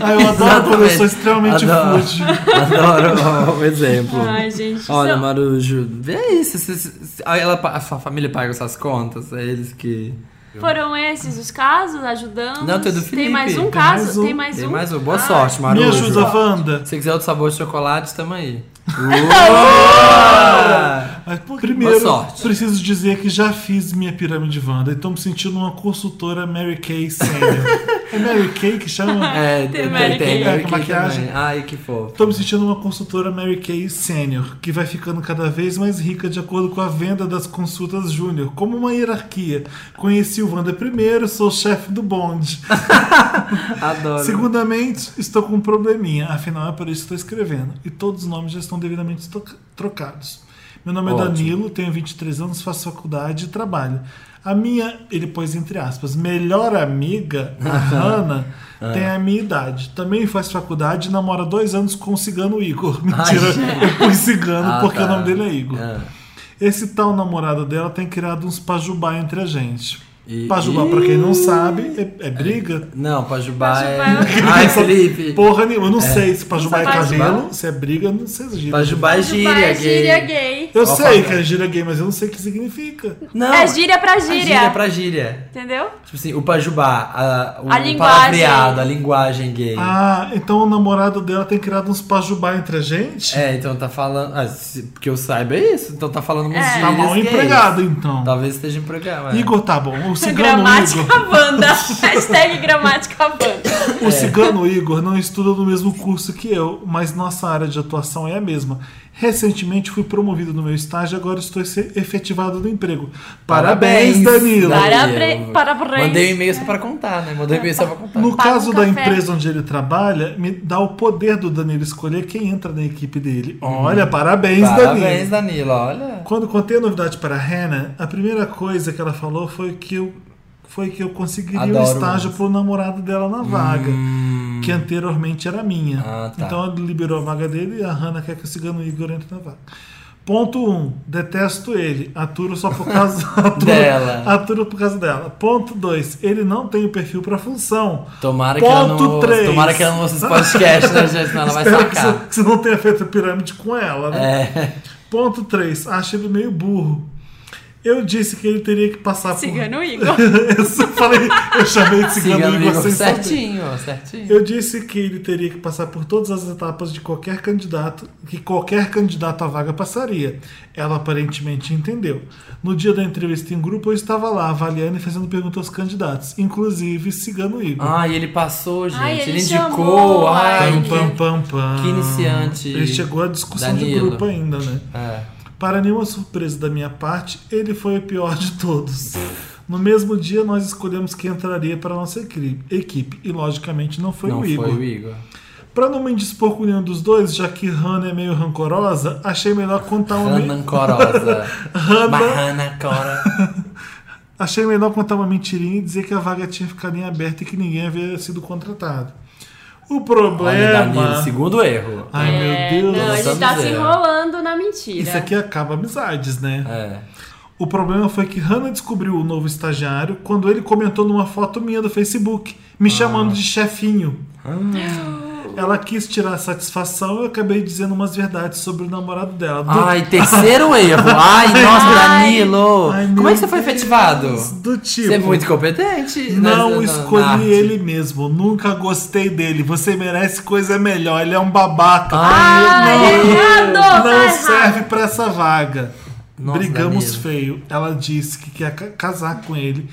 [SPEAKER 1] ah, eu adoro quando eu sou
[SPEAKER 2] Exatamente.
[SPEAKER 1] extremamente
[SPEAKER 2] Adoro.
[SPEAKER 1] fútil.
[SPEAKER 2] Adoro o exemplo.
[SPEAKER 3] Ai, gente.
[SPEAKER 2] Olha,
[SPEAKER 3] isso-
[SPEAKER 2] Marujo, é isso. se- se- se- aí ela, pa- a sua família paga suas contas, é eles que.
[SPEAKER 3] Foram esses os casos? Ajudando?
[SPEAKER 2] Não, tem do
[SPEAKER 3] Tem
[SPEAKER 2] Felipe.
[SPEAKER 3] mais um
[SPEAKER 2] Tem
[SPEAKER 3] caso?
[SPEAKER 1] mais um.
[SPEAKER 3] Tem mais
[SPEAKER 2] Tem
[SPEAKER 3] um?
[SPEAKER 2] mais uma boa
[SPEAKER 3] Ah,
[SPEAKER 2] sorte,
[SPEAKER 1] Me
[SPEAKER 2] Marujo.
[SPEAKER 1] ajuda, Wanda.
[SPEAKER 2] Se quiser outro sabor de chocolate, tamo aí.
[SPEAKER 1] Mas, Primeiro,
[SPEAKER 2] Boa sorte.
[SPEAKER 1] preciso dizer que já fiz minha pirâmide Wanda e tô me sentindo uma consultora Mary Kay Senior. é Mary Kay que chama?
[SPEAKER 2] É,
[SPEAKER 3] Tem
[SPEAKER 2] tem,
[SPEAKER 3] Mary
[SPEAKER 2] tem,
[SPEAKER 3] Kay.
[SPEAKER 2] tem Mary Kay
[SPEAKER 1] Maquiagem.
[SPEAKER 2] também. Ai, que fofo.
[SPEAKER 1] Tô me sentindo uma consultora Mary Kay Sênior, que vai ficando cada vez mais rica de acordo com a venda das consultas Júnior, como uma hierarquia. Conheci o Wanda primeiro, sou chefe do bonde.
[SPEAKER 2] Adoro. Ah,
[SPEAKER 1] Segundamente, estou com um probleminha, afinal é por isso que estou escrevendo. E todos os nomes já estão devidamente estoca- trocados. Meu nome é
[SPEAKER 2] Ótimo.
[SPEAKER 1] Danilo, tenho 23 anos, faço faculdade e trabalho. A minha, ele pôs entre aspas, melhor amiga, a Hanna,
[SPEAKER 2] É.
[SPEAKER 1] tem a minha idade. Também faz faculdade e namora dois anos com o cigano Igor. Mentira,
[SPEAKER 2] gente.
[SPEAKER 1] eu pus cigano
[SPEAKER 2] Ah,
[SPEAKER 1] porque
[SPEAKER 2] tá.
[SPEAKER 1] o nome dele é Igor.
[SPEAKER 2] Ah.
[SPEAKER 1] Esse tal namorado dela tem criado uns pajubá entre a gente.
[SPEAKER 2] E-
[SPEAKER 1] pajubá, pra quem não sabe, é, é briga.
[SPEAKER 2] Não, Pajubá é.
[SPEAKER 3] Pajubá
[SPEAKER 2] Ai, Felipe.
[SPEAKER 1] Porra nenhuma, eu não sei se Pajubá é
[SPEAKER 3] Pajubá?
[SPEAKER 1] cabelo, se é briga, eu não sei se é gíria.
[SPEAKER 2] Pajubá é
[SPEAKER 3] Pajubá
[SPEAKER 2] gíria,
[SPEAKER 3] é
[SPEAKER 2] gay.
[SPEAKER 3] gíria gay.
[SPEAKER 1] Eu
[SPEAKER 2] Ó,
[SPEAKER 1] sei
[SPEAKER 2] fala.
[SPEAKER 1] que é gíria gay, mas eu não sei o que significa.
[SPEAKER 2] Não,
[SPEAKER 3] é gíria pra
[SPEAKER 2] a
[SPEAKER 3] gíria.
[SPEAKER 2] gíria pra gíria.
[SPEAKER 3] Entendeu?
[SPEAKER 2] Tipo assim, o pajubá, a, o
[SPEAKER 3] A linguagem.
[SPEAKER 2] palavreado, a linguagem gay.
[SPEAKER 1] Ah, então o namorado dela tem criado uns pajubá entre a gente?
[SPEAKER 2] É, então tá falando. Ah, se- porque eu saiba é isso. Então tá falando umas
[SPEAKER 3] É.
[SPEAKER 1] tá
[SPEAKER 2] gírias
[SPEAKER 1] mal
[SPEAKER 2] gays.
[SPEAKER 1] empregado, então.
[SPEAKER 2] Talvez esteja empregado. Tá é.
[SPEAKER 1] Igor tá bom. O cigano
[SPEAKER 3] Gramática
[SPEAKER 1] Igor.
[SPEAKER 3] Wanda. Hashtag gramática Wanda.
[SPEAKER 1] O cigano Igor não estuda no mesmo curso que eu, mas nossa área de atuação é a mesma. Recentemente fui promovido no meu estágio e agora estou se- efetivado no emprego. Parabéns, Danilo!
[SPEAKER 3] Parabéns.
[SPEAKER 2] Danilo.
[SPEAKER 3] Parabéns.
[SPEAKER 2] Mandei um e-mail só pra contar, né? Mandei um e-mail só pra contar.
[SPEAKER 1] No
[SPEAKER 3] Paga um
[SPEAKER 1] caso da
[SPEAKER 3] café.
[SPEAKER 1] empresa onde ele trabalha, me dá o poder do Danilo escolher quem entra na equipe dele. Olha, parabéns,
[SPEAKER 2] Parabéns,
[SPEAKER 1] Danilo.
[SPEAKER 2] Danilo, olha.
[SPEAKER 1] Quando contei a novidade para a Hannah, a primeira coisa que ela falou foi que eu, foi que eu conseguiria um
[SPEAKER 2] Adoro
[SPEAKER 1] estágio
[SPEAKER 2] isso.
[SPEAKER 1] para o namorado dela na vaga, que anteriormente era minha.
[SPEAKER 2] Ah, tá.
[SPEAKER 1] Então ele liberou a vaga dele e a Hannah quer que o cigano Igor entre na vaga. Ponto 1. Um, detesto ele. Aturo só por causa aturo-
[SPEAKER 2] Dela.
[SPEAKER 1] Aturo por causa dela. Ponto 2. Ele não tem o perfil para função.
[SPEAKER 2] Tomara que, ela
[SPEAKER 1] Ponto
[SPEAKER 2] não, ouça-
[SPEAKER 1] três.
[SPEAKER 2] tomara que ela não ouça esse podcast, né, gente? Senão ela vai
[SPEAKER 1] Espero que você,
[SPEAKER 2] sacar.
[SPEAKER 1] que você não tenha feito pirâmide com ela, né?
[SPEAKER 2] É.
[SPEAKER 1] Ponto 3. Acho ele meio burro. Eu disse que ele teria que passar
[SPEAKER 3] Cigano Igor.
[SPEAKER 1] por. eu só falei, eu chamei de cigano,
[SPEAKER 2] Siga,
[SPEAKER 1] Igor
[SPEAKER 2] amigo.
[SPEAKER 1] sem saber.
[SPEAKER 2] Certinho, certinho.
[SPEAKER 1] Eu disse que ele teria que passar por todas as etapas de qualquer candidato, que qualquer candidato à vaga passaria. Ela aparentemente entendeu. No dia da entrevista em grupo, eu estava lá avaliando e fazendo perguntas aos candidatos, inclusive Cigano Igor.
[SPEAKER 2] Ai, ele passou, gente.
[SPEAKER 3] Ai,
[SPEAKER 2] ele,
[SPEAKER 3] ele
[SPEAKER 2] indicou.
[SPEAKER 3] chamou,
[SPEAKER 2] Ai,
[SPEAKER 3] ai,
[SPEAKER 1] pam,
[SPEAKER 2] que-
[SPEAKER 1] pam, pam, pam.
[SPEAKER 2] que iniciante.
[SPEAKER 1] Ele chegou à discussão de
[SPEAKER 2] Danilo.
[SPEAKER 1] grupo ainda, né?
[SPEAKER 2] É.
[SPEAKER 1] Para nenhuma surpresa da minha parte, ele foi o pior de todos. No mesmo dia, nós escolhemos quem entraria para a nossa equi- equipe. E, logicamente, não foi
[SPEAKER 2] Não
[SPEAKER 1] o Igor.
[SPEAKER 2] foi o Igor.
[SPEAKER 1] Para não me indispor com nenhum dos dois, já que Hannah é meio rancorosa, achei melhor contar uma... men-
[SPEAKER 2] Hanan Corosa.
[SPEAKER 1] Hannah-
[SPEAKER 2] Mahana Cora.
[SPEAKER 1] Achei melhor contar uma mentirinha e dizer que a vaga tinha ficado em aberto e que ninguém havia sido contratado. O
[SPEAKER 2] Olha,
[SPEAKER 1] problema...
[SPEAKER 2] Danilo, segundo erro.
[SPEAKER 1] Ai, meu Deus.
[SPEAKER 3] não,
[SPEAKER 2] nós
[SPEAKER 3] ele
[SPEAKER 2] vamos
[SPEAKER 3] tá se
[SPEAKER 2] ver.
[SPEAKER 3] enrolando na mentira.
[SPEAKER 1] Isso aqui acaba amizades, né?
[SPEAKER 2] É.
[SPEAKER 1] O problema foi que Hannah descobriu o novo estagiário quando ele comentou numa foto minha do Facebook,
[SPEAKER 2] Ah.
[SPEAKER 1] me chamando de chefinho. Ela quis tirar a satisfação e eu acabei dizendo umas verdades sobre o namorado dela. Do,
[SPEAKER 2] Ai, terceiro erro. Ai, nossa, Danilo.
[SPEAKER 1] Ai,
[SPEAKER 2] Como
[SPEAKER 1] meu
[SPEAKER 2] é que você foi
[SPEAKER 1] Deus.
[SPEAKER 2] efetivado?
[SPEAKER 1] do tipo.
[SPEAKER 2] Você é muito competente. né,
[SPEAKER 1] Não
[SPEAKER 2] nessa- na-
[SPEAKER 1] escolhi
[SPEAKER 2] na arte.
[SPEAKER 1] ele mesmo, nunca gostei dele. Você merece coisa melhor, ele é um babaca.
[SPEAKER 2] Ah, é Ai,
[SPEAKER 1] não,
[SPEAKER 3] errado,
[SPEAKER 1] não
[SPEAKER 2] é
[SPEAKER 3] tá errado.
[SPEAKER 1] serve pra essa vaga.
[SPEAKER 2] Nossa,
[SPEAKER 1] Brigamos
[SPEAKER 2] Danilo.
[SPEAKER 1] feio. Ela disse que quer ca- casar com ele.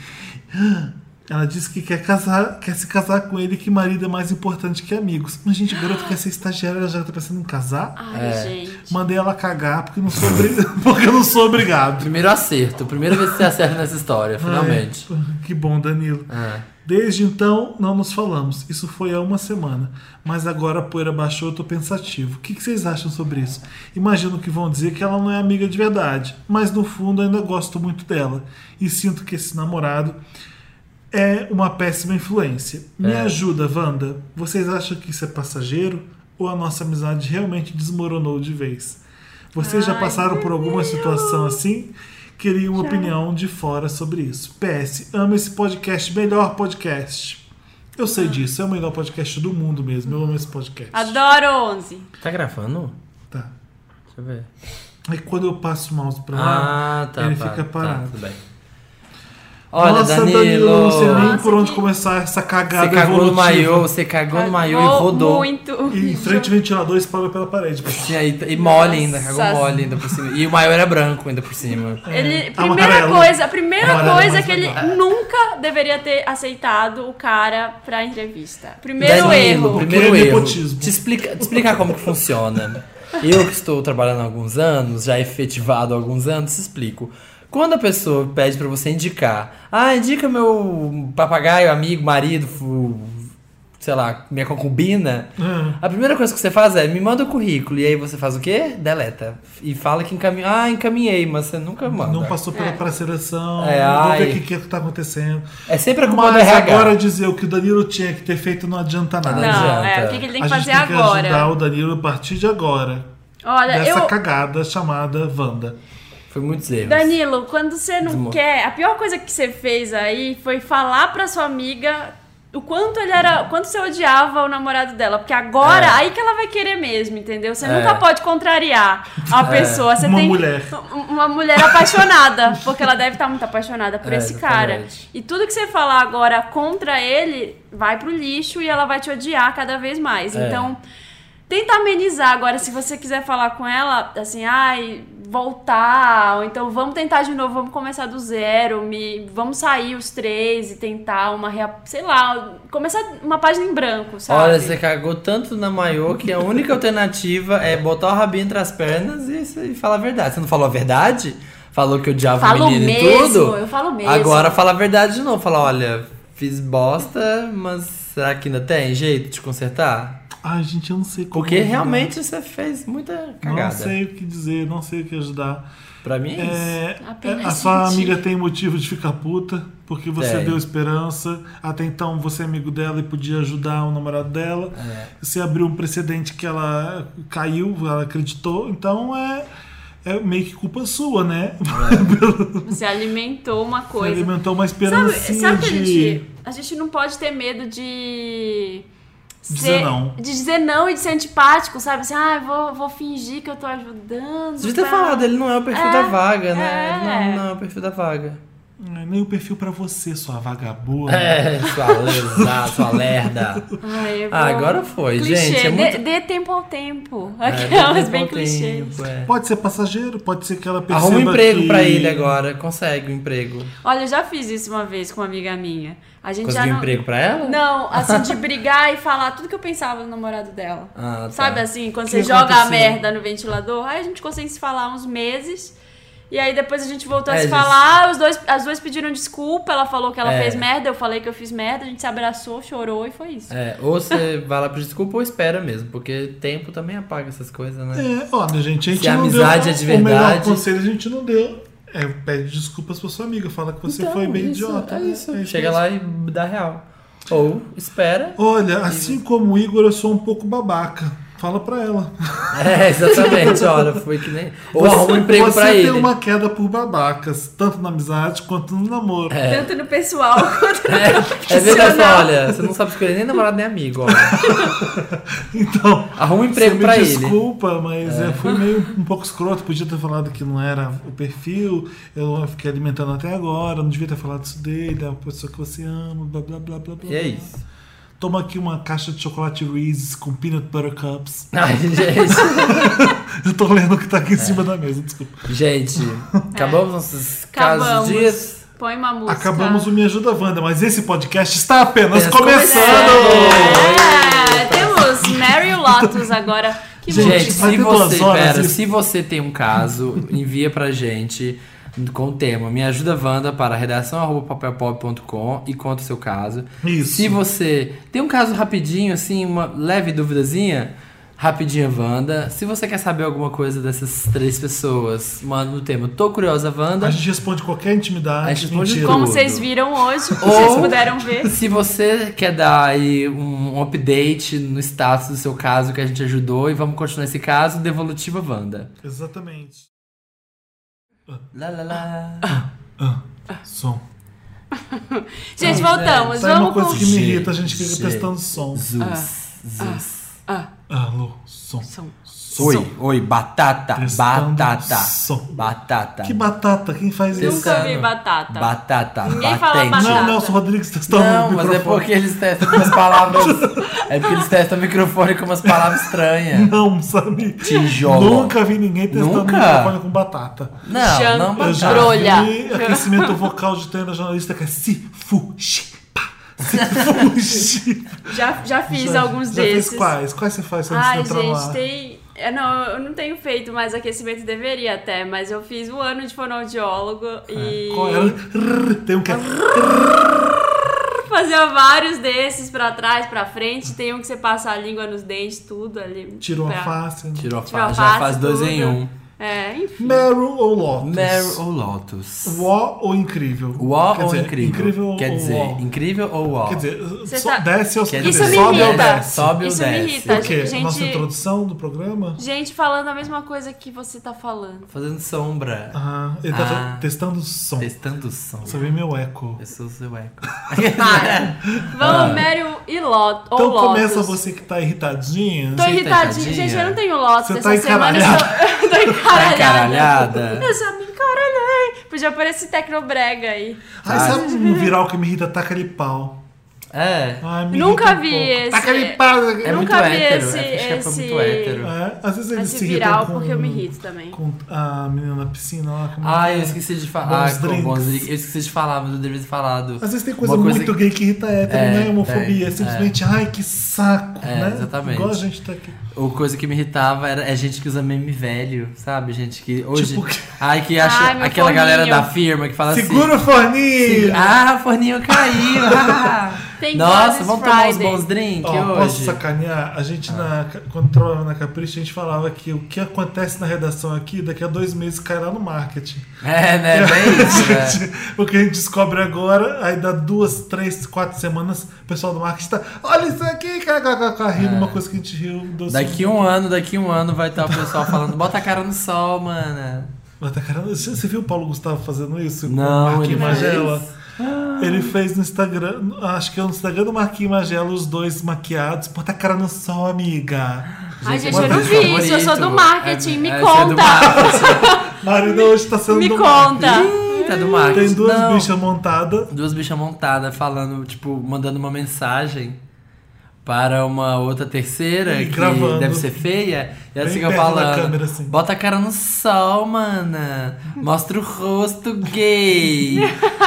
[SPEAKER 1] Ela disse que quer casar, quer se casar com ele, que marido é mais importante que amigos. Mas, gente, o garoto quer ser estagiário, ela já tá pensando em casar.
[SPEAKER 3] Ai,
[SPEAKER 2] É.
[SPEAKER 3] gente.
[SPEAKER 1] Mandei ela cagar porque não sou, obri- porque eu não sou obrigado.
[SPEAKER 2] Primeiro acerto. Primeira vez que você acerta nessa história, finalmente.
[SPEAKER 1] Ai, que bom, Danilo.
[SPEAKER 2] É.
[SPEAKER 1] Desde então, não nos falamos. Isso foi há uma semana. Mas agora a poeira baixou, eu tô pensativo. O que, que vocês acham sobre isso? Imagino que vão dizer que ela não é amiga de verdade. Mas no fundo, ainda gosto muito dela. E sinto que esse namorado é uma péssima influência. Me
[SPEAKER 2] É.
[SPEAKER 1] ajuda, Wanda. Vocês acham que isso é passageiro? Ou a nossa amizade realmente desmoronou de vez? Vocês já passaram por alguma situação assim? Queria uma opinião de fora sobre isso. PS, amo esse podcast, melhor podcast. Eu sei disso, é o melhor podcast do mundo mesmo. Eu amo esse podcast.
[SPEAKER 3] Ah. Adoro 11.
[SPEAKER 2] Tá gravando?
[SPEAKER 1] Tá.
[SPEAKER 2] Deixa eu ver.
[SPEAKER 1] Aí quando eu passo o mouse pra lá,
[SPEAKER 2] Ah, tá.
[SPEAKER 1] ele
[SPEAKER 2] pá,
[SPEAKER 1] fica
[SPEAKER 2] tá,
[SPEAKER 1] parado.
[SPEAKER 2] tudo bem. Olha,
[SPEAKER 1] nossa,
[SPEAKER 2] Danilo.
[SPEAKER 1] eu não sei nem
[SPEAKER 3] Nossa,
[SPEAKER 1] por onde
[SPEAKER 3] que-
[SPEAKER 1] começar essa cagada
[SPEAKER 2] Você cagou no
[SPEAKER 1] evolutiva.
[SPEAKER 2] maiô, você cagou no maiô e
[SPEAKER 3] Vou
[SPEAKER 2] rodou.
[SPEAKER 3] Muito.
[SPEAKER 1] E em frente ao ventilador, espalha pela parede.
[SPEAKER 2] Sim, aí- e mole ainda, cagou
[SPEAKER 3] Nossa.
[SPEAKER 2] mole ainda por cima. E o maior era branco ainda por cima.
[SPEAKER 3] Ele,
[SPEAKER 1] né? Amarelo.
[SPEAKER 3] primeira coisa, a primeira
[SPEAKER 1] Amarelo
[SPEAKER 3] coisa é
[SPEAKER 1] mais
[SPEAKER 3] que ele
[SPEAKER 1] legal.
[SPEAKER 3] nunca deveria ter aceitado o cara pra entrevista. Primeiro
[SPEAKER 2] Danilo,
[SPEAKER 3] erro.
[SPEAKER 2] primeiro
[SPEAKER 1] Porque é
[SPEAKER 2] erro.
[SPEAKER 1] nepotismo.
[SPEAKER 2] Te explica, te explicar como que funciona. Eu que estou trabalhando há alguns anos, já efetivado há alguns anos, te explico. Quando a pessoa pede pra você indicar, ah, indica meu papagaio, amigo, marido, fu- sei lá, minha concubina,
[SPEAKER 1] Hum.
[SPEAKER 2] a primeira coisa que você faz é me manda o currículo e aí você faz o quê? Deleta. E fala que encaminhou, ah, encaminhei, mas você nunca manda.
[SPEAKER 1] Não passou pela pré-seleção,
[SPEAKER 2] É,
[SPEAKER 1] vou ver
[SPEAKER 2] ai.
[SPEAKER 1] o que, que, é que tá acontecendo.
[SPEAKER 2] É sempre a culpa do
[SPEAKER 1] Mas
[SPEAKER 2] RH.
[SPEAKER 1] agora dizer o que o Danilo tinha que ter feito não adianta nada.
[SPEAKER 2] Não
[SPEAKER 3] Não, é,
[SPEAKER 2] adianta.
[SPEAKER 3] o que, que ele tem
[SPEAKER 1] a
[SPEAKER 3] que
[SPEAKER 1] gente
[SPEAKER 3] fazer
[SPEAKER 1] tem que
[SPEAKER 3] agora?
[SPEAKER 1] ajudar o Danilo a partir de agora.
[SPEAKER 3] Olha,
[SPEAKER 1] dessa
[SPEAKER 3] eu.
[SPEAKER 1] cagada chamada Wanda.
[SPEAKER 2] Foi muitos erros.
[SPEAKER 3] Danilo, quando você não
[SPEAKER 2] Desmo-
[SPEAKER 3] quer, a pior coisa que você fez aí foi falar pra sua amiga o quanto ele era. o quanto você odiava o namorado dela. Porque agora, aí que ela vai querer mesmo, entendeu? Você
[SPEAKER 2] É.
[SPEAKER 3] nunca pode contrariar a pessoa. Você
[SPEAKER 1] Uma
[SPEAKER 3] tem um,
[SPEAKER 1] mulher.
[SPEAKER 3] Uma mulher apaixonada. Porque ela deve estar muito apaixonada por
[SPEAKER 2] É,
[SPEAKER 3] esse cara.
[SPEAKER 2] exatamente.
[SPEAKER 3] E tudo que você falar agora contra ele vai pro lixo e ela vai te odiar cada vez mais.
[SPEAKER 2] É.
[SPEAKER 3] Então. Tenta amenizar agora, se você quiser falar com ela, assim, ai, voltar, ou então vamos tentar de novo, vamos começar do zero, me, vamos sair os três e tentar uma, rea- sei lá, começar uma página em branco, sabe?
[SPEAKER 2] Olha, você cagou tanto na maiô que a única alternativa é botar o rabinho entre as pernas e, você- e falar a verdade. Você não falou a verdade? Falou que odiava
[SPEAKER 3] Falo
[SPEAKER 2] o menino e
[SPEAKER 3] mesmo,
[SPEAKER 2] tudo?
[SPEAKER 3] eu falo mesmo.
[SPEAKER 2] Agora fala a verdade de novo. Fala, olha, fiz bosta, mas será que ainda tem jeito de consertar?
[SPEAKER 1] Ai, gente, eu não sei como.
[SPEAKER 2] Porque
[SPEAKER 1] ajudar.
[SPEAKER 2] realmente você fez muita
[SPEAKER 1] Não
[SPEAKER 2] cagada.
[SPEAKER 1] sei o que dizer, não sei o que ajudar.
[SPEAKER 2] Pra mim é isso.
[SPEAKER 1] É,
[SPEAKER 3] Apenas
[SPEAKER 1] a sua
[SPEAKER 3] sentir.
[SPEAKER 1] amiga tem motivo de ficar puta, porque você
[SPEAKER 2] Tem.
[SPEAKER 1] deu esperança. Até então você é amigo dela e podia ajudar o namorado dela.
[SPEAKER 2] É.
[SPEAKER 1] Você abriu um precedente que ela caiu, ela acreditou. Então é, é meio que culpa sua, né?
[SPEAKER 3] Você alimentou uma
[SPEAKER 1] Você
[SPEAKER 3] coisa.
[SPEAKER 1] alimentou uma
[SPEAKER 3] Sabe,
[SPEAKER 1] esperancinha
[SPEAKER 3] sabe que a
[SPEAKER 1] de...
[SPEAKER 3] gente, a gente não pode ter medo de. ser-
[SPEAKER 1] Dizer não.
[SPEAKER 3] De dizer não e de ser antipático, sabe? Assim, ah, eu vou, vou fingir que eu tô ajudando.
[SPEAKER 2] Você devia ter
[SPEAKER 3] pra-
[SPEAKER 2] falado, ele não é o perfil
[SPEAKER 3] É,
[SPEAKER 2] da vaga, né? Ele
[SPEAKER 3] é.
[SPEAKER 2] não, não é o perfil da vaga.
[SPEAKER 1] É, Nem o perfil pra você, sua vagabunda.
[SPEAKER 2] É, sua lesa, sua lerda.
[SPEAKER 3] Ai, eu
[SPEAKER 2] Ah,
[SPEAKER 3] vou-
[SPEAKER 2] agora foi,
[SPEAKER 3] clichê.
[SPEAKER 2] gente.
[SPEAKER 3] dê,
[SPEAKER 2] É muito...
[SPEAKER 3] dê tempo ao tempo.
[SPEAKER 2] É,
[SPEAKER 3] Aquelas
[SPEAKER 2] deu
[SPEAKER 3] bem
[SPEAKER 2] um
[SPEAKER 3] clichês.
[SPEAKER 2] tempo, é.
[SPEAKER 1] Pode ser passageiro, pode ser que ela perceba
[SPEAKER 2] Arruma um emprego
[SPEAKER 1] que...
[SPEAKER 2] pra ele agora. Consegue um emprego.
[SPEAKER 3] Olha, eu já fiz isso uma vez com uma amiga minha. A gente já
[SPEAKER 2] Conseguiu
[SPEAKER 3] não...
[SPEAKER 2] um emprego pra ela?
[SPEAKER 3] Não, assim, de brigar e falar tudo que eu pensava no namorado dela.
[SPEAKER 2] Ah, tá.
[SPEAKER 3] Sabe assim, quando
[SPEAKER 2] Que
[SPEAKER 3] você joga a
[SPEAKER 2] aconteceu?
[SPEAKER 3] merda no ventilador, aí a gente consegue se falar uns meses. E aí depois a gente voltou a
[SPEAKER 2] É,
[SPEAKER 3] se
[SPEAKER 2] eles-
[SPEAKER 3] falar, os dois, as duas pediram desculpa, ela falou que ela
[SPEAKER 2] É.
[SPEAKER 3] fez merda, eu falei que eu fiz merda, a gente se abraçou, chorou e foi isso.
[SPEAKER 2] É, ou você vai lá pedir desculpa ou espera mesmo, porque tempo também apaga essas coisas, né?
[SPEAKER 1] É, olha, gente, a gente
[SPEAKER 2] Se a
[SPEAKER 1] não
[SPEAKER 2] amizade
[SPEAKER 1] deu,
[SPEAKER 2] é de
[SPEAKER 1] O melhor
[SPEAKER 2] verdade-
[SPEAKER 1] conselho a gente não deu. É, pede desculpas pra sua amiga, fala que você
[SPEAKER 2] Então,
[SPEAKER 1] foi bem
[SPEAKER 2] isso,
[SPEAKER 1] idiota.
[SPEAKER 2] É
[SPEAKER 1] né?
[SPEAKER 2] isso. Chega lá e dá real. Ou espera.
[SPEAKER 1] Olha, assim como o Igor, eu sou um pouco babaca. Fala pra ela.
[SPEAKER 2] É, exatamente, olha, foi que nem. Ou arruma um emprego
[SPEAKER 1] você
[SPEAKER 2] pra
[SPEAKER 1] tem
[SPEAKER 2] ele.
[SPEAKER 1] uma queda por babacas, tanto na amizade quanto no namoro.
[SPEAKER 3] Tanto no pessoal quanto no
[SPEAKER 2] É verdade,
[SPEAKER 3] profissional.
[SPEAKER 2] olha, você não sabe escolher nem namorado nem amigo, olha.
[SPEAKER 1] Então,
[SPEAKER 2] Arruma um
[SPEAKER 1] você
[SPEAKER 2] emprego
[SPEAKER 1] me
[SPEAKER 2] pra ele. É.
[SPEAKER 1] desculpa, mas eu fui meio um pouco escroto. Podia ter falado que não era o perfil. Eu fiquei alimentando até agora. Não devia ter falado isso dele. É uma pessoa que você ama, blá, blá, blá, blá, blá.
[SPEAKER 2] E é
[SPEAKER 1] blá.
[SPEAKER 2] isso.
[SPEAKER 1] Toma aqui uma caixa de chocolate Reese's com peanut butter cups.
[SPEAKER 2] Ai, gente.
[SPEAKER 1] Eu tô lendo o que tá
[SPEAKER 2] É.
[SPEAKER 1] aqui em cima da mesa, desculpa.
[SPEAKER 2] gente, acabamos nossos casos
[SPEAKER 3] É. Acabamos.
[SPEAKER 2] dias.
[SPEAKER 3] Põe uma música.
[SPEAKER 1] Acabamos o Me Ajuda Wanda, mas esse podcast está apenas
[SPEAKER 2] Apenas
[SPEAKER 1] começando!
[SPEAKER 3] É, temos Mary Lotus agora. Que
[SPEAKER 2] Gente,
[SPEAKER 1] vai
[SPEAKER 2] se
[SPEAKER 1] ter
[SPEAKER 2] você,
[SPEAKER 1] duas horas
[SPEAKER 2] pera,
[SPEAKER 1] e-
[SPEAKER 2] se você tem um caso, envia pra gente com o tema Me Ajuda Wanda para redação@papelpop.com e conta o seu caso.
[SPEAKER 1] Isso.
[SPEAKER 2] Se você tem um caso rapidinho assim, uma leve duvidazinha, rapidinha Wanda. Se você quer saber alguma coisa dessas três pessoas, manda no tema Tô curiosa Wanda.
[SPEAKER 1] A gente responde qualquer intimidade.
[SPEAKER 2] A gente responde
[SPEAKER 1] mentira.
[SPEAKER 3] Como
[SPEAKER 2] tudo.
[SPEAKER 3] vocês viram hoje,
[SPEAKER 1] Oh.
[SPEAKER 2] Ou-
[SPEAKER 3] vocês puderam ver.
[SPEAKER 2] Se você quer dar aí um update no status do seu caso que a gente ajudou e vamos continuar esse caso, Devolutiva Wanda.
[SPEAKER 1] Exatamente.
[SPEAKER 2] Lá, lá, lá.
[SPEAKER 1] Som.
[SPEAKER 3] Gente, voltamos.
[SPEAKER 1] Sabe uma
[SPEAKER 3] Vamos
[SPEAKER 1] coisa
[SPEAKER 3] com.
[SPEAKER 1] que me irrita, a gente
[SPEAKER 2] Gente.
[SPEAKER 1] fica testando som.
[SPEAKER 3] Ah,
[SPEAKER 2] Zus, zus.
[SPEAKER 1] Alô, som.
[SPEAKER 2] Oi, oi, batata,
[SPEAKER 1] Testando
[SPEAKER 2] batata,
[SPEAKER 1] som.
[SPEAKER 2] batata.
[SPEAKER 1] Que batata, quem faz isso?
[SPEAKER 3] Nunca vi
[SPEAKER 2] Testando.
[SPEAKER 3] batata.
[SPEAKER 2] é Batata,
[SPEAKER 3] Ninguém fala
[SPEAKER 2] batente.
[SPEAKER 3] batata.
[SPEAKER 1] Não, Nelson Rodrigues testando
[SPEAKER 2] Não,
[SPEAKER 1] o
[SPEAKER 2] mas é
[SPEAKER 1] microfone.
[SPEAKER 2] porque eles testam com as palavras. é porque eles testam o microfone com umas palavras estranhas.
[SPEAKER 1] Não, sabe?
[SPEAKER 2] Tijolo.
[SPEAKER 1] Nunca vi ninguém testando o
[SPEAKER 2] Nunca?
[SPEAKER 1] microfone com batata.
[SPEAKER 2] Não,
[SPEAKER 3] Jampa.
[SPEAKER 2] não
[SPEAKER 1] Eu já
[SPEAKER 2] batata.
[SPEAKER 3] Brolha.
[SPEAKER 1] vi aquecimento vocal de treino jornalista que é se fuxi, pá, se fuxi.
[SPEAKER 3] Já, já fiz
[SPEAKER 1] Já-
[SPEAKER 3] alguns
[SPEAKER 1] já
[SPEAKER 3] desses.
[SPEAKER 1] Fez quais? Quais você faz antes de
[SPEAKER 3] Ai,
[SPEAKER 1] entrar no ar?
[SPEAKER 3] gente, tem. é, Não, eu não tenho feito mais aquecimento, deveria até, mas eu fiz um ano de fonoaudiólogo e
[SPEAKER 1] É, Qual era? Rrr, Tem um que é...
[SPEAKER 3] fazia vários desses pra trás, pra frente. Tem um que você passa a língua nos dentes, tudo ali.
[SPEAKER 1] Tirou
[SPEAKER 3] pra-
[SPEAKER 1] a face. né?
[SPEAKER 2] Tirou a
[SPEAKER 3] Tirou a
[SPEAKER 2] fase, já
[SPEAKER 3] face,
[SPEAKER 2] faz dois
[SPEAKER 3] tudo.
[SPEAKER 2] em um.
[SPEAKER 3] É, enfim.
[SPEAKER 1] Meryl ou Lotus?
[SPEAKER 2] Meryl ou Lotus?
[SPEAKER 1] Uó ou incrível?
[SPEAKER 2] Uó
[SPEAKER 1] Quer
[SPEAKER 2] ou
[SPEAKER 1] dizer,
[SPEAKER 2] incrível?
[SPEAKER 1] Incrível
[SPEAKER 2] Quer
[SPEAKER 1] ou
[SPEAKER 2] dizer,
[SPEAKER 1] uó?
[SPEAKER 2] incrível ou uó?
[SPEAKER 1] Quer dizer,
[SPEAKER 3] Você
[SPEAKER 1] so,
[SPEAKER 3] tá-
[SPEAKER 1] desce ou
[SPEAKER 2] Quer
[SPEAKER 1] sobe?
[SPEAKER 3] dizer, Isso me
[SPEAKER 1] sobe ou
[SPEAKER 3] irrita.
[SPEAKER 1] desce?
[SPEAKER 2] Sobe ou
[SPEAKER 3] Isso me
[SPEAKER 2] desce?
[SPEAKER 3] irrita.
[SPEAKER 1] O quê?
[SPEAKER 3] Gente-
[SPEAKER 1] Nossa introdução do programa?
[SPEAKER 3] Gente falando a mesma coisa que você tá falando.
[SPEAKER 2] Fazendo sombra.
[SPEAKER 1] Ah, ele tá
[SPEAKER 2] Ah.
[SPEAKER 1] testando o som.
[SPEAKER 2] Testando sombra.
[SPEAKER 1] Saber meu eco.
[SPEAKER 2] Eu sou o seu eco. Ah, é.
[SPEAKER 3] Vamos, Meryl e Lot, ou
[SPEAKER 1] Então
[SPEAKER 3] Lotus.
[SPEAKER 1] começa você que tá irritadinha.
[SPEAKER 3] Tô
[SPEAKER 2] Você tá
[SPEAKER 3] irritadinha.
[SPEAKER 2] irritadinha? Tá
[SPEAKER 3] Gente, eu não tenho Lotus
[SPEAKER 1] Você
[SPEAKER 3] essa
[SPEAKER 1] tá
[SPEAKER 3] semana. Eu tô, eu tô encaralhada.
[SPEAKER 2] Caralhada.
[SPEAKER 3] Eu já me encaralhei. Podia aparecer Tecnobrega aí.
[SPEAKER 1] Ai, sabe um viral que me irrita? Taca de pau.
[SPEAKER 2] É.
[SPEAKER 1] Ai, me
[SPEAKER 3] Nunca
[SPEAKER 1] irrita um
[SPEAKER 3] vi
[SPEAKER 1] pouco.
[SPEAKER 3] esse.
[SPEAKER 1] Taca de pau. taca-
[SPEAKER 2] É
[SPEAKER 1] É,
[SPEAKER 3] Nunca
[SPEAKER 2] muito
[SPEAKER 3] vi
[SPEAKER 2] hétero.
[SPEAKER 3] esse-
[SPEAKER 2] é, acho que é
[SPEAKER 3] esse-
[SPEAKER 2] muito hétero.
[SPEAKER 1] às vezes eles
[SPEAKER 3] Esse
[SPEAKER 1] se irritam
[SPEAKER 3] viral,
[SPEAKER 1] com,
[SPEAKER 3] porque eu me irrito também.
[SPEAKER 1] Com a menina na piscina lá. é Como...
[SPEAKER 2] Ah, eu esqueci de falar.
[SPEAKER 1] Bons
[SPEAKER 2] Ah, com bons
[SPEAKER 1] drinks.
[SPEAKER 2] drinks. Eu esqueci de falar, mas eu devia ter falado.
[SPEAKER 1] Às vezes tem coisa,
[SPEAKER 2] Uma
[SPEAKER 1] muito gay que irrita hétero,
[SPEAKER 2] É,
[SPEAKER 1] não é homofobia.
[SPEAKER 2] tem,
[SPEAKER 1] É simplesmente, ai, que saco,
[SPEAKER 2] É,
[SPEAKER 1] né?
[SPEAKER 2] exatamente.
[SPEAKER 1] Igual a gente tá aqui.
[SPEAKER 2] Ou coisa que me irritava era é gente que usa meme velho, sabe? Gente que hoje.
[SPEAKER 1] Tipo que-
[SPEAKER 2] Ai, que acha
[SPEAKER 3] Ai, meu
[SPEAKER 2] aquela galera
[SPEAKER 3] forninho.
[SPEAKER 2] da firma que fala
[SPEAKER 1] Segura o
[SPEAKER 2] assim.
[SPEAKER 1] forninho!
[SPEAKER 2] Ah, o forninho caiu. ah.
[SPEAKER 3] Thank God
[SPEAKER 2] Nossa,
[SPEAKER 3] it's
[SPEAKER 2] vamos tomar uns
[SPEAKER 3] Friday.
[SPEAKER 2] bons drinks
[SPEAKER 1] Ó, posso
[SPEAKER 2] hoje.
[SPEAKER 1] sacanear? A gente, na, quando trabalhava na Capricho, a gente falava que o que acontece na redação aqui, daqui a dois meses cai lá no marketing.
[SPEAKER 2] É, né? Bem isso, né?
[SPEAKER 1] Gente, O que a gente descobre agora, aí dá duas, três, quatro semanas, o pessoal do marketing tá. Olha isso aqui, kkk, rindo uma coisa que a gente riu. doce-
[SPEAKER 2] É. Daqui um ano, daqui um ano vai estar o pessoal falando, bota a cara no sol, mana.
[SPEAKER 1] Mas tá, cara, Você você viu o Paulo Gustavo fazendo isso? com
[SPEAKER 2] Não,
[SPEAKER 1] o Marquinhos
[SPEAKER 2] ele Ah. não
[SPEAKER 1] Magela. Ele fez no Instagram, acho que é no Instagram do Marquinhos Magela, os dois maquiados. Bota a cara no sol, amiga.
[SPEAKER 3] Ai, gente,
[SPEAKER 1] uma
[SPEAKER 3] eu não
[SPEAKER 1] vez
[SPEAKER 3] vi isso. Eu sou do
[SPEAKER 2] É,
[SPEAKER 3] marketing. me conta.
[SPEAKER 1] Marina hoje tá sendo
[SPEAKER 3] Me
[SPEAKER 1] do-
[SPEAKER 3] conta.
[SPEAKER 2] Tá do marketing.
[SPEAKER 1] Tem duas
[SPEAKER 2] Não.
[SPEAKER 1] bichas montadas.
[SPEAKER 2] duas bichas montadas falando, tipo, mandando uma mensagem para uma outra terceira
[SPEAKER 1] E
[SPEAKER 2] que
[SPEAKER 1] gravando.
[SPEAKER 2] deve ser feia. E elas
[SPEAKER 1] Bem
[SPEAKER 2] ficam
[SPEAKER 1] perto da
[SPEAKER 2] falando.
[SPEAKER 1] câmera, assim.
[SPEAKER 2] Bota a cara no sol, mana. Mostra o rosto gay.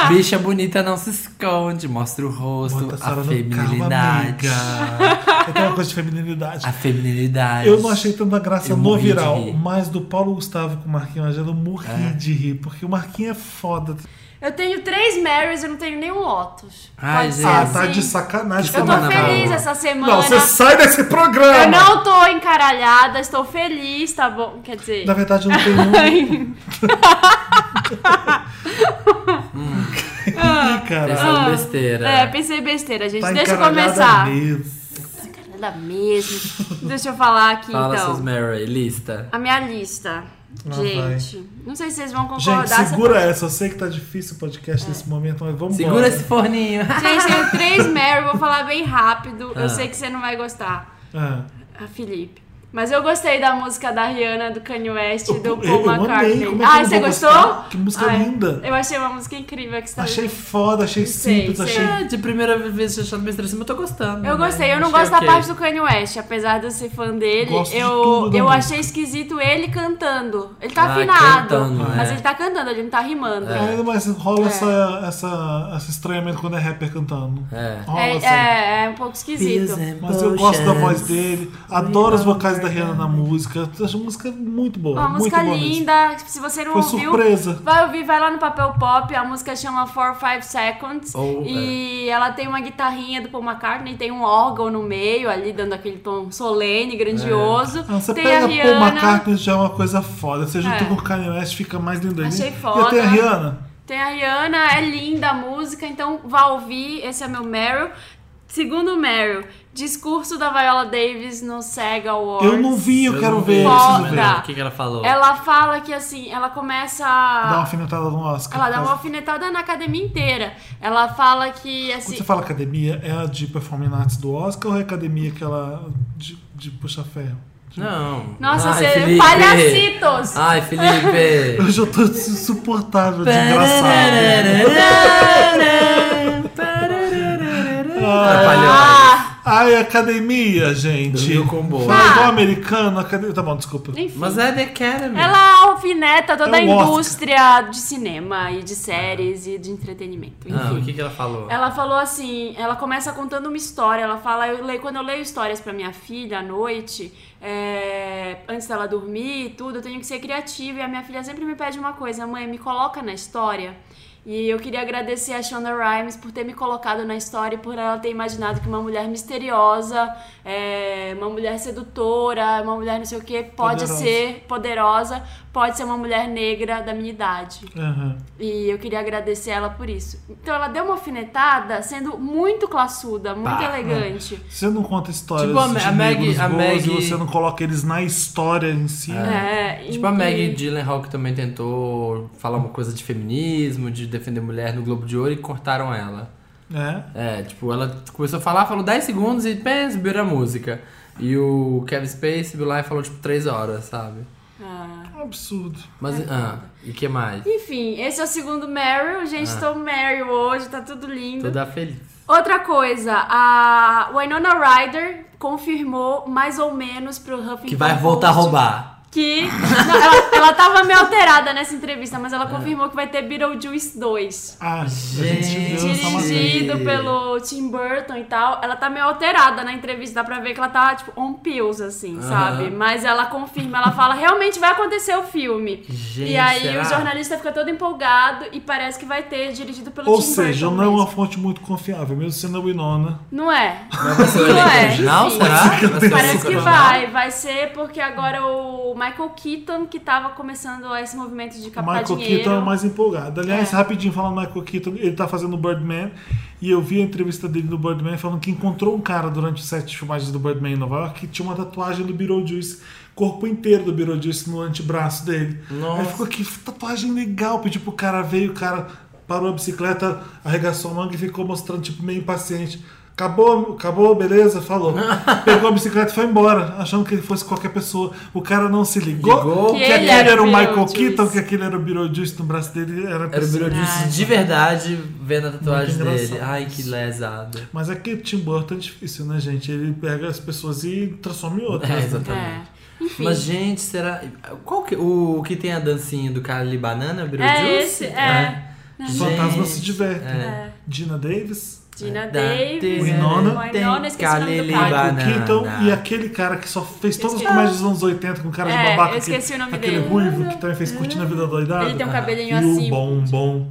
[SPEAKER 2] Bicha bonita não se esconde. Mostra o rosto,
[SPEAKER 1] Bota a
[SPEAKER 2] a
[SPEAKER 1] Sara no carro,
[SPEAKER 2] feminilidade.
[SPEAKER 1] amiga. Eu tenho uma coisa de feminilidade.
[SPEAKER 2] A feminilidade.
[SPEAKER 1] Eu não achei tanta graça
[SPEAKER 2] Eu
[SPEAKER 1] no
[SPEAKER 2] morri de
[SPEAKER 1] viral,
[SPEAKER 2] rir.
[SPEAKER 1] mas do Paulo Gustavo com o Marquinhos Magela eu morri
[SPEAKER 3] É.
[SPEAKER 1] de rir, porque o Marquinhos é foda.
[SPEAKER 3] Eu tenho três Marys, eu não tenho nenhum Lotus.
[SPEAKER 2] Ai,
[SPEAKER 3] Pode ser
[SPEAKER 2] gente.
[SPEAKER 1] ah,
[SPEAKER 3] assim.
[SPEAKER 1] tá de sacanagem.
[SPEAKER 3] Eu
[SPEAKER 1] com o
[SPEAKER 3] tô
[SPEAKER 2] Semana
[SPEAKER 1] Marquinhos.
[SPEAKER 3] feliz
[SPEAKER 2] boa.
[SPEAKER 3] essa semana.
[SPEAKER 1] Não, você sai desse programa!
[SPEAKER 3] Eu não tô encaralhada, estou feliz, tá bom? Quer dizer.
[SPEAKER 1] Na verdade, eu não tenho nenhum. Ih, cara.
[SPEAKER 2] Pensando besteira.
[SPEAKER 3] É, pensei besteira, gente.
[SPEAKER 1] Tá
[SPEAKER 3] Deixa eu
[SPEAKER 1] encaralhada
[SPEAKER 3] começar.
[SPEAKER 1] mesmo.
[SPEAKER 3] Nada mesmo. Deixa eu falar aqui
[SPEAKER 2] Fala
[SPEAKER 3] então.
[SPEAKER 2] seus Mary, lista.
[SPEAKER 3] A minha lista.
[SPEAKER 1] Lá
[SPEAKER 3] gente, não sei se vocês vão concordar.
[SPEAKER 1] Gente,
[SPEAKER 3] se-
[SPEAKER 1] segura essa. Eu sei que tá difícil o podcast
[SPEAKER 3] É.
[SPEAKER 1] nesse momento, mas vamos
[SPEAKER 2] Segura esse forninho.
[SPEAKER 3] Gente, tenho três Mary, vou falar bem rápido. Eu sei que você não vai gostar,
[SPEAKER 1] Ah,
[SPEAKER 3] a Felipe. Mas eu gostei da música da Rihanna, do Kanye West e
[SPEAKER 1] eu,
[SPEAKER 3] do
[SPEAKER 1] eu,
[SPEAKER 3] Paul McCartney.
[SPEAKER 1] amei. Como é que eu
[SPEAKER 3] Ai,
[SPEAKER 1] não
[SPEAKER 3] você
[SPEAKER 1] vou
[SPEAKER 3] gostou?
[SPEAKER 1] gostar? Que música
[SPEAKER 3] Ai,
[SPEAKER 1] linda.
[SPEAKER 3] Eu achei uma música incrível que você tá
[SPEAKER 1] Achei foda, achei simples,
[SPEAKER 3] sei.
[SPEAKER 1] achei...
[SPEAKER 2] É, de primeira vez achando besteira assim, mas eu tô gostando.
[SPEAKER 3] Eu
[SPEAKER 2] né?
[SPEAKER 3] gostei, eu não
[SPEAKER 2] Achei
[SPEAKER 3] gosto
[SPEAKER 2] ok.
[SPEAKER 3] da parte do Kanye West, apesar de eu ser fã dele,
[SPEAKER 1] Gosto de
[SPEAKER 3] eu,
[SPEAKER 1] tudo da
[SPEAKER 3] eu
[SPEAKER 1] música.
[SPEAKER 3] achei esquisito ele cantando. Ele tá
[SPEAKER 2] Ah,
[SPEAKER 3] afinado,
[SPEAKER 2] cantando,
[SPEAKER 3] mas
[SPEAKER 2] né?
[SPEAKER 3] ele tá cantando, ele não tá rimando.
[SPEAKER 1] É, mas rola essa, essa, esse estranhamento quando é rapper cantando.
[SPEAKER 2] É.
[SPEAKER 1] Rola
[SPEAKER 3] É,
[SPEAKER 1] assim.
[SPEAKER 3] é, é um pouco esquisito.
[SPEAKER 1] Mas eu gosto da voz dele, adoro os vocais da Rihanna na música. Eu acho a música muito boa.
[SPEAKER 3] Uma
[SPEAKER 1] muito
[SPEAKER 3] música
[SPEAKER 1] boa mesmo.
[SPEAKER 3] linda, tipo, se você não
[SPEAKER 1] Foi
[SPEAKER 3] ouviu,
[SPEAKER 1] surpresa.
[SPEAKER 3] vai ouvir, vai lá no Papel Pop, a música chama 4 5 Seconds
[SPEAKER 1] Oh,
[SPEAKER 2] Ou,
[SPEAKER 1] é.
[SPEAKER 3] e ela tem uma guitarrinha do Paul McCartney, tem um órgão no meio ali dando aquele tom solene, grandioso.
[SPEAKER 1] Ah, você
[SPEAKER 3] tem a
[SPEAKER 1] pega
[SPEAKER 3] Rihanna.
[SPEAKER 1] Paul McCartney já é uma coisa foda. Você junta
[SPEAKER 3] É.
[SPEAKER 1] com o Kanye West, fica mais lindo ainda.
[SPEAKER 3] Achei
[SPEAKER 1] E
[SPEAKER 3] foda.
[SPEAKER 1] até a Rihanna.
[SPEAKER 3] Tem a Rihanna, é linda a música, então vá ouvir, esse é meu Meryl. Segundo Meryl, discurso da Viola Davis no SEG Awards.
[SPEAKER 1] Eu não vi, eu, quero
[SPEAKER 2] não
[SPEAKER 1] ver.
[SPEAKER 2] vi,
[SPEAKER 1] eu preciso
[SPEAKER 3] Foda.
[SPEAKER 1] ver.
[SPEAKER 2] né? O que, que ela falou?
[SPEAKER 3] Ela fala que assim, ela começa
[SPEAKER 1] Dá uma alfinetada no Oscar.
[SPEAKER 3] Ela dá uma
[SPEAKER 1] Faz-
[SPEAKER 3] alfinetada na academia inteira. Ela fala que assim,
[SPEAKER 1] Quando você fala academia, é a de performing arts do Oscar ou é a academia que ela de, de puxa ferro?
[SPEAKER 2] Não.
[SPEAKER 3] Nossa,
[SPEAKER 2] Ai,
[SPEAKER 3] você- é
[SPEAKER 2] Felipe. Ah,
[SPEAKER 3] palhacitos!
[SPEAKER 2] Ai, Felipe.
[SPEAKER 1] Hoje eu tô insuportável de engraçado. Ah.
[SPEAKER 2] Atrapalhou.
[SPEAKER 1] Ai, academia, gente.
[SPEAKER 2] Dormiu com boa.
[SPEAKER 1] Fala
[SPEAKER 3] Ah.
[SPEAKER 1] igual americano, academia. Tá bom, desculpa.
[SPEAKER 3] enfim.
[SPEAKER 2] Mas é The Academy.
[SPEAKER 3] Ela alfineta toda a
[SPEAKER 1] É o Oscar.
[SPEAKER 3] indústria de cinema e de séries e de entretenimento.
[SPEAKER 2] Não, Ah, o
[SPEAKER 3] Enfim.
[SPEAKER 2] que, que ela falou?
[SPEAKER 3] Ela falou assim, ela começa contando uma história, ela fala, eu leio, quando eu leio histórias pra minha filha à noite, é, antes dela dormir e tudo, eu tenho que ser criativa e a minha filha sempre me pede uma coisa, mãe, me coloca na história. E eu queria agradecer a Shonda Rhimes por ter me colocado na história e por ela ter imaginado que uma mulher misteriosa, é, uma mulher sedutora, uma mulher não sei o que, pode
[SPEAKER 1] Poderosa.
[SPEAKER 3] ser poderosa, pode ser uma mulher negra da minha idade.
[SPEAKER 1] Aham.
[SPEAKER 3] E eu queria agradecer ela por isso. Então ela deu uma alfinetada sendo muito classuda, muito elegante.
[SPEAKER 1] Você não conta histórias
[SPEAKER 2] Tipo a Ma-
[SPEAKER 1] de
[SPEAKER 2] a
[SPEAKER 1] negros
[SPEAKER 2] Maggie- a
[SPEAKER 1] gordos
[SPEAKER 2] Maggie-
[SPEAKER 1] e você não coloca eles na história em si.
[SPEAKER 7] Ah.
[SPEAKER 3] É,
[SPEAKER 2] Tipo a
[SPEAKER 3] e-
[SPEAKER 2] Maggie Gyllenhaal que também tentou falar uma coisa de feminismo, de defender mulher no Globo de Ouro e cortaram ela.
[SPEAKER 1] É.
[SPEAKER 2] É, tipo, ela começou a falar, falou 10 segundos e pé, subiu a música. E o Kevin Spacey subiu lá e falou tipo 3 horas, sabe?
[SPEAKER 3] Ah.
[SPEAKER 1] Um absurdo.
[SPEAKER 2] Mas, ah, e que mais?
[SPEAKER 3] Enfim, esse é o segundo Meryl. Gente,
[SPEAKER 7] Ah.
[SPEAKER 3] tô Meryl hoje, tá tudo lindo.
[SPEAKER 2] Toda feliz.
[SPEAKER 3] Outra coisa, a Winona Ryder confirmou mais ou menos pro Huffington
[SPEAKER 7] Que vai voltar a
[SPEAKER 3] Post
[SPEAKER 7] roubar.
[SPEAKER 3] Que Não, ela, ela tava meio alterada nessa entrevista, mas ela confirmou que vai ter Beetlejuice 2.
[SPEAKER 1] Ah, a gente
[SPEAKER 2] Gente.
[SPEAKER 1] viu essa matéria.
[SPEAKER 3] Dirigido pelo Tim Burton e tal. Ela tá meio alterada na entrevista. Dá pra ver que ela tá, tipo, on pills, assim, sabe? Mas ela confirma, ela fala, realmente vai acontecer o filme.
[SPEAKER 2] Gente,
[SPEAKER 3] e aí
[SPEAKER 2] será?
[SPEAKER 3] o jornalista fica todo empolgado e parece que vai ter dirigido pelo
[SPEAKER 1] Ou
[SPEAKER 3] Tim
[SPEAKER 1] seja,
[SPEAKER 3] Burton.
[SPEAKER 1] não é uma
[SPEAKER 3] mesmo.
[SPEAKER 1] fonte muito confiável, mesmo sendo a Winona.
[SPEAKER 3] Não é.
[SPEAKER 2] Vai ser o
[SPEAKER 3] Não
[SPEAKER 2] elenco
[SPEAKER 3] é,
[SPEAKER 2] original,
[SPEAKER 3] enfim.
[SPEAKER 2] né? será? Vai ser um o
[SPEAKER 3] Parece
[SPEAKER 2] elenco
[SPEAKER 3] que
[SPEAKER 2] original?
[SPEAKER 3] vai, vai ser porque agora o Michael Keaton, que tava começando esse movimento de captar
[SPEAKER 1] Michael
[SPEAKER 3] dinheiro.
[SPEAKER 1] Keaton é o mais empolgado. Aliás,
[SPEAKER 3] É.
[SPEAKER 1] rapidinho falando do Michael Keaton, ele tá fazendo o Birdman e eu vi a entrevista dele no Birdman falando que encontrou um cara durante os sete filmagens do Birdman em Nova York que tinha uma tatuagem do Beetlejuice, corpo inteiro do Beetlejuice no antebraço dele.
[SPEAKER 2] Nossa.
[SPEAKER 1] Aí ficou que tatuagem legal, pediu pro cara veio, o cara parou a bicicleta, arregaçou a manga e ficou mostrando tipo meio impaciente. Acabou, acabou, beleza, falou. Pegou a bicicleta e foi embora, achando que ele fosse qualquer pessoa. O cara não se ligou.
[SPEAKER 2] Ligou.
[SPEAKER 1] Que,
[SPEAKER 3] Que ele
[SPEAKER 1] aquele
[SPEAKER 3] era o
[SPEAKER 1] era o Michael
[SPEAKER 3] Beetlejuice.
[SPEAKER 1] Keaton, que aquele era o Beetlejuice no braço dele. Era,
[SPEAKER 2] Era o
[SPEAKER 1] pessoa.
[SPEAKER 2] Beetlejuice de verdade vendo a tatuagem
[SPEAKER 1] Muito
[SPEAKER 2] dele.
[SPEAKER 1] engraçado
[SPEAKER 2] Ai, que lesado.
[SPEAKER 1] Mas é que o Tim Burton é difícil, né, gente? Ele pega as pessoas e transforma em outras.
[SPEAKER 2] É,
[SPEAKER 1] né?
[SPEAKER 2] exatamente.
[SPEAKER 3] É. Enfim.
[SPEAKER 2] Mas, gente, será. Qual que. O que tem a dancinha do cara ali, banana, o Beetlejuice?
[SPEAKER 3] É esse, é.
[SPEAKER 1] Os fantasmas se
[SPEAKER 2] Gente,
[SPEAKER 1] divertem.
[SPEAKER 2] é.
[SPEAKER 1] Dina Davis,
[SPEAKER 3] Dina
[SPEAKER 2] Da-
[SPEAKER 3] Davis,
[SPEAKER 1] Winona.
[SPEAKER 3] Winona, esqueci o nome do
[SPEAKER 2] Kalele
[SPEAKER 3] cara.
[SPEAKER 1] Michael
[SPEAKER 2] Banana.
[SPEAKER 1] Keaton e aquele cara que só fez todas as
[SPEAKER 3] Esqueci.
[SPEAKER 1] comédias dos anos 80 com cara de
[SPEAKER 3] É,
[SPEAKER 1] babaca.
[SPEAKER 3] eu esqueci o nome
[SPEAKER 1] aquele
[SPEAKER 3] dele.
[SPEAKER 1] aquele ruivo que também fez Curtindo a Vida Doidada.
[SPEAKER 3] Ele tem um cabelinho
[SPEAKER 1] e
[SPEAKER 3] assim.
[SPEAKER 1] o bom, bom.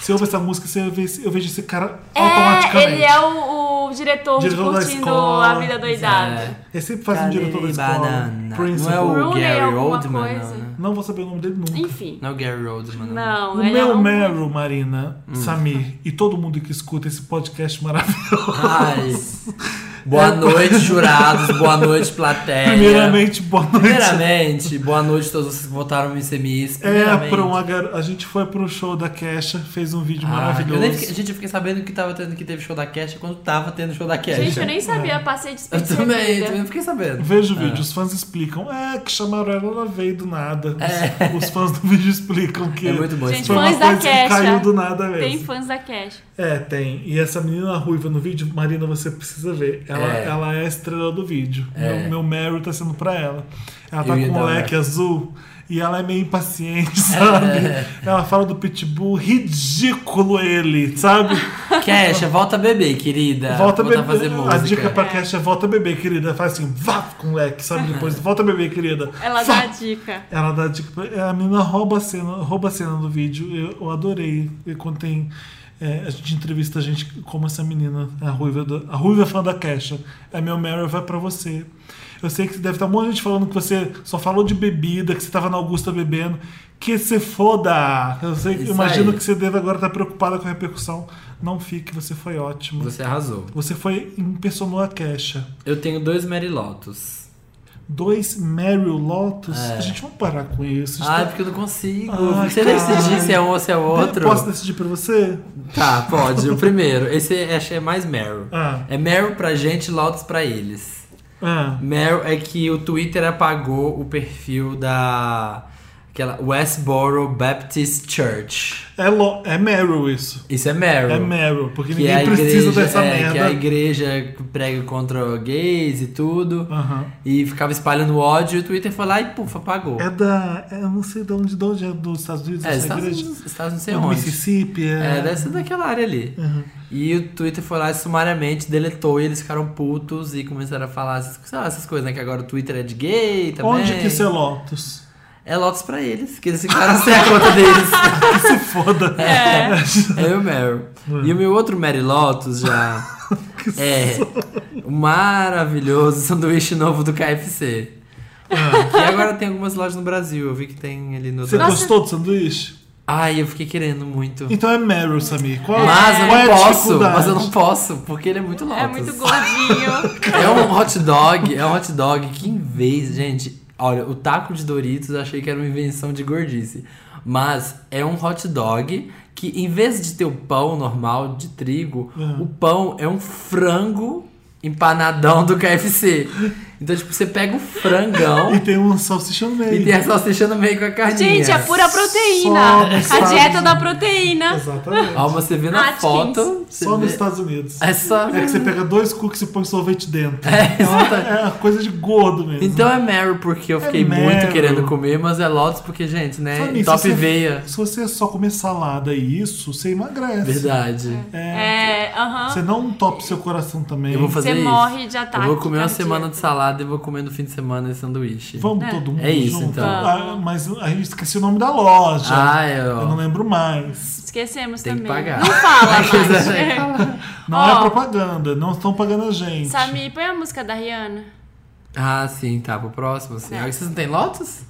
[SPEAKER 1] Se eu ouvir essa música, você vê esse- eu vejo esse cara
[SPEAKER 3] É,
[SPEAKER 1] automaticamente.
[SPEAKER 3] ele é o, o diretor,
[SPEAKER 1] Diretor
[SPEAKER 3] de
[SPEAKER 1] da
[SPEAKER 3] Curtindo
[SPEAKER 1] Escola.
[SPEAKER 3] a Vida Doidada.
[SPEAKER 1] Ele sempre faz um diretor da escola.
[SPEAKER 2] Banana.
[SPEAKER 1] Principal.
[SPEAKER 2] Não é o
[SPEAKER 3] Rooney,
[SPEAKER 2] Gary
[SPEAKER 3] alguma
[SPEAKER 2] Oldman, não,
[SPEAKER 3] coisa.
[SPEAKER 2] né?
[SPEAKER 1] Não vou saber o nome dele nunca.
[SPEAKER 3] Enfim.
[SPEAKER 2] Não é o Gary Oldman, não.
[SPEAKER 3] Não,
[SPEAKER 1] O
[SPEAKER 3] ele
[SPEAKER 1] meu
[SPEAKER 3] é um...
[SPEAKER 1] Meryl, Marina,
[SPEAKER 2] Hum.
[SPEAKER 1] Samir e todo mundo que escuta esse podcast maravilhoso.
[SPEAKER 2] Ai. Boa noite, jurados. Boa noite, plateia.
[SPEAKER 1] Primeiramente, boa noite.
[SPEAKER 2] É, Primeiramente, boa noite a todos vocês que votaram no ICMIS.
[SPEAKER 1] É,
[SPEAKER 2] Primeiramente.
[SPEAKER 1] pra uma gar... a gente foi pro show da Kesha, fez um vídeo
[SPEAKER 2] Ah, eu
[SPEAKER 1] maravilhoso.
[SPEAKER 2] nem fiquei- gente, eu fiquei sabendo que tava tendo que teve show da Cash quando tava tendo show da Cash.
[SPEAKER 3] Gente, eu nem é sabia, passei
[SPEAKER 2] É. Eu também, eu
[SPEAKER 3] despercebida.
[SPEAKER 2] também fiquei sabendo.
[SPEAKER 1] Veja o vídeo, os fãs explicam. É, que chamaram ela, ela veio do nada. Os, os fãs do vídeo explicam que.
[SPEAKER 2] É muito bom.
[SPEAKER 3] Gente,
[SPEAKER 2] esse
[SPEAKER 1] Foi uma
[SPEAKER 3] fãs da
[SPEAKER 1] coisa que
[SPEAKER 3] Kesha.
[SPEAKER 1] caiu do nada mesmo.
[SPEAKER 3] Tem fãs da Cash.
[SPEAKER 1] É, tem. E essa menina ruiva no vídeo, Marina, você precisa ver. Ela é,
[SPEAKER 2] É.
[SPEAKER 1] ela é a estrela do vídeo.
[SPEAKER 2] É.
[SPEAKER 1] Meu, meu Mary tá sendo pra ela. Ela tá
[SPEAKER 2] Eu ia
[SPEAKER 1] com
[SPEAKER 2] dar
[SPEAKER 1] um
[SPEAKER 2] uma-
[SPEAKER 1] leque azul e ela é meio impaciente, sabe?
[SPEAKER 2] É.
[SPEAKER 1] Ela fala do pitbull, ridículo ele, sabe?
[SPEAKER 2] Kesha, volta a beber, querida.
[SPEAKER 1] volta a
[SPEAKER 2] Voltar
[SPEAKER 1] beber.
[SPEAKER 2] a Tá, fazer música.
[SPEAKER 1] A dica pra Cash é volta a beber, querida. Faz assim, vá com o leque, sabe? Depois, volta a beber, querida.
[SPEAKER 3] Ela
[SPEAKER 1] Vá.
[SPEAKER 3] dá a dica.
[SPEAKER 1] Ela dá dica pra... A menina rouba a cena, rouba a cena do vídeo. Eu, eu adorei. E quando tem... é, a gente entrevista a gente como essa menina, a Ruiva, do- a Ruiva fã da Kesha. É meu Mary, vai pra você. Eu sei que deve estar um monte de gente falando que você só falou de bebida, que você tava na Augusta bebendo. Que se foda! Eu sei,
[SPEAKER 2] Isso
[SPEAKER 1] imagino
[SPEAKER 2] aí.
[SPEAKER 1] que você deve agora estar preocupada com a repercussão. Não fique, você foi ótimo. Você,
[SPEAKER 2] Você arrasou.
[SPEAKER 1] foi, impersonou a Kesha.
[SPEAKER 2] Eu tenho dois Mary Lotus.
[SPEAKER 1] Dois Meryl Lotus?
[SPEAKER 2] É.
[SPEAKER 1] A gente vai parar com isso. A gente
[SPEAKER 2] Ai,
[SPEAKER 1] tá-
[SPEAKER 2] porque eu não consigo.
[SPEAKER 1] Ai,
[SPEAKER 2] você
[SPEAKER 1] cara.
[SPEAKER 2] decidir se é um ou se é outro.
[SPEAKER 1] Posso decidir pra você?
[SPEAKER 2] Tá, pode. O primeiro. Esse é, acho que é mais Meryl.
[SPEAKER 1] Ah.
[SPEAKER 2] É Meryl pra gente, Lotus pra eles.
[SPEAKER 1] Ah,
[SPEAKER 2] Meryl é que o Twitter apagou o perfil da... Aquela Westboro Baptist Church.
[SPEAKER 1] é, lo, é Meryl isso.
[SPEAKER 2] Isso é Meryl.
[SPEAKER 1] É Meryl, porque
[SPEAKER 2] Que
[SPEAKER 1] ninguém
[SPEAKER 2] é a
[SPEAKER 1] precisa
[SPEAKER 2] igreja-
[SPEAKER 1] dessa
[SPEAKER 2] é, Que é a
[SPEAKER 1] merda.
[SPEAKER 2] igreja que prega contra gays e tudo.
[SPEAKER 1] Aham.
[SPEAKER 2] E ficava espalhando ódio e o Twitter foi lá e puf, apagou.
[SPEAKER 1] É da. é, Eu não sei de onde, de onde é dos Estados Unidos,
[SPEAKER 2] É,
[SPEAKER 1] essa
[SPEAKER 2] Estados
[SPEAKER 1] igreja.
[SPEAKER 2] Unidos, Estados Unidos sei
[SPEAKER 1] Do
[SPEAKER 2] onde.
[SPEAKER 1] Mississippi. É, Uhum.
[SPEAKER 2] É, deve ser daquela área ali. E o Twitter foi lá e sumariamente deletou e eles ficaram putos e começaram a falar essas, sei lá, essas coisas, né? Que agora o Twitter é de gay também.
[SPEAKER 1] onde que isso é Lotus?
[SPEAKER 2] é Lotus pra eles, que eles ficaram sem a conta deles.
[SPEAKER 1] Se foda.
[SPEAKER 2] É o Meryl. E o meu outro Mary Lotus já é o maravilhoso sanduíche novo do KFC. Que agora tem algumas lojas no Brasil, eu vi que tem ali no
[SPEAKER 1] Ah. Você
[SPEAKER 2] Brasil.
[SPEAKER 1] gostou do sanduíche?
[SPEAKER 2] Ai, eu fiquei querendo muito.
[SPEAKER 1] Então é Meryl, Samir. Qual,
[SPEAKER 2] Mas eu
[SPEAKER 1] qual é
[SPEAKER 2] não
[SPEAKER 1] a
[SPEAKER 2] posso,
[SPEAKER 1] dificuldade?
[SPEAKER 2] mas eu não posso, porque ele é muito Lotus.
[SPEAKER 3] É muito gordinho.
[SPEAKER 2] É um hot dog, é um hot dog que em vez, gente, olha, o taco de Doritos eu achei que era uma invenção de gordice. Mas é um hot dog que em vez de ter o pão normal de trigo,
[SPEAKER 1] Uhum.
[SPEAKER 2] o pão é um frango empanadão do KFC. Então, tipo, você pega o frangão
[SPEAKER 1] E tem um salsicha no meio.
[SPEAKER 2] e tem a salsicha no meio com a carninha.
[SPEAKER 3] Gente, é pura proteína.
[SPEAKER 1] Só-
[SPEAKER 3] a dieta da proteína.
[SPEAKER 1] Exatamente.
[SPEAKER 2] Ó, você vê na
[SPEAKER 3] Atkins.
[SPEAKER 2] foto. você
[SPEAKER 1] Só
[SPEAKER 2] vê-
[SPEAKER 1] nos Estados Unidos.
[SPEAKER 2] É só.
[SPEAKER 1] É que você pega dois cookies e põe sorvete dentro.
[SPEAKER 2] É, exatamente.
[SPEAKER 1] É uma coisa de gordo mesmo.
[SPEAKER 2] Então é Mary porque eu fiquei muito
[SPEAKER 1] né? Meryl.
[SPEAKER 2] querendo comer, mas é Lotus porque, gente, né?
[SPEAKER 1] Samir, se
[SPEAKER 2] top
[SPEAKER 1] você-
[SPEAKER 2] veia.
[SPEAKER 1] Se você só comer salada e isso, você emagrece.
[SPEAKER 2] Verdade.
[SPEAKER 1] É.
[SPEAKER 3] É, aham.
[SPEAKER 1] Você não topa seu coração também.
[SPEAKER 2] Eu vou fazer
[SPEAKER 3] Você
[SPEAKER 2] isso.
[SPEAKER 3] morre de
[SPEAKER 1] É.
[SPEAKER 3] ataque
[SPEAKER 2] Eu vou comer uma
[SPEAKER 3] cardíaco.
[SPEAKER 2] semana de salada e vou comer no fim de semana esse sanduíche.
[SPEAKER 1] Vamos todo mundo
[SPEAKER 2] É isso,
[SPEAKER 1] junto.
[SPEAKER 2] então.
[SPEAKER 1] Ah, mas a gente esqueci o nome da loja.
[SPEAKER 2] Ah, eu-
[SPEAKER 1] Eu não lembro mais.
[SPEAKER 3] Esquecemos
[SPEAKER 2] Tem que
[SPEAKER 3] também.
[SPEAKER 2] pagar.
[SPEAKER 3] Não fala mais.
[SPEAKER 1] Não
[SPEAKER 3] Ó.
[SPEAKER 1] é propaganda, não estão pagando a gente.
[SPEAKER 3] Samir, põe a música da Rihanna.
[SPEAKER 2] Ah, sim, tá. Pro próximo, sim. Ah, Vocês não têm Lotus?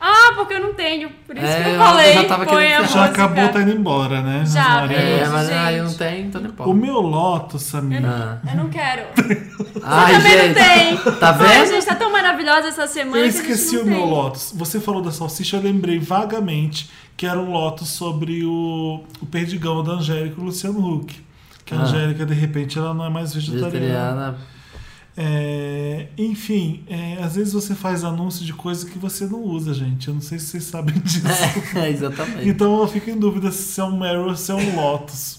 [SPEAKER 3] Ah, porque eu não tenho. Por isso
[SPEAKER 2] É,
[SPEAKER 3] que eu
[SPEAKER 2] eu
[SPEAKER 3] falei.
[SPEAKER 2] já tava
[SPEAKER 3] põe
[SPEAKER 2] querendo
[SPEAKER 3] a
[SPEAKER 2] que
[SPEAKER 1] Já
[SPEAKER 3] música.
[SPEAKER 1] acabou, tá indo embora, né?
[SPEAKER 3] Já,
[SPEAKER 1] Maria?
[SPEAKER 3] É,
[SPEAKER 2] É, mas
[SPEAKER 3] gente.
[SPEAKER 2] ah, eu não tenho, então não importa.
[SPEAKER 1] O meu loto, Samir.
[SPEAKER 2] Ah.
[SPEAKER 3] Eu não quero.
[SPEAKER 2] Ai,
[SPEAKER 3] também não
[SPEAKER 2] gente.
[SPEAKER 3] tem.
[SPEAKER 2] Tá
[SPEAKER 3] Ai,
[SPEAKER 2] vendo?
[SPEAKER 3] gente, tá tão maravilhosa essa semana.
[SPEAKER 1] Eu
[SPEAKER 3] que a gente
[SPEAKER 1] esqueci
[SPEAKER 3] não
[SPEAKER 1] o meu
[SPEAKER 3] tem.
[SPEAKER 1] Lotus. Você falou da salsicha, eu lembrei vagamente que era um Lotus sobre o, o perdigão da Angélica e o Luciano Huck. Que a
[SPEAKER 2] Ah.
[SPEAKER 1] Angélica, de repente, ela não é mais vegetariana.
[SPEAKER 2] Vegetariana.
[SPEAKER 1] É, enfim, é, às vezes você faz anúncio de coisa que você não usa, gente. Eu não sei se vocês sabem disso.
[SPEAKER 2] É, exatamente.
[SPEAKER 1] Então eu fico em dúvida se é um Meryl ou se é um Lotus.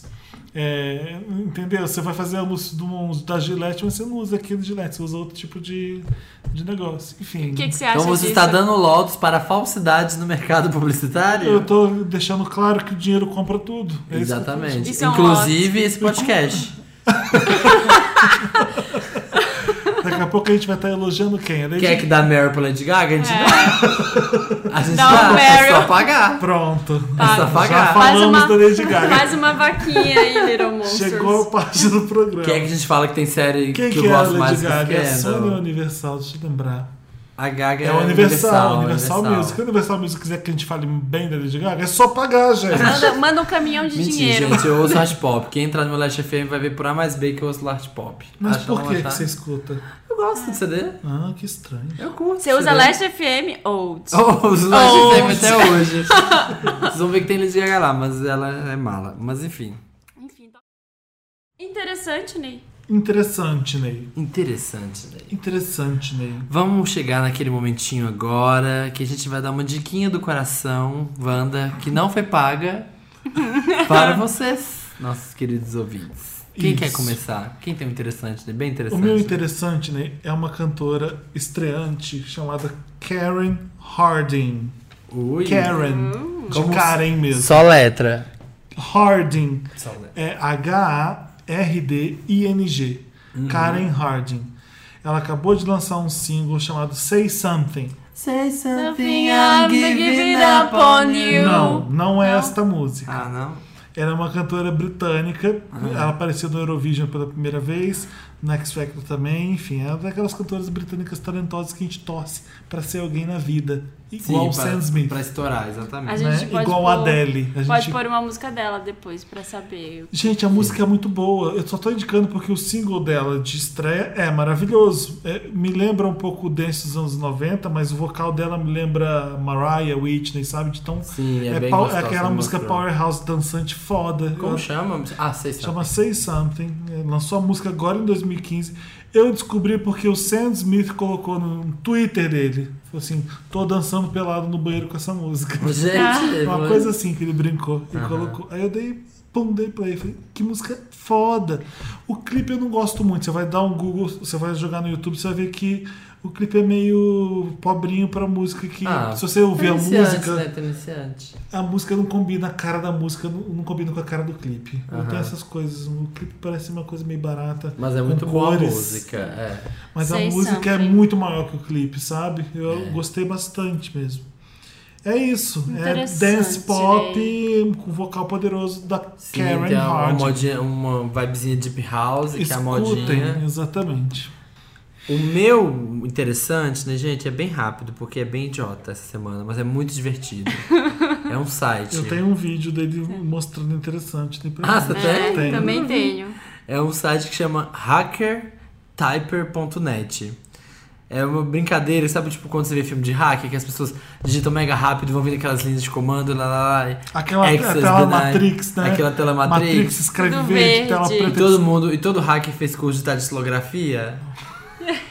[SPEAKER 1] É, entendeu? Você vai fazer anúncio de um- da Gillette, mas você não usa aquele Gillette, você usa outro tipo de, de negócio. Enfim.
[SPEAKER 3] O que, que você acha
[SPEAKER 2] Então você
[SPEAKER 3] disso?
[SPEAKER 2] está dando Lotus para falsidades no mercado
[SPEAKER 1] Eu
[SPEAKER 2] publicitário?
[SPEAKER 1] tô deixando claro que o dinheiro compra tudo. É isso que eu tô
[SPEAKER 2] Exatamente.
[SPEAKER 3] Isso é um
[SPEAKER 2] Inclusive esse podcast.
[SPEAKER 1] dizendo. Daqui a pouco a gente vai estar elogiando quem? A Lady
[SPEAKER 2] Quer é que dá Mary pra Lady Gaga?
[SPEAKER 3] É,
[SPEAKER 2] A gente não. A gente
[SPEAKER 3] Dá um
[SPEAKER 2] dá, é
[SPEAKER 3] Meryl.
[SPEAKER 2] só pagar.
[SPEAKER 1] Pronto.
[SPEAKER 2] É só
[SPEAKER 1] Já
[SPEAKER 2] pagar.
[SPEAKER 1] fala-
[SPEAKER 3] Faz
[SPEAKER 1] Falamos
[SPEAKER 3] uma,
[SPEAKER 1] da Lady Gaga.
[SPEAKER 3] faz uma vaquinha aí, Little Monsters.
[SPEAKER 1] Chegou a parte do programa.
[SPEAKER 2] Quem é que a gente fala que tem série
[SPEAKER 1] Quem
[SPEAKER 2] que
[SPEAKER 1] que
[SPEAKER 2] eu
[SPEAKER 1] é a
[SPEAKER 2] gosto
[SPEAKER 1] Lady
[SPEAKER 2] mais? que
[SPEAKER 1] Gaga? É
[SPEAKER 2] é,
[SPEAKER 1] a Sony ou
[SPEAKER 2] não?
[SPEAKER 1] a Universal? Deixa eu lembrar.
[SPEAKER 2] A Gaga
[SPEAKER 1] É, a Universal, Universal, Music. Se
[SPEAKER 2] Music.
[SPEAKER 1] a Universal Music quiser que a gente fale bem da Lady Gaga, é só pagar, gente.
[SPEAKER 3] Manda, manda um caminhão de
[SPEAKER 2] Mentira,
[SPEAKER 3] dinheiro.
[SPEAKER 2] gente, eu ouço Art Pop. Quem entrar no meu Last FM vai ver por A mais B que eu ouço Last Pop.
[SPEAKER 1] Mas
[SPEAKER 2] Acho
[SPEAKER 1] por
[SPEAKER 2] ela
[SPEAKER 1] que, que
[SPEAKER 2] tá-
[SPEAKER 1] você escuta?
[SPEAKER 2] Eu gosto de CD.
[SPEAKER 1] Ah, que estranho.
[SPEAKER 2] Eu curto.
[SPEAKER 3] Você usa
[SPEAKER 2] CD.
[SPEAKER 3] Last FM? Old.
[SPEAKER 2] Oh, os Last
[SPEAKER 3] Oh.
[SPEAKER 2] FM até hoje. Vocês vão ver que tem Lady Gaga lá, mas ela é mala. Mas enfim.
[SPEAKER 3] Enfim, então... Interessante, Ney.
[SPEAKER 1] Interessante, Ney.
[SPEAKER 2] Interessante, né?
[SPEAKER 1] Interessante, Ney.
[SPEAKER 2] Vamos chegar naquele momentinho agora que a gente vai dar uma diquinha do coração, Wanda, que não foi paga para vocês, nossos queridos ouvintes. Quem
[SPEAKER 1] Isso.
[SPEAKER 2] quer começar? Quem tem um interessante, né?
[SPEAKER 1] O
[SPEAKER 2] bem interessante?
[SPEAKER 1] meu interessante, Ney, é uma cantora estreante chamada Karen Harding.
[SPEAKER 2] Ui.
[SPEAKER 1] Karen. De Karen mesmo.
[SPEAKER 2] Só letra.
[SPEAKER 1] Harding.
[SPEAKER 2] Só letra.
[SPEAKER 1] É H-A-R-D-I-N-G. Karen Harding. Ela acabou de lançar um single chamado Say Something.
[SPEAKER 2] Say something
[SPEAKER 3] Something
[SPEAKER 2] I'm
[SPEAKER 3] I'm
[SPEAKER 2] giving
[SPEAKER 3] giving
[SPEAKER 2] up on you.
[SPEAKER 1] Não, não é esta música.
[SPEAKER 2] Ah, não?
[SPEAKER 1] Ela é uma cantora britânica. Ela apareceu no Eurovision pela primeira vez, no X Factor também. Enfim, ela é daquelas cantoras britânicas talentosas que a gente torce pra ser alguém na vida. Igual o
[SPEAKER 2] Sim,
[SPEAKER 1] Sam
[SPEAKER 2] pra-
[SPEAKER 1] Smith.
[SPEAKER 2] Pra estourar, exatamente.
[SPEAKER 3] A gente
[SPEAKER 1] né?
[SPEAKER 3] pode
[SPEAKER 1] Igual
[SPEAKER 3] pôr,
[SPEAKER 1] a Adele. A
[SPEAKER 3] Pode
[SPEAKER 1] gente-
[SPEAKER 3] pôr uma música dela depois pra saber.
[SPEAKER 1] Gente, a música é muito boa. Eu só tô indicando porque o single dela de estreia é maravilhoso. É, me lembra um pouco o dance dos anos 90, mas o vocal dela me lembra Mariah, Whitney, sabe? De tão-
[SPEAKER 2] Sim, é bem
[SPEAKER 1] pau-
[SPEAKER 2] gostosa,
[SPEAKER 1] aquela
[SPEAKER 2] me
[SPEAKER 1] música
[SPEAKER 2] mostrou.
[SPEAKER 1] powerhouse dançante foda.
[SPEAKER 2] Como
[SPEAKER 1] Eu-
[SPEAKER 2] chama? Ah, sei something.
[SPEAKER 1] Chama Say Something. é, Lançou a música agora em 2015. Eu descobri porque o Sam Smith colocou no Twitter dele. Falou assim, tô dançando pelado no banheiro com essa música.
[SPEAKER 2] Gente,
[SPEAKER 1] Uma coisa assim que ele brincou e colocou. Aí eu dei, pum, dei play. Falei, que música foda. O clipe eu não gosto muito. Você vai dar um Google, você vai jogar no YouTube, você vai ver que o clipe é meio pobrinho pra música que.
[SPEAKER 2] Ah,
[SPEAKER 1] se você ouvir a
[SPEAKER 2] iniciante,
[SPEAKER 1] música,
[SPEAKER 2] Né? Tem iniciante.
[SPEAKER 1] a música não combina a cara da música, não, não combina com a cara do clipe. Não tem essas coisas. O clipe parece uma coisa meio barata.
[SPEAKER 2] Mas é
[SPEAKER 1] com
[SPEAKER 2] muito boa a
[SPEAKER 1] cores.
[SPEAKER 2] música. É.
[SPEAKER 1] Mas a
[SPEAKER 3] Say
[SPEAKER 1] música é
[SPEAKER 3] something.
[SPEAKER 2] É.
[SPEAKER 1] muito maior que o clipe, sabe? Eu gostei bastante mesmo. É isso. É
[SPEAKER 3] Interessante, né?
[SPEAKER 1] dance pop com vocal poderoso da
[SPEAKER 2] Sim,
[SPEAKER 1] Karen
[SPEAKER 2] tem uma,
[SPEAKER 1] Hard.
[SPEAKER 2] modinha, uma vibezinha deep house, que é a modinha.
[SPEAKER 1] Escutem, exatamente.
[SPEAKER 2] O meu interessante, né, gente, é bem rápido, porque é bem idiota essa semana, mas é muito divertido. é um site.
[SPEAKER 1] Eu tenho um vídeo dele mostrando interessante. Tem pra
[SPEAKER 2] Ah,
[SPEAKER 1] mim.
[SPEAKER 2] você
[SPEAKER 3] É,
[SPEAKER 2] tem? Uhum.
[SPEAKER 1] Tem.
[SPEAKER 3] também tenho.
[SPEAKER 2] É um site que chama hackertyper.net. É uma brincadeira, sabe, tipo, quando você vê filme de hack, que as pessoas digitam mega rápido, vão vindo aquelas linhas de comando, lá, lá, lá.
[SPEAKER 1] Aquela
[SPEAKER 2] Access
[SPEAKER 1] tela
[SPEAKER 2] denied.
[SPEAKER 1] Matrix, né?
[SPEAKER 2] Aquela tela Matrix.
[SPEAKER 1] Matrix escreve
[SPEAKER 3] Tudo
[SPEAKER 1] verde,
[SPEAKER 3] verde.
[SPEAKER 1] tela
[SPEAKER 2] E
[SPEAKER 1] preta.
[SPEAKER 2] todo mundo, e todo hacker fez curso de datilografia.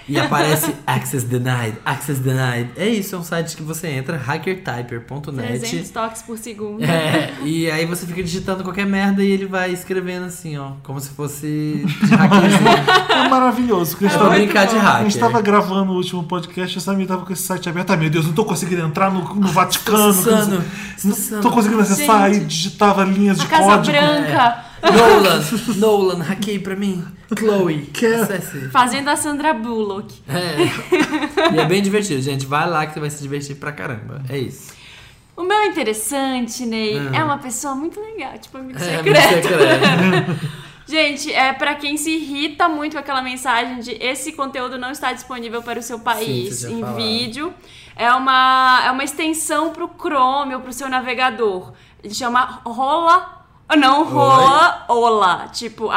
[SPEAKER 2] e aparece Access Denied, Access Denied. É isso, é um site que você entra, hackertyper.net.
[SPEAKER 3] 300 toques por segundo.
[SPEAKER 2] Né, É, e aí você fica digitando qualquer merda e ele vai escrevendo assim, ó. Como se fosse de hackerzinho.
[SPEAKER 1] É maravilhoso. porque a gente
[SPEAKER 2] pra
[SPEAKER 1] tava-
[SPEAKER 2] brincar de
[SPEAKER 1] A gente
[SPEAKER 2] hacker.
[SPEAKER 1] tava gravando o último podcast e essa menina tava com esse site aberto. Ai, meu Deus, não tô conseguindo entrar no, no Vaticano.
[SPEAKER 2] Sussano,
[SPEAKER 1] não
[SPEAKER 2] Sussano.
[SPEAKER 1] tô conseguindo acessar
[SPEAKER 3] Gente.
[SPEAKER 1] e digitava linhas de
[SPEAKER 3] A Casa
[SPEAKER 1] código.
[SPEAKER 3] Branca,
[SPEAKER 2] Nolan, Nolan, hackei pra mim. Chloe,
[SPEAKER 1] Quer-
[SPEAKER 2] acesse.
[SPEAKER 3] fazendo a Sandra Bullock.
[SPEAKER 2] É. E é bem divertido, gente. Vai lá que você vai se divertir pra caramba. É isso.
[SPEAKER 3] O meu é interessante, Ney, é uma pessoa muito legal, tipo amigo
[SPEAKER 2] Ah. É,
[SPEAKER 3] secreto.
[SPEAKER 2] muito secreto.
[SPEAKER 3] Gente, é pra quem se irrita muito com aquela mensagem de esse conteúdo não está disponível para o seu país
[SPEAKER 2] você tinha
[SPEAKER 3] em
[SPEAKER 2] falado.
[SPEAKER 3] vídeo. É uma, é uma extensão pro Chrome ou pro seu navegador. Ele chama Rola. Não, Rola, Ola. Tipo,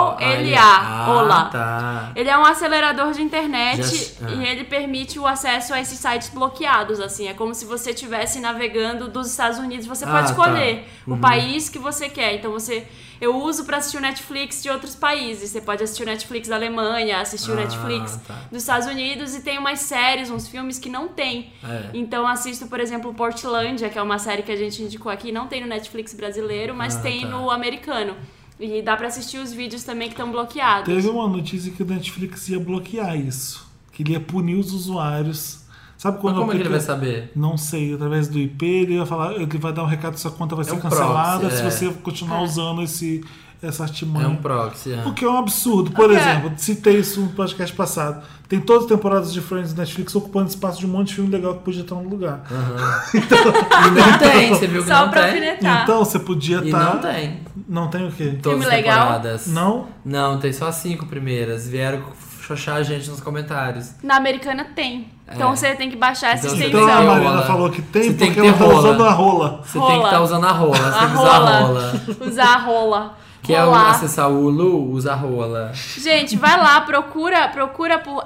[SPEAKER 3] H-O-L-A. Ola.
[SPEAKER 2] Ah, tá.
[SPEAKER 3] Ele é um acelerador de internet
[SPEAKER 2] Just- ah.
[SPEAKER 3] e ele permite o acesso a esses sites bloqueados, assim. É como se você estivesse navegando dos Estados Unidos. Você
[SPEAKER 2] Ah,
[SPEAKER 3] pode escolher
[SPEAKER 2] tá. Uhum.
[SPEAKER 3] o país que você quer. Então você. Eu uso pra assistir o Netflix de outros países. Você pode assistir o Netflix da Alemanha, assistir o
[SPEAKER 2] Ah,
[SPEAKER 3] Netflix
[SPEAKER 2] tá.
[SPEAKER 3] dos Estados Unidos e tem umas séries, uns filmes que não tem.
[SPEAKER 2] É.
[SPEAKER 3] Então assisto, por exemplo, Portlandia, que é uma série que a gente indicou aqui, não tem no Netflix brasileiro, mas
[SPEAKER 2] Ah,
[SPEAKER 3] tem
[SPEAKER 2] tá.
[SPEAKER 3] no americano. E dá pra assistir os vídeos também que estão bloqueados.
[SPEAKER 1] Teve uma notícia que o Netflix ia bloquear isso. Que ele ia punir os usuários. Sabe
[SPEAKER 2] Mas
[SPEAKER 1] quando
[SPEAKER 2] como é que ele
[SPEAKER 1] aplica-
[SPEAKER 2] vai saber?
[SPEAKER 1] Não sei, através do IP, ele vai falar, ele vai dar um recado sua conta vai ser
[SPEAKER 2] um
[SPEAKER 1] cancelada
[SPEAKER 2] proxy,
[SPEAKER 1] se
[SPEAKER 2] é.
[SPEAKER 1] você continuar usando esse, essa
[SPEAKER 2] É
[SPEAKER 1] artimanha.
[SPEAKER 2] um proxy. é.
[SPEAKER 1] O que é um absurdo. Por
[SPEAKER 3] Ok.
[SPEAKER 1] exemplo, citei isso no podcast passado. Tem todas as temporadas de Friends no Netflix ocupando espaço de um monte de filme legal que podia estar no lugar.
[SPEAKER 2] Ah. E não tem, você viu que
[SPEAKER 3] Só
[SPEAKER 2] não
[SPEAKER 3] pra
[SPEAKER 2] tem.
[SPEAKER 3] alfinetar.
[SPEAKER 1] Então você podia
[SPEAKER 2] E
[SPEAKER 1] estar.
[SPEAKER 2] não tem. Então,
[SPEAKER 1] Não tem o quê?
[SPEAKER 2] Todas as
[SPEAKER 3] legal?
[SPEAKER 2] temporadas.
[SPEAKER 1] Não?
[SPEAKER 2] Tá. Não, tem só as cinco primeiras. Vieram xoxar a gente nos comentários.
[SPEAKER 3] Na americana tem. Então você tem que baixar essa
[SPEAKER 2] É. Então,
[SPEAKER 1] Então a
[SPEAKER 2] tem
[SPEAKER 3] extensão.
[SPEAKER 2] uma-
[SPEAKER 1] Mariana
[SPEAKER 2] rola.
[SPEAKER 1] falou que
[SPEAKER 2] Você
[SPEAKER 1] tem
[SPEAKER 2] tem
[SPEAKER 1] porque
[SPEAKER 2] que ter
[SPEAKER 1] ela tá
[SPEAKER 2] rola.
[SPEAKER 1] usando a rola.
[SPEAKER 2] Você
[SPEAKER 3] Rola.
[SPEAKER 2] tem que estar usando a rola, você
[SPEAKER 3] A
[SPEAKER 2] tem que usar a
[SPEAKER 3] rola.
[SPEAKER 2] rola.
[SPEAKER 3] Usar a rola.
[SPEAKER 2] Que é o
[SPEAKER 3] Rolar.
[SPEAKER 2] acessar o Ulu, usa a rola.
[SPEAKER 3] Gente, vai lá, procura, procura por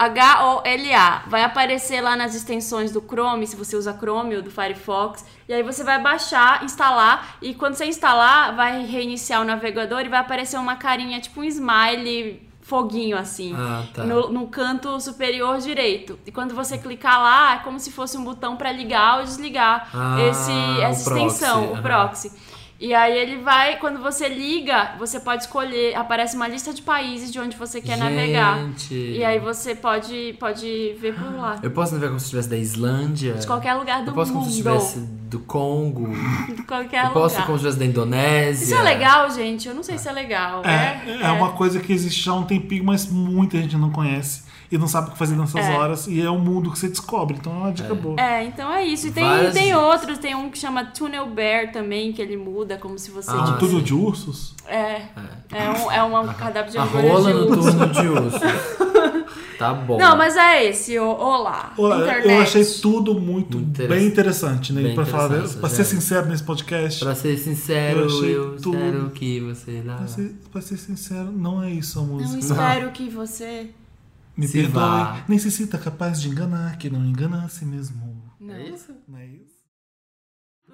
[SPEAKER 3] H-O-L-A. Vai aparecer lá nas extensões do Chrome, se você usa Chrome ou do Firefox. E aí você vai baixar, instalar. E quando você instalar, vai reiniciar o navegador e vai aparecer uma carinha, tipo um smile foguinho assim.
[SPEAKER 2] Ah, tá.
[SPEAKER 3] no, no canto superior direito. E quando você clicar lá, é como se fosse um botão pra ligar ou desligar
[SPEAKER 2] Ah,
[SPEAKER 3] esse, essa
[SPEAKER 2] o proxy,
[SPEAKER 3] extensão,
[SPEAKER 2] aham.
[SPEAKER 3] o proxy. E aí ele vai, quando você liga, você pode escolher, aparece uma lista de países de onde você quer
[SPEAKER 2] Gente.
[SPEAKER 3] navegar. E aí você pode, pode ver por lá.
[SPEAKER 2] Eu posso navegar como se eu estivesse da Islândia?
[SPEAKER 3] De qualquer lugar do
[SPEAKER 2] Eu posso
[SPEAKER 3] mundo.
[SPEAKER 2] como se eu estivesse do Congo.
[SPEAKER 3] De qualquer
[SPEAKER 2] Eu posso
[SPEAKER 3] lugar.
[SPEAKER 2] como se eu estivesse da Indonésia.
[SPEAKER 3] Isso é legal, gente? Eu não sei se é legal.
[SPEAKER 1] É, é, uma coisa que existe já há um tempinho, mas muita gente não conhece e não sabe o que fazer nessas horas. E é o mundo que você descobre. Então é uma dica boa.
[SPEAKER 3] É, então é isso. E tem,
[SPEAKER 2] Várias
[SPEAKER 3] tem
[SPEAKER 2] dicas.
[SPEAKER 3] outros, tem um que chama Tunnel Bear também, que ele muda como se você. tipo,
[SPEAKER 2] Ah,
[SPEAKER 1] Um túnel
[SPEAKER 2] sim.
[SPEAKER 1] de ursos?
[SPEAKER 3] É. É um, é um cardápio de
[SPEAKER 2] Ah, A
[SPEAKER 3] hambúrguer
[SPEAKER 2] rola
[SPEAKER 3] de
[SPEAKER 2] no
[SPEAKER 3] urso.
[SPEAKER 2] turno de urso. Tá bom.
[SPEAKER 3] Não, mas é esse, o, olá.
[SPEAKER 1] Olha,
[SPEAKER 3] internet.
[SPEAKER 1] eu achei tudo muito
[SPEAKER 2] Muito
[SPEAKER 1] bem interessante, né?
[SPEAKER 2] Bem
[SPEAKER 1] pra, falar,
[SPEAKER 2] interessante,
[SPEAKER 1] pra ser
[SPEAKER 2] é.
[SPEAKER 1] sincero nesse podcast,
[SPEAKER 2] Pra ser sincero,
[SPEAKER 1] Eu
[SPEAKER 2] eu,
[SPEAKER 1] achei tudo.
[SPEAKER 2] espero que você dá.
[SPEAKER 1] pra ser, pra ser sincero, não é isso a
[SPEAKER 3] Não
[SPEAKER 1] música.
[SPEAKER 3] espero que você.
[SPEAKER 1] Me
[SPEAKER 2] Se
[SPEAKER 1] perdoe,
[SPEAKER 2] vá.
[SPEAKER 1] nem se sinta capaz de enganar, que não engana a si mesmo.
[SPEAKER 3] Não.
[SPEAKER 1] Não é isso?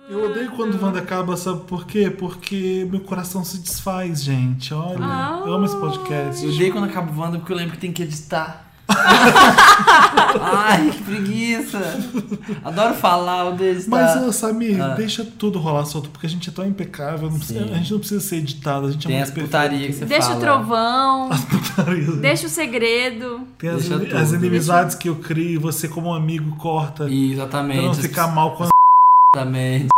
[SPEAKER 1] Eu odeio quando o Wanda acaba, sabe por quê? Porque meu coração se desfaz, gente. Olha,
[SPEAKER 3] Ah.
[SPEAKER 1] eu amo esse podcast.
[SPEAKER 2] Eu odeio quando acaba voando porque eu lembro que tem que editar. Ai, que preguiça. Adoro falar, odeio editar.
[SPEAKER 1] Mas, ô, Samir, deixa tudo rolar solto, porque a gente é tão impecável, não precisa-
[SPEAKER 2] Ah. Sim.
[SPEAKER 1] a gente não precisa ser editado, a gente
[SPEAKER 2] tem
[SPEAKER 1] é
[SPEAKER 2] as
[SPEAKER 1] muito perfeito.
[SPEAKER 2] putarias que você
[SPEAKER 3] Deixa o
[SPEAKER 2] fala.
[SPEAKER 3] trovão,
[SPEAKER 1] Putaria.
[SPEAKER 3] deixa o segredo.
[SPEAKER 1] Tem as,
[SPEAKER 2] Deixa tudo.
[SPEAKER 1] as inimizades que eu crio, e você como um amigo corta
[SPEAKER 2] E
[SPEAKER 1] pra
[SPEAKER 2] Exatamente.
[SPEAKER 1] não ficar mal com a
[SPEAKER 2] Exatamente.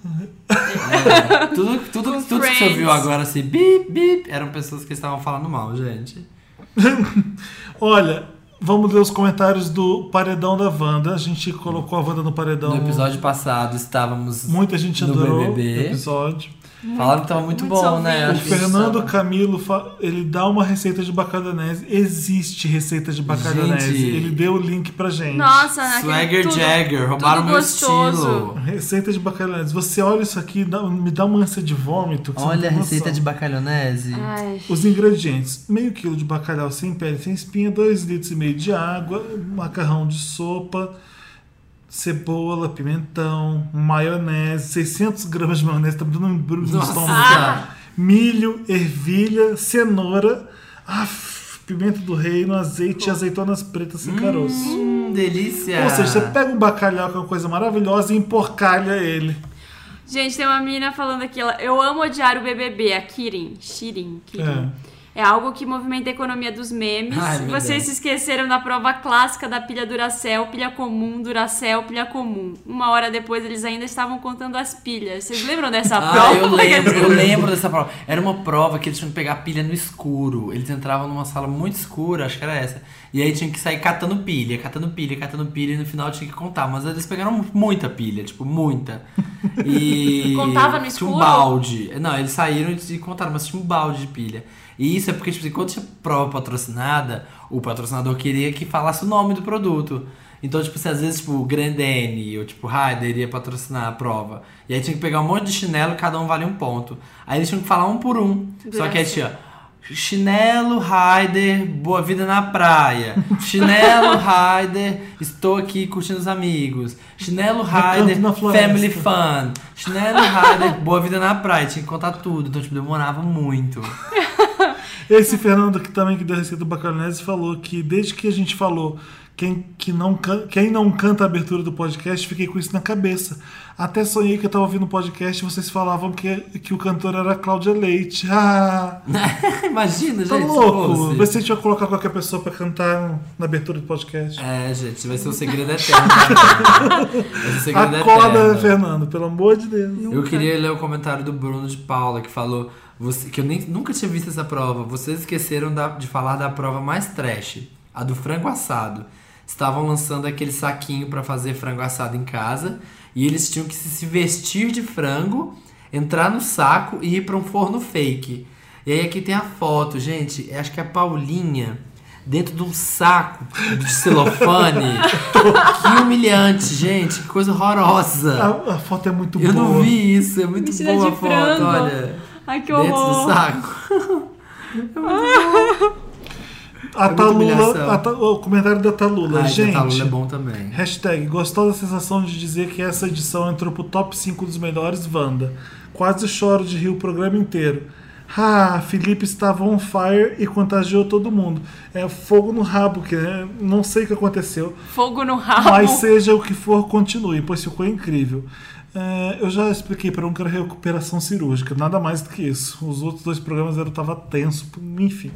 [SPEAKER 2] É, tudo tudo,
[SPEAKER 3] Com
[SPEAKER 2] tudo que você
[SPEAKER 3] friends.
[SPEAKER 2] ouviu agora, assim, bip, bip, eram pessoas que estavam falando mal, gente.
[SPEAKER 1] Olha, Vamos ler os comentários do Paredão da Wanda. A gente colocou a Wanda no Paredão.
[SPEAKER 2] No episódio passado estávamos.
[SPEAKER 1] Muita gente
[SPEAKER 2] no
[SPEAKER 1] adorou o
[SPEAKER 2] BBB.
[SPEAKER 1] episódio.
[SPEAKER 2] Falaram que tava muito,
[SPEAKER 3] muito
[SPEAKER 2] bom, né?
[SPEAKER 3] salvinho.
[SPEAKER 1] O
[SPEAKER 2] Acho que isso-
[SPEAKER 1] Fernando Camilo, fa- ele dá uma receita de bacadanese. Existe receita de bacadanese.
[SPEAKER 2] Gente.
[SPEAKER 1] Ele deu o link pra gente.
[SPEAKER 2] é
[SPEAKER 3] Nossa, naquele
[SPEAKER 2] Swagger
[SPEAKER 3] tudo-
[SPEAKER 2] Jagger, roubaram
[SPEAKER 3] tudo
[SPEAKER 2] meu
[SPEAKER 3] gostoso.
[SPEAKER 2] estilo.
[SPEAKER 1] Receita de bacadanese. Você olha isso aqui, dá- me dá uma ânsia de vômito. que você não
[SPEAKER 2] Olha a
[SPEAKER 1] tem
[SPEAKER 2] receita
[SPEAKER 1] noção.
[SPEAKER 2] de bacalhonese.
[SPEAKER 3] Ai.
[SPEAKER 1] Os ingredientes: meio quilo de bacalhau sem pele, sem espinha, 2 litros e meio de água, macarrão de sopa, cebola, pimentão, maionese, 600 gramas de maionese, tá me dando um embrulho no
[SPEAKER 2] Nossa. Ah.
[SPEAKER 1] estômago. Milho, ervilha, cenoura, af, pimenta do reino, azeite e azeitonas pretas sem caroço.
[SPEAKER 2] Hum, delícia.
[SPEAKER 1] Ou seja, você pega um bacalhau, que é uma coisa maravilhosa, e emporcalha ele.
[SPEAKER 3] Gente, tem uma menina falando aqui, ela, eu amo odiar o BBB, a é Kirin, Shirin, Kirin.
[SPEAKER 1] É.
[SPEAKER 3] É. algo que movimenta a economia dos memes.
[SPEAKER 2] Ai, meu
[SPEAKER 3] Vocês
[SPEAKER 2] Deus.
[SPEAKER 3] se esqueceram da prova clássica da pilha Duracell, pilha comum, Duracell, pilha comum. Uma hora depois eles ainda estavam contando as pilhas. Vocês lembram dessa
[SPEAKER 2] Ah,
[SPEAKER 3] prova? né?
[SPEAKER 2] eu lembro, eu lembro dessa prova. Era uma prova que eles tinham que pegar pilha no escuro. Eles entravam numa sala muito escura, acho que era essa. E aí tinham que sair catando pilha, catando pilha, catando pilha, e no final tinha que contar. Mas eles pegaram mu- muita pilha, tipo, muita. E.
[SPEAKER 3] Contava no
[SPEAKER 2] Tinha um
[SPEAKER 3] escuro?
[SPEAKER 2] balde. Não, eles saíram e e contaram, mas tinha um balde de pilha. E isso é porque, tipo, assim, quando tinha prova patrocinada, o patrocinador queria que falasse o nome do produto. Então, tipo, se às vezes, tipo, o Grandene ou tipo, Raider ia patrocinar a prova. E aí tinha que pegar um monte de chinelo, cada um valia um ponto. Aí eles tinham que falar um por um. Só que aí tinha chinelo, Raider, boa vida na praia. Chinelo, Raider, estou aqui curtindo os amigos. Chinelo, Raider,
[SPEAKER 1] na floresta.
[SPEAKER 2] family fun. Chinelo, Raider, boa vida na praia. Tinha que contar tudo, então, tipo, demorava muito.
[SPEAKER 1] Esse Fernando que também que deu a receita do Bacaronese falou que desde que a gente falou quem, que não, can- quem não canta a abertura do podcast, fiquei com isso na cabeça. Até sonhei que eu tava ouvindo o podcast e vocês falavam que, que o cantor era a Cláudia Leite. Ah,
[SPEAKER 2] Imagina,
[SPEAKER 1] tá
[SPEAKER 2] gente. assim. se
[SPEAKER 1] louco!
[SPEAKER 2] fosse.
[SPEAKER 1] Vai ser a gente vai colocar qualquer pessoa pra cantar na abertura do podcast.
[SPEAKER 2] É, gente, vai ser o segredo eterno. né? Vai ser o segredo
[SPEAKER 1] Acorda,
[SPEAKER 2] eterno.
[SPEAKER 1] Fernando, pelo amor de Deus.
[SPEAKER 2] Eu queria ler o comentário do Bruno de Paula, que falou você- que eu nem, nunca tinha visto essa prova. Vocês esqueceram da- de falar da prova mais trash, a do frango assado. Estavam lançando aquele saquinho pra fazer frango assado em casa e eles tinham que se se vestir de frango, entrar no saco e ir pra um forno fake. E aí aqui tem a foto, gente. Acho que é a Paulinha dentro de um saco de celofane. que humilhante, gente. Que coisa horrorosa.
[SPEAKER 1] A, a foto é muito
[SPEAKER 2] Eu
[SPEAKER 1] boa.
[SPEAKER 2] não vi isso, é muito
[SPEAKER 3] Vestida
[SPEAKER 2] boa
[SPEAKER 3] de
[SPEAKER 2] a foto,
[SPEAKER 3] frango.
[SPEAKER 2] olha.
[SPEAKER 3] Ai, que
[SPEAKER 2] Dentro do
[SPEAKER 3] horror.
[SPEAKER 2] saco.
[SPEAKER 1] A
[SPEAKER 2] muita humilhação.
[SPEAKER 1] Talula, a Ta- o comentário da Talula.
[SPEAKER 2] Ai,
[SPEAKER 1] gente,
[SPEAKER 2] Gente. Lula é bom também.
[SPEAKER 1] Hashtag gostosa sensação de dizer que essa edição entrou pro top 5 dos melhores Wanda. Quase choro de rir o programa inteiro. Ah, Felipe estava on fire e contagiou todo mundo. É fogo no rabo, que né? não sei o que aconteceu.
[SPEAKER 3] Fogo no rabo.
[SPEAKER 1] Mas seja o que for, continue, pois ficou incrível. É, eu já expliquei para um que era recuperação cirúrgica, nada mais do que isso. Os outros dois programas eu tava tenso, enfim.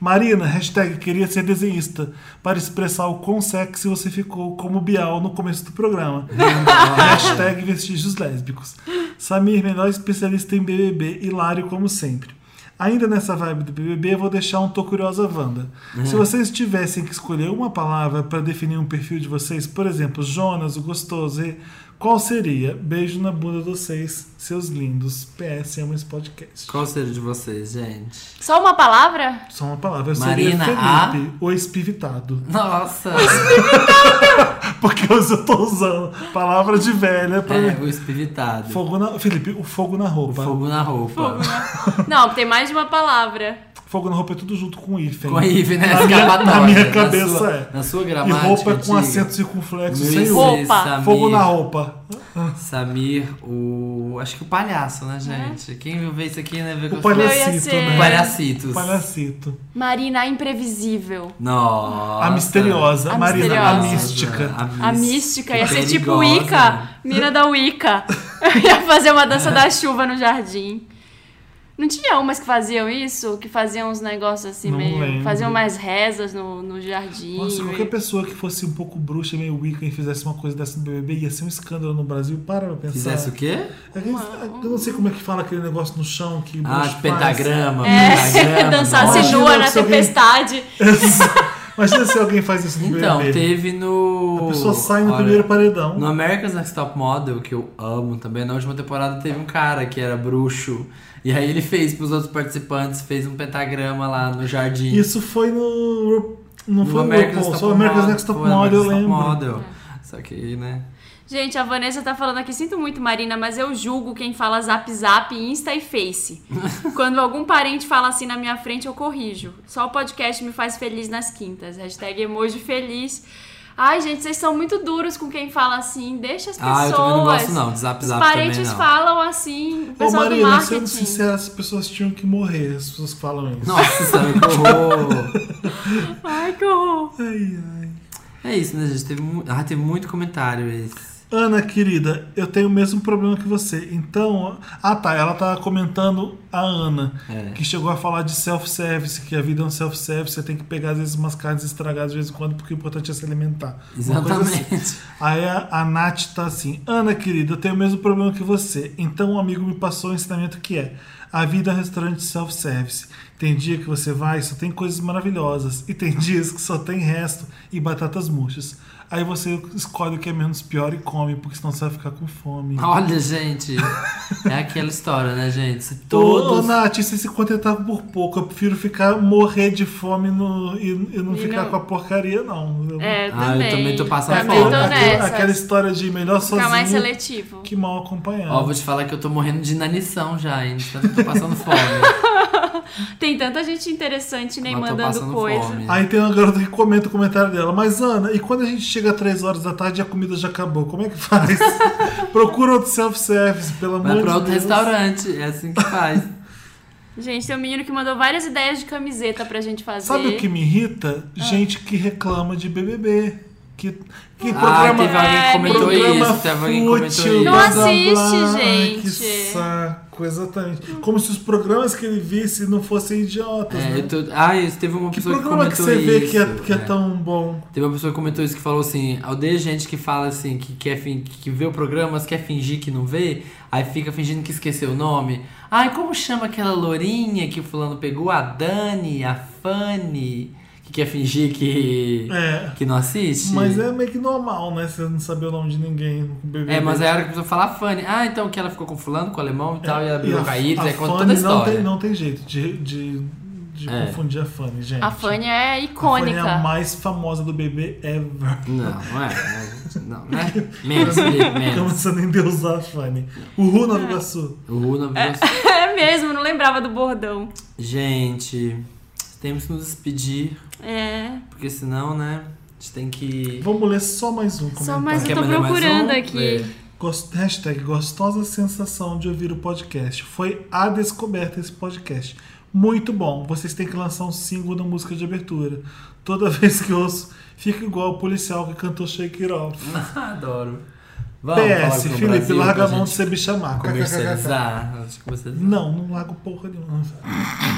[SPEAKER 1] Marina, hashtag queria ser desenhista, para expressar o quão sexy você ficou como Bial no começo do programa. hashtag vestígios lésbicos. Samir, melhor especialista em BBB, hilário como sempre. Ainda nessa vibe do BBB, eu vou deixar um Tô Curiosa Wanda.
[SPEAKER 2] Uhum.
[SPEAKER 1] Se vocês tivessem que escolher uma palavra para definir um perfil de vocês, por exemplo, Jonas, o gostoso, e- qual seria? Beijo na bunda de vocês, seus lindos. PS, amo esse podcast.
[SPEAKER 2] Qual seria de vocês, gente?
[SPEAKER 3] Só uma palavra?
[SPEAKER 1] Só uma palavra, eu
[SPEAKER 2] Marina,
[SPEAKER 1] seria
[SPEAKER 2] a-
[SPEAKER 1] Felipe, o espivitado.
[SPEAKER 2] Nossa!
[SPEAKER 1] Porque eu só tô usando palavra de velha pra...
[SPEAKER 2] é, o espiritado.
[SPEAKER 1] Fogo na... Felipe, o fogo na roupa. Fogo,
[SPEAKER 2] Fogo na roupa.
[SPEAKER 3] Não, tem mais de uma palavra.
[SPEAKER 1] na roupa é tudo junto com hífen.
[SPEAKER 2] Com a Ive, né?
[SPEAKER 1] Na minha-
[SPEAKER 2] Escapatória.
[SPEAKER 1] na minha
[SPEAKER 2] Na
[SPEAKER 1] cabeça
[SPEAKER 2] sua-
[SPEAKER 1] é.
[SPEAKER 2] Na sua
[SPEAKER 1] E
[SPEAKER 2] gramática.
[SPEAKER 1] roupa é com
[SPEAKER 2] diga.
[SPEAKER 1] acento circunflexo,
[SPEAKER 2] Meu
[SPEAKER 1] sem
[SPEAKER 2] Deus,
[SPEAKER 1] o.
[SPEAKER 3] Roupa.
[SPEAKER 2] Samir.
[SPEAKER 1] Fogo na roupa.
[SPEAKER 2] Samir, o. Acho que o palhaço, né, gente? Quem vê isso aqui, né? Vê que eu
[SPEAKER 1] O
[SPEAKER 2] sou-
[SPEAKER 1] palhacito,
[SPEAKER 3] ser-
[SPEAKER 1] né?
[SPEAKER 2] O Palhacitos.
[SPEAKER 1] Palhacito.
[SPEAKER 3] Marina Imprevisível.
[SPEAKER 2] Nossa.
[SPEAKER 1] A misteriosa.
[SPEAKER 3] A
[SPEAKER 1] Marina, a
[SPEAKER 3] misteriosa.
[SPEAKER 1] mística.
[SPEAKER 3] A mística ia ser tipo
[SPEAKER 2] Perigosa.
[SPEAKER 1] assim.
[SPEAKER 3] Wicca, mina da Wicca. ia fazer uma dança da chuva no jardim. Não tinha umas que faziam isso? Que faziam uns negócios assim
[SPEAKER 1] Não
[SPEAKER 3] meio.
[SPEAKER 1] lembro.
[SPEAKER 3] Faziam mais rezas no, no jardim.
[SPEAKER 1] Nossa, qualquer pessoa que fosse um pouco bruxa, meio Wicca e fizesse uma coisa dessa no BBB ia ser um escândalo no Brasil. Para pra pensar.
[SPEAKER 2] Fizesse o quê?
[SPEAKER 1] Aqueles- Eu não sei como é que fala aquele negócio no chão que.
[SPEAKER 2] Ah,
[SPEAKER 1] bruxa faz.
[SPEAKER 2] pentagrama.
[SPEAKER 3] É,
[SPEAKER 2] pentagrama.
[SPEAKER 3] dançasse
[SPEAKER 1] Imagina
[SPEAKER 3] nua na
[SPEAKER 1] se alguém-
[SPEAKER 3] tempestade.
[SPEAKER 1] Imagina se alguém faz isso no
[SPEAKER 2] Então,
[SPEAKER 1] BBB.
[SPEAKER 2] teve
[SPEAKER 1] A
[SPEAKER 2] no.
[SPEAKER 1] pessoa sai no
[SPEAKER 2] Olha,
[SPEAKER 1] primeiro paredão.
[SPEAKER 2] No America's Next Top Model, que eu amo também, na última temporada teve um cara que era bruxo. E aí ele fez pros outros participantes, fez um pentagrama lá no jardim.
[SPEAKER 1] Isso foi no. Não
[SPEAKER 2] No
[SPEAKER 1] foi no
[SPEAKER 2] America's
[SPEAKER 1] RuPaul,
[SPEAKER 2] Next
[SPEAKER 1] só
[SPEAKER 2] Top
[SPEAKER 1] America's
[SPEAKER 2] Model,
[SPEAKER 1] Next Top
[SPEAKER 2] foi
[SPEAKER 1] Model, eu
[SPEAKER 2] America's Top
[SPEAKER 1] lembro.
[SPEAKER 2] Model. Só que, né?
[SPEAKER 3] Gente, a Vanessa tá falando aqui, sinto muito, Marina, mas eu julgo quem fala zap zap, insta e face. Quando algum parente fala assim na minha frente, eu corrijo. Só o podcast me faz feliz nas quintas. Hashtag emoji feliz. Ai, gente, vocês são muito duros com quem fala assim. Deixa as pessoas.
[SPEAKER 2] Ah, eu também não gosto não, de zap
[SPEAKER 3] Os
[SPEAKER 2] zap também
[SPEAKER 3] parentes
[SPEAKER 2] não.
[SPEAKER 3] falam assim. O
[SPEAKER 1] Ô
[SPEAKER 3] pessoal do
[SPEAKER 1] Marina,
[SPEAKER 3] marketing.
[SPEAKER 1] sendo sincera, as pessoas tinham que morrer, as pessoas falam isso.
[SPEAKER 2] Nossa, que horror!
[SPEAKER 3] Ai, que horror.
[SPEAKER 1] Ai, ai.
[SPEAKER 2] É isso, né, gente? Teve, mu- ah, teve muito comentário esse.
[SPEAKER 1] Ana, querida, eu tenho o mesmo problema que você. Então. Ah, tá. Ela tá comentando a Ana,
[SPEAKER 2] É.
[SPEAKER 1] que chegou a falar de self-service, que a vida é um self-service, você tem que pegar, às vezes, umas carnes estragadas de vez em quando, porque o importante é se alimentar. Uma coisa assim.
[SPEAKER 2] Exatamente.
[SPEAKER 1] Aí a, a Nath tá assim: Ana, querida, eu tenho o mesmo problema que você. Então um amigo me passou um ensinamento que é: a vida é um restaurante self-service. Tem dia que você vai e só tem coisas maravilhosas, e tem dias que só tem resto e batatas murchas. Aí você escolhe o que é menos pior e come, porque senão você vai ficar com fome.
[SPEAKER 2] Olha, gente. É aquela história, né, gente? Se
[SPEAKER 1] Ô, ô,
[SPEAKER 2] todos.
[SPEAKER 1] Nath, se se contentar por pouco, eu prefiro ficar morrer de fome no- e, e não
[SPEAKER 3] E
[SPEAKER 1] ficar
[SPEAKER 3] não-
[SPEAKER 1] com a porcaria, não. Eu-
[SPEAKER 3] É, eu
[SPEAKER 2] Ah, eu
[SPEAKER 3] também.
[SPEAKER 2] também tô passando
[SPEAKER 3] Também
[SPEAKER 2] fome.
[SPEAKER 3] tô
[SPEAKER 1] aquela,
[SPEAKER 3] nessas.
[SPEAKER 1] aquela história de melhor
[SPEAKER 3] Ficar mais
[SPEAKER 1] sozinho
[SPEAKER 3] seletivo.
[SPEAKER 1] que mal acompanhado.
[SPEAKER 2] Ó, vou te falar que eu tô morrendo de inanição já, hein? Tanto que eu tô passando fome.
[SPEAKER 3] Tem tanta gente interessante nem
[SPEAKER 2] mas tô
[SPEAKER 3] mandando
[SPEAKER 2] passando
[SPEAKER 3] coisa.
[SPEAKER 2] fome.
[SPEAKER 1] Aí tem uma garota que comenta o comentário dela. Mas Ana, e quando a gente chega às 3 horas da tarde e a comida já acabou? Como é que faz? Procura outro self-service, pelo amor
[SPEAKER 2] Vai
[SPEAKER 1] de
[SPEAKER 2] pra
[SPEAKER 1] Deus.
[SPEAKER 2] outro restaurante, é assim que faz.
[SPEAKER 3] Gente, tem um menino que mandou várias ideias de camiseta pra gente fazer.
[SPEAKER 1] Sabe o que me irrita?
[SPEAKER 2] Ah.
[SPEAKER 1] Gente que reclama de BBB. Que, que
[SPEAKER 2] ah, teve
[SPEAKER 1] programa,
[SPEAKER 2] alguém que comentou
[SPEAKER 1] programa
[SPEAKER 2] isso, teve alguém que comentou
[SPEAKER 1] fútil.
[SPEAKER 2] isso.
[SPEAKER 3] Não
[SPEAKER 1] blá,
[SPEAKER 3] assisto.
[SPEAKER 1] blá, blá.
[SPEAKER 3] assiste,
[SPEAKER 1] Ai, Que
[SPEAKER 3] gente.
[SPEAKER 1] saco, exatamente. Como se os programas que ele visse não fossem idiotas,
[SPEAKER 2] É,
[SPEAKER 1] né?
[SPEAKER 2] eu tô... Ah, isso, teve uma
[SPEAKER 1] Que
[SPEAKER 2] pessoa que
[SPEAKER 1] programa
[SPEAKER 2] comentou
[SPEAKER 1] que você
[SPEAKER 2] isso.
[SPEAKER 1] vê que é, que é
[SPEAKER 2] é.
[SPEAKER 1] tão bom?
[SPEAKER 2] Teve uma pessoa que comentou isso que falou assim: aldeia gente que fala assim, que quer fin... que vê o programa, mas quer fingir que não vê, aí fica fingindo que esqueceu o nome. Ai, como chama aquela lourinha que o fulano pegou? A Dani, a Fanny, que quer fingir que,
[SPEAKER 1] É.
[SPEAKER 2] que não assiste?
[SPEAKER 1] Mas é meio que normal, né? Você não saber o nome de ninguém. no BBB.
[SPEAKER 2] É, mas aí a hora que a pessoa fala a Fanny, ah, então que ela ficou com fulano, com o alemão e tal, e ela brigou com a Iris, aí é conta toda
[SPEAKER 1] É,
[SPEAKER 2] a
[SPEAKER 1] Fanny não
[SPEAKER 2] história.
[SPEAKER 1] tem, não tem jeito de, de, de
[SPEAKER 2] É.
[SPEAKER 1] confundir a Fanny, gente.
[SPEAKER 3] A Fânia é
[SPEAKER 1] A Fanny
[SPEAKER 3] icônica.
[SPEAKER 1] é a mais famosa do bebê ever.
[SPEAKER 2] Não, não é. Não, né? Menos, Felipe,
[SPEAKER 1] Tô
[SPEAKER 2] menos.
[SPEAKER 1] começando a endeusar a Fanny. O Ru Nova Iguaçu.
[SPEAKER 2] O Runa virou assim,
[SPEAKER 3] É mesmo, não lembrava do bordão.
[SPEAKER 2] Gente, temos que nos despedir,
[SPEAKER 3] É.
[SPEAKER 2] porque senão, né, a gente tem que...
[SPEAKER 1] Vamos ler só mais um comentário.
[SPEAKER 3] Só mais eu
[SPEAKER 2] Quer
[SPEAKER 3] tô
[SPEAKER 2] mandar mais
[SPEAKER 3] procurando
[SPEAKER 2] um?
[SPEAKER 3] aqui.
[SPEAKER 2] É.
[SPEAKER 1] Gost- Hashtag gostosa sensação de ouvir o podcast. Foi a descoberta esse podcast. Muito bom. Vocês têm que lançar um single na música de abertura. Toda vez que eu ouço, fica igual o policial que cantou Shake It Off.
[SPEAKER 2] Ah, Adoro. Vamos
[SPEAKER 1] PS,
[SPEAKER 2] falar com o
[SPEAKER 1] Felipe,
[SPEAKER 2] Brasil
[SPEAKER 1] larga
[SPEAKER 2] pra
[SPEAKER 1] a mão de
[SPEAKER 2] gente
[SPEAKER 1] você me chamar.
[SPEAKER 2] Comercializar. Acho que vocês-
[SPEAKER 1] Não, não largo porra nenhuma.
[SPEAKER 2] Tá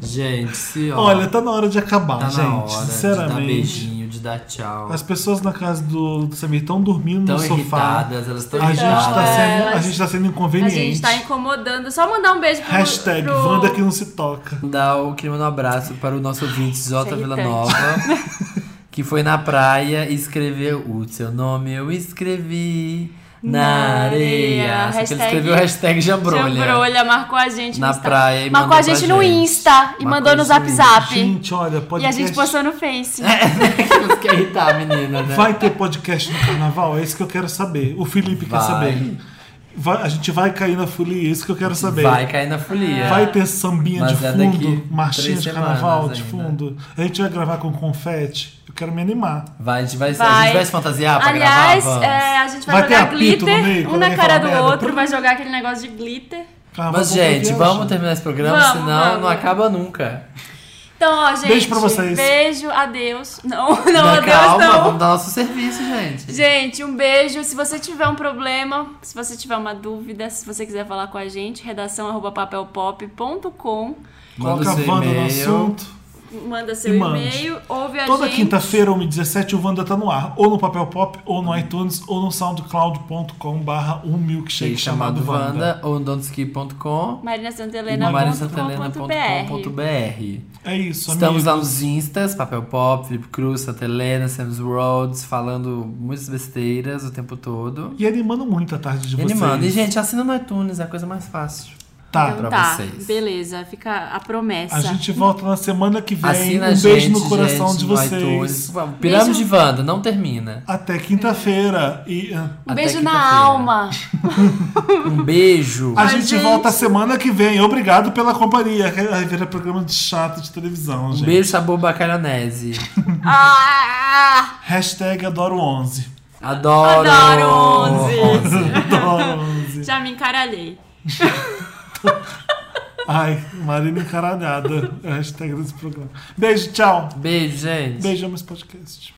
[SPEAKER 2] Gente, se ó,
[SPEAKER 1] Olha, tá na hora de acabar,
[SPEAKER 2] tá na
[SPEAKER 1] gente.
[SPEAKER 2] hora de dar
[SPEAKER 1] sinceramente.
[SPEAKER 2] beijinho, de dar tchau.
[SPEAKER 1] As pessoas na casa do, do Samir estão dormindo
[SPEAKER 2] Estão
[SPEAKER 1] no sofá.
[SPEAKER 2] irritadas, elas estão
[SPEAKER 1] A gente, tá
[SPEAKER 2] irritadas.
[SPEAKER 1] sendo, a
[SPEAKER 3] elas-
[SPEAKER 1] gente tá sendo
[SPEAKER 3] A
[SPEAKER 1] inconveniente.
[SPEAKER 3] gente tá incomodando. Só mandar um beijo pro.
[SPEAKER 1] Hashtag
[SPEAKER 3] pro...
[SPEAKER 1] Wanda que não se toca.
[SPEAKER 2] Dá o queria mandar um abraço para o nosso ouvinte Jota
[SPEAKER 3] Isso é
[SPEAKER 2] Vila Nova, que foi na praia e escreveu o seu nome eu escrevi na
[SPEAKER 3] Na
[SPEAKER 2] areia.
[SPEAKER 3] areia.
[SPEAKER 2] Só que ele
[SPEAKER 3] Hashtag-
[SPEAKER 2] escreveu hashtag jambrolha.
[SPEAKER 3] Jambrolha marcou a gente
[SPEAKER 2] Na
[SPEAKER 3] no Insta.
[SPEAKER 2] praia e
[SPEAKER 3] Marcou
[SPEAKER 2] mandou
[SPEAKER 3] a gente
[SPEAKER 2] pra
[SPEAKER 3] no
[SPEAKER 2] gente.
[SPEAKER 3] Insta e
[SPEAKER 2] Marcou
[SPEAKER 3] mandou no
[SPEAKER 2] isso no
[SPEAKER 3] Zap
[SPEAKER 2] Insta.
[SPEAKER 3] Zap.
[SPEAKER 1] Gente, olha, podcast.
[SPEAKER 3] E a gente postou no Face.
[SPEAKER 2] É, Isso quer irritar a menina, né?
[SPEAKER 1] Vai ter podcast no carnaval? É isso que eu quero saber. O Felipe
[SPEAKER 2] Vai.
[SPEAKER 1] quer saber. Vai- a gente vai cair na folia, é isso que eu quero saber.
[SPEAKER 2] Vai cair na folia.
[SPEAKER 1] Vai ter sambinha
[SPEAKER 2] Mas
[SPEAKER 1] de
[SPEAKER 2] é
[SPEAKER 1] fundo,
[SPEAKER 2] daqui
[SPEAKER 1] marchinha
[SPEAKER 2] três
[SPEAKER 1] de carnaval
[SPEAKER 2] semanas
[SPEAKER 1] de
[SPEAKER 2] ainda.
[SPEAKER 1] fundo. A gente vai gravar com confete. Eu quero me animar.
[SPEAKER 2] Vai, a gente vai, A
[SPEAKER 3] Vai.
[SPEAKER 2] gente vai se fantasiar tá pra
[SPEAKER 3] Aliás,
[SPEAKER 2] gravar. Vamos.
[SPEAKER 3] é, a gente vai,
[SPEAKER 1] Vai ter
[SPEAKER 3] jogar
[SPEAKER 1] apito no meio,
[SPEAKER 3] glitter, um
[SPEAKER 1] quando
[SPEAKER 3] na
[SPEAKER 1] alguém
[SPEAKER 3] cara
[SPEAKER 1] fala
[SPEAKER 3] do
[SPEAKER 1] merda.
[SPEAKER 3] outro, vai jogar aquele negócio de glitter.
[SPEAKER 1] Carnaval
[SPEAKER 2] Mas,
[SPEAKER 1] com qualquer
[SPEAKER 2] gente,
[SPEAKER 1] viagem.
[SPEAKER 2] vamos terminar esse programa,
[SPEAKER 3] Vamos,
[SPEAKER 2] senão não
[SPEAKER 3] vamos.
[SPEAKER 2] acaba nunca.
[SPEAKER 3] Então, ó, gente.
[SPEAKER 1] Beijo pra vocês.
[SPEAKER 3] Beijo, adeus. Não, não,
[SPEAKER 2] Não,
[SPEAKER 3] adeus,
[SPEAKER 2] calma,
[SPEAKER 3] não.
[SPEAKER 2] vamos dar nosso serviço, gente.
[SPEAKER 3] Gente, um beijo. Se você tiver um problema, se você tiver uma dúvida, se você quiser falar com a gente, redação arroba papelpop.com.
[SPEAKER 2] Manda
[SPEAKER 1] Coloca
[SPEAKER 2] o
[SPEAKER 1] a
[SPEAKER 2] seu
[SPEAKER 1] Wanda no
[SPEAKER 2] e-mail.
[SPEAKER 1] assunto.
[SPEAKER 3] manda seu
[SPEAKER 1] E mande.
[SPEAKER 3] e-mail, ouve a
[SPEAKER 1] Toda
[SPEAKER 3] gente.
[SPEAKER 1] quinta-feira, 1h17, o Wanda tá no ar. Ou no Papel Pop, ou no iTunes, ou no soundcloud.com barra um milkshake
[SPEAKER 2] Shake
[SPEAKER 1] chamado Wanda.
[SPEAKER 2] é ou donski.com
[SPEAKER 3] marinasanthelena.com.br
[SPEAKER 2] mariasantelena.com.br
[SPEAKER 1] É isso,
[SPEAKER 2] Estamos
[SPEAKER 1] amigos.
[SPEAKER 2] lá nos instas, Papel Pop, Felipe Cruz, Santa Helena, Sam's Roads, falando muitas besteiras o tempo todo.
[SPEAKER 1] E animando muito a tarde de
[SPEAKER 2] E
[SPEAKER 1] vocês.
[SPEAKER 2] animando. E, gente, assina no iTunes, é a coisa mais fácil.
[SPEAKER 1] Tá.
[SPEAKER 3] Então
[SPEAKER 2] pra
[SPEAKER 3] tá,
[SPEAKER 2] vocês.
[SPEAKER 3] beleza, fica a promessa.
[SPEAKER 1] A gente volta na semana que vem. um
[SPEAKER 2] Assina a gente,
[SPEAKER 1] beijo no coração
[SPEAKER 2] gente,
[SPEAKER 1] de
[SPEAKER 2] no
[SPEAKER 1] vocês.
[SPEAKER 2] iTunes. Pirâmide
[SPEAKER 3] Beijo.
[SPEAKER 2] de Wanda, não termina.
[SPEAKER 1] Até quinta-feira. E ah,
[SPEAKER 3] Um
[SPEAKER 2] Até
[SPEAKER 3] beijo na
[SPEAKER 2] quinta-feira.
[SPEAKER 3] alma.
[SPEAKER 2] Um beijo.
[SPEAKER 1] a
[SPEAKER 3] Ai,
[SPEAKER 1] gente,
[SPEAKER 3] gente.
[SPEAKER 1] volta semana que vem. Obrigado pela companhia. Ai, Vira programa de chato de televisão,
[SPEAKER 2] Um
[SPEAKER 1] gente.
[SPEAKER 2] beijo sabor bacalhonese.
[SPEAKER 3] Ah,
[SPEAKER 1] Hashtag adoro 11.
[SPEAKER 2] Adoro.
[SPEAKER 3] Adoro onze.
[SPEAKER 1] Adoro 11.
[SPEAKER 3] já me encaralhei.
[SPEAKER 1] Ai, Marina encaralhada. É a hashtag desse programa. Beijo, tchau.
[SPEAKER 2] Beijo, gente.
[SPEAKER 1] Beijamos podcast.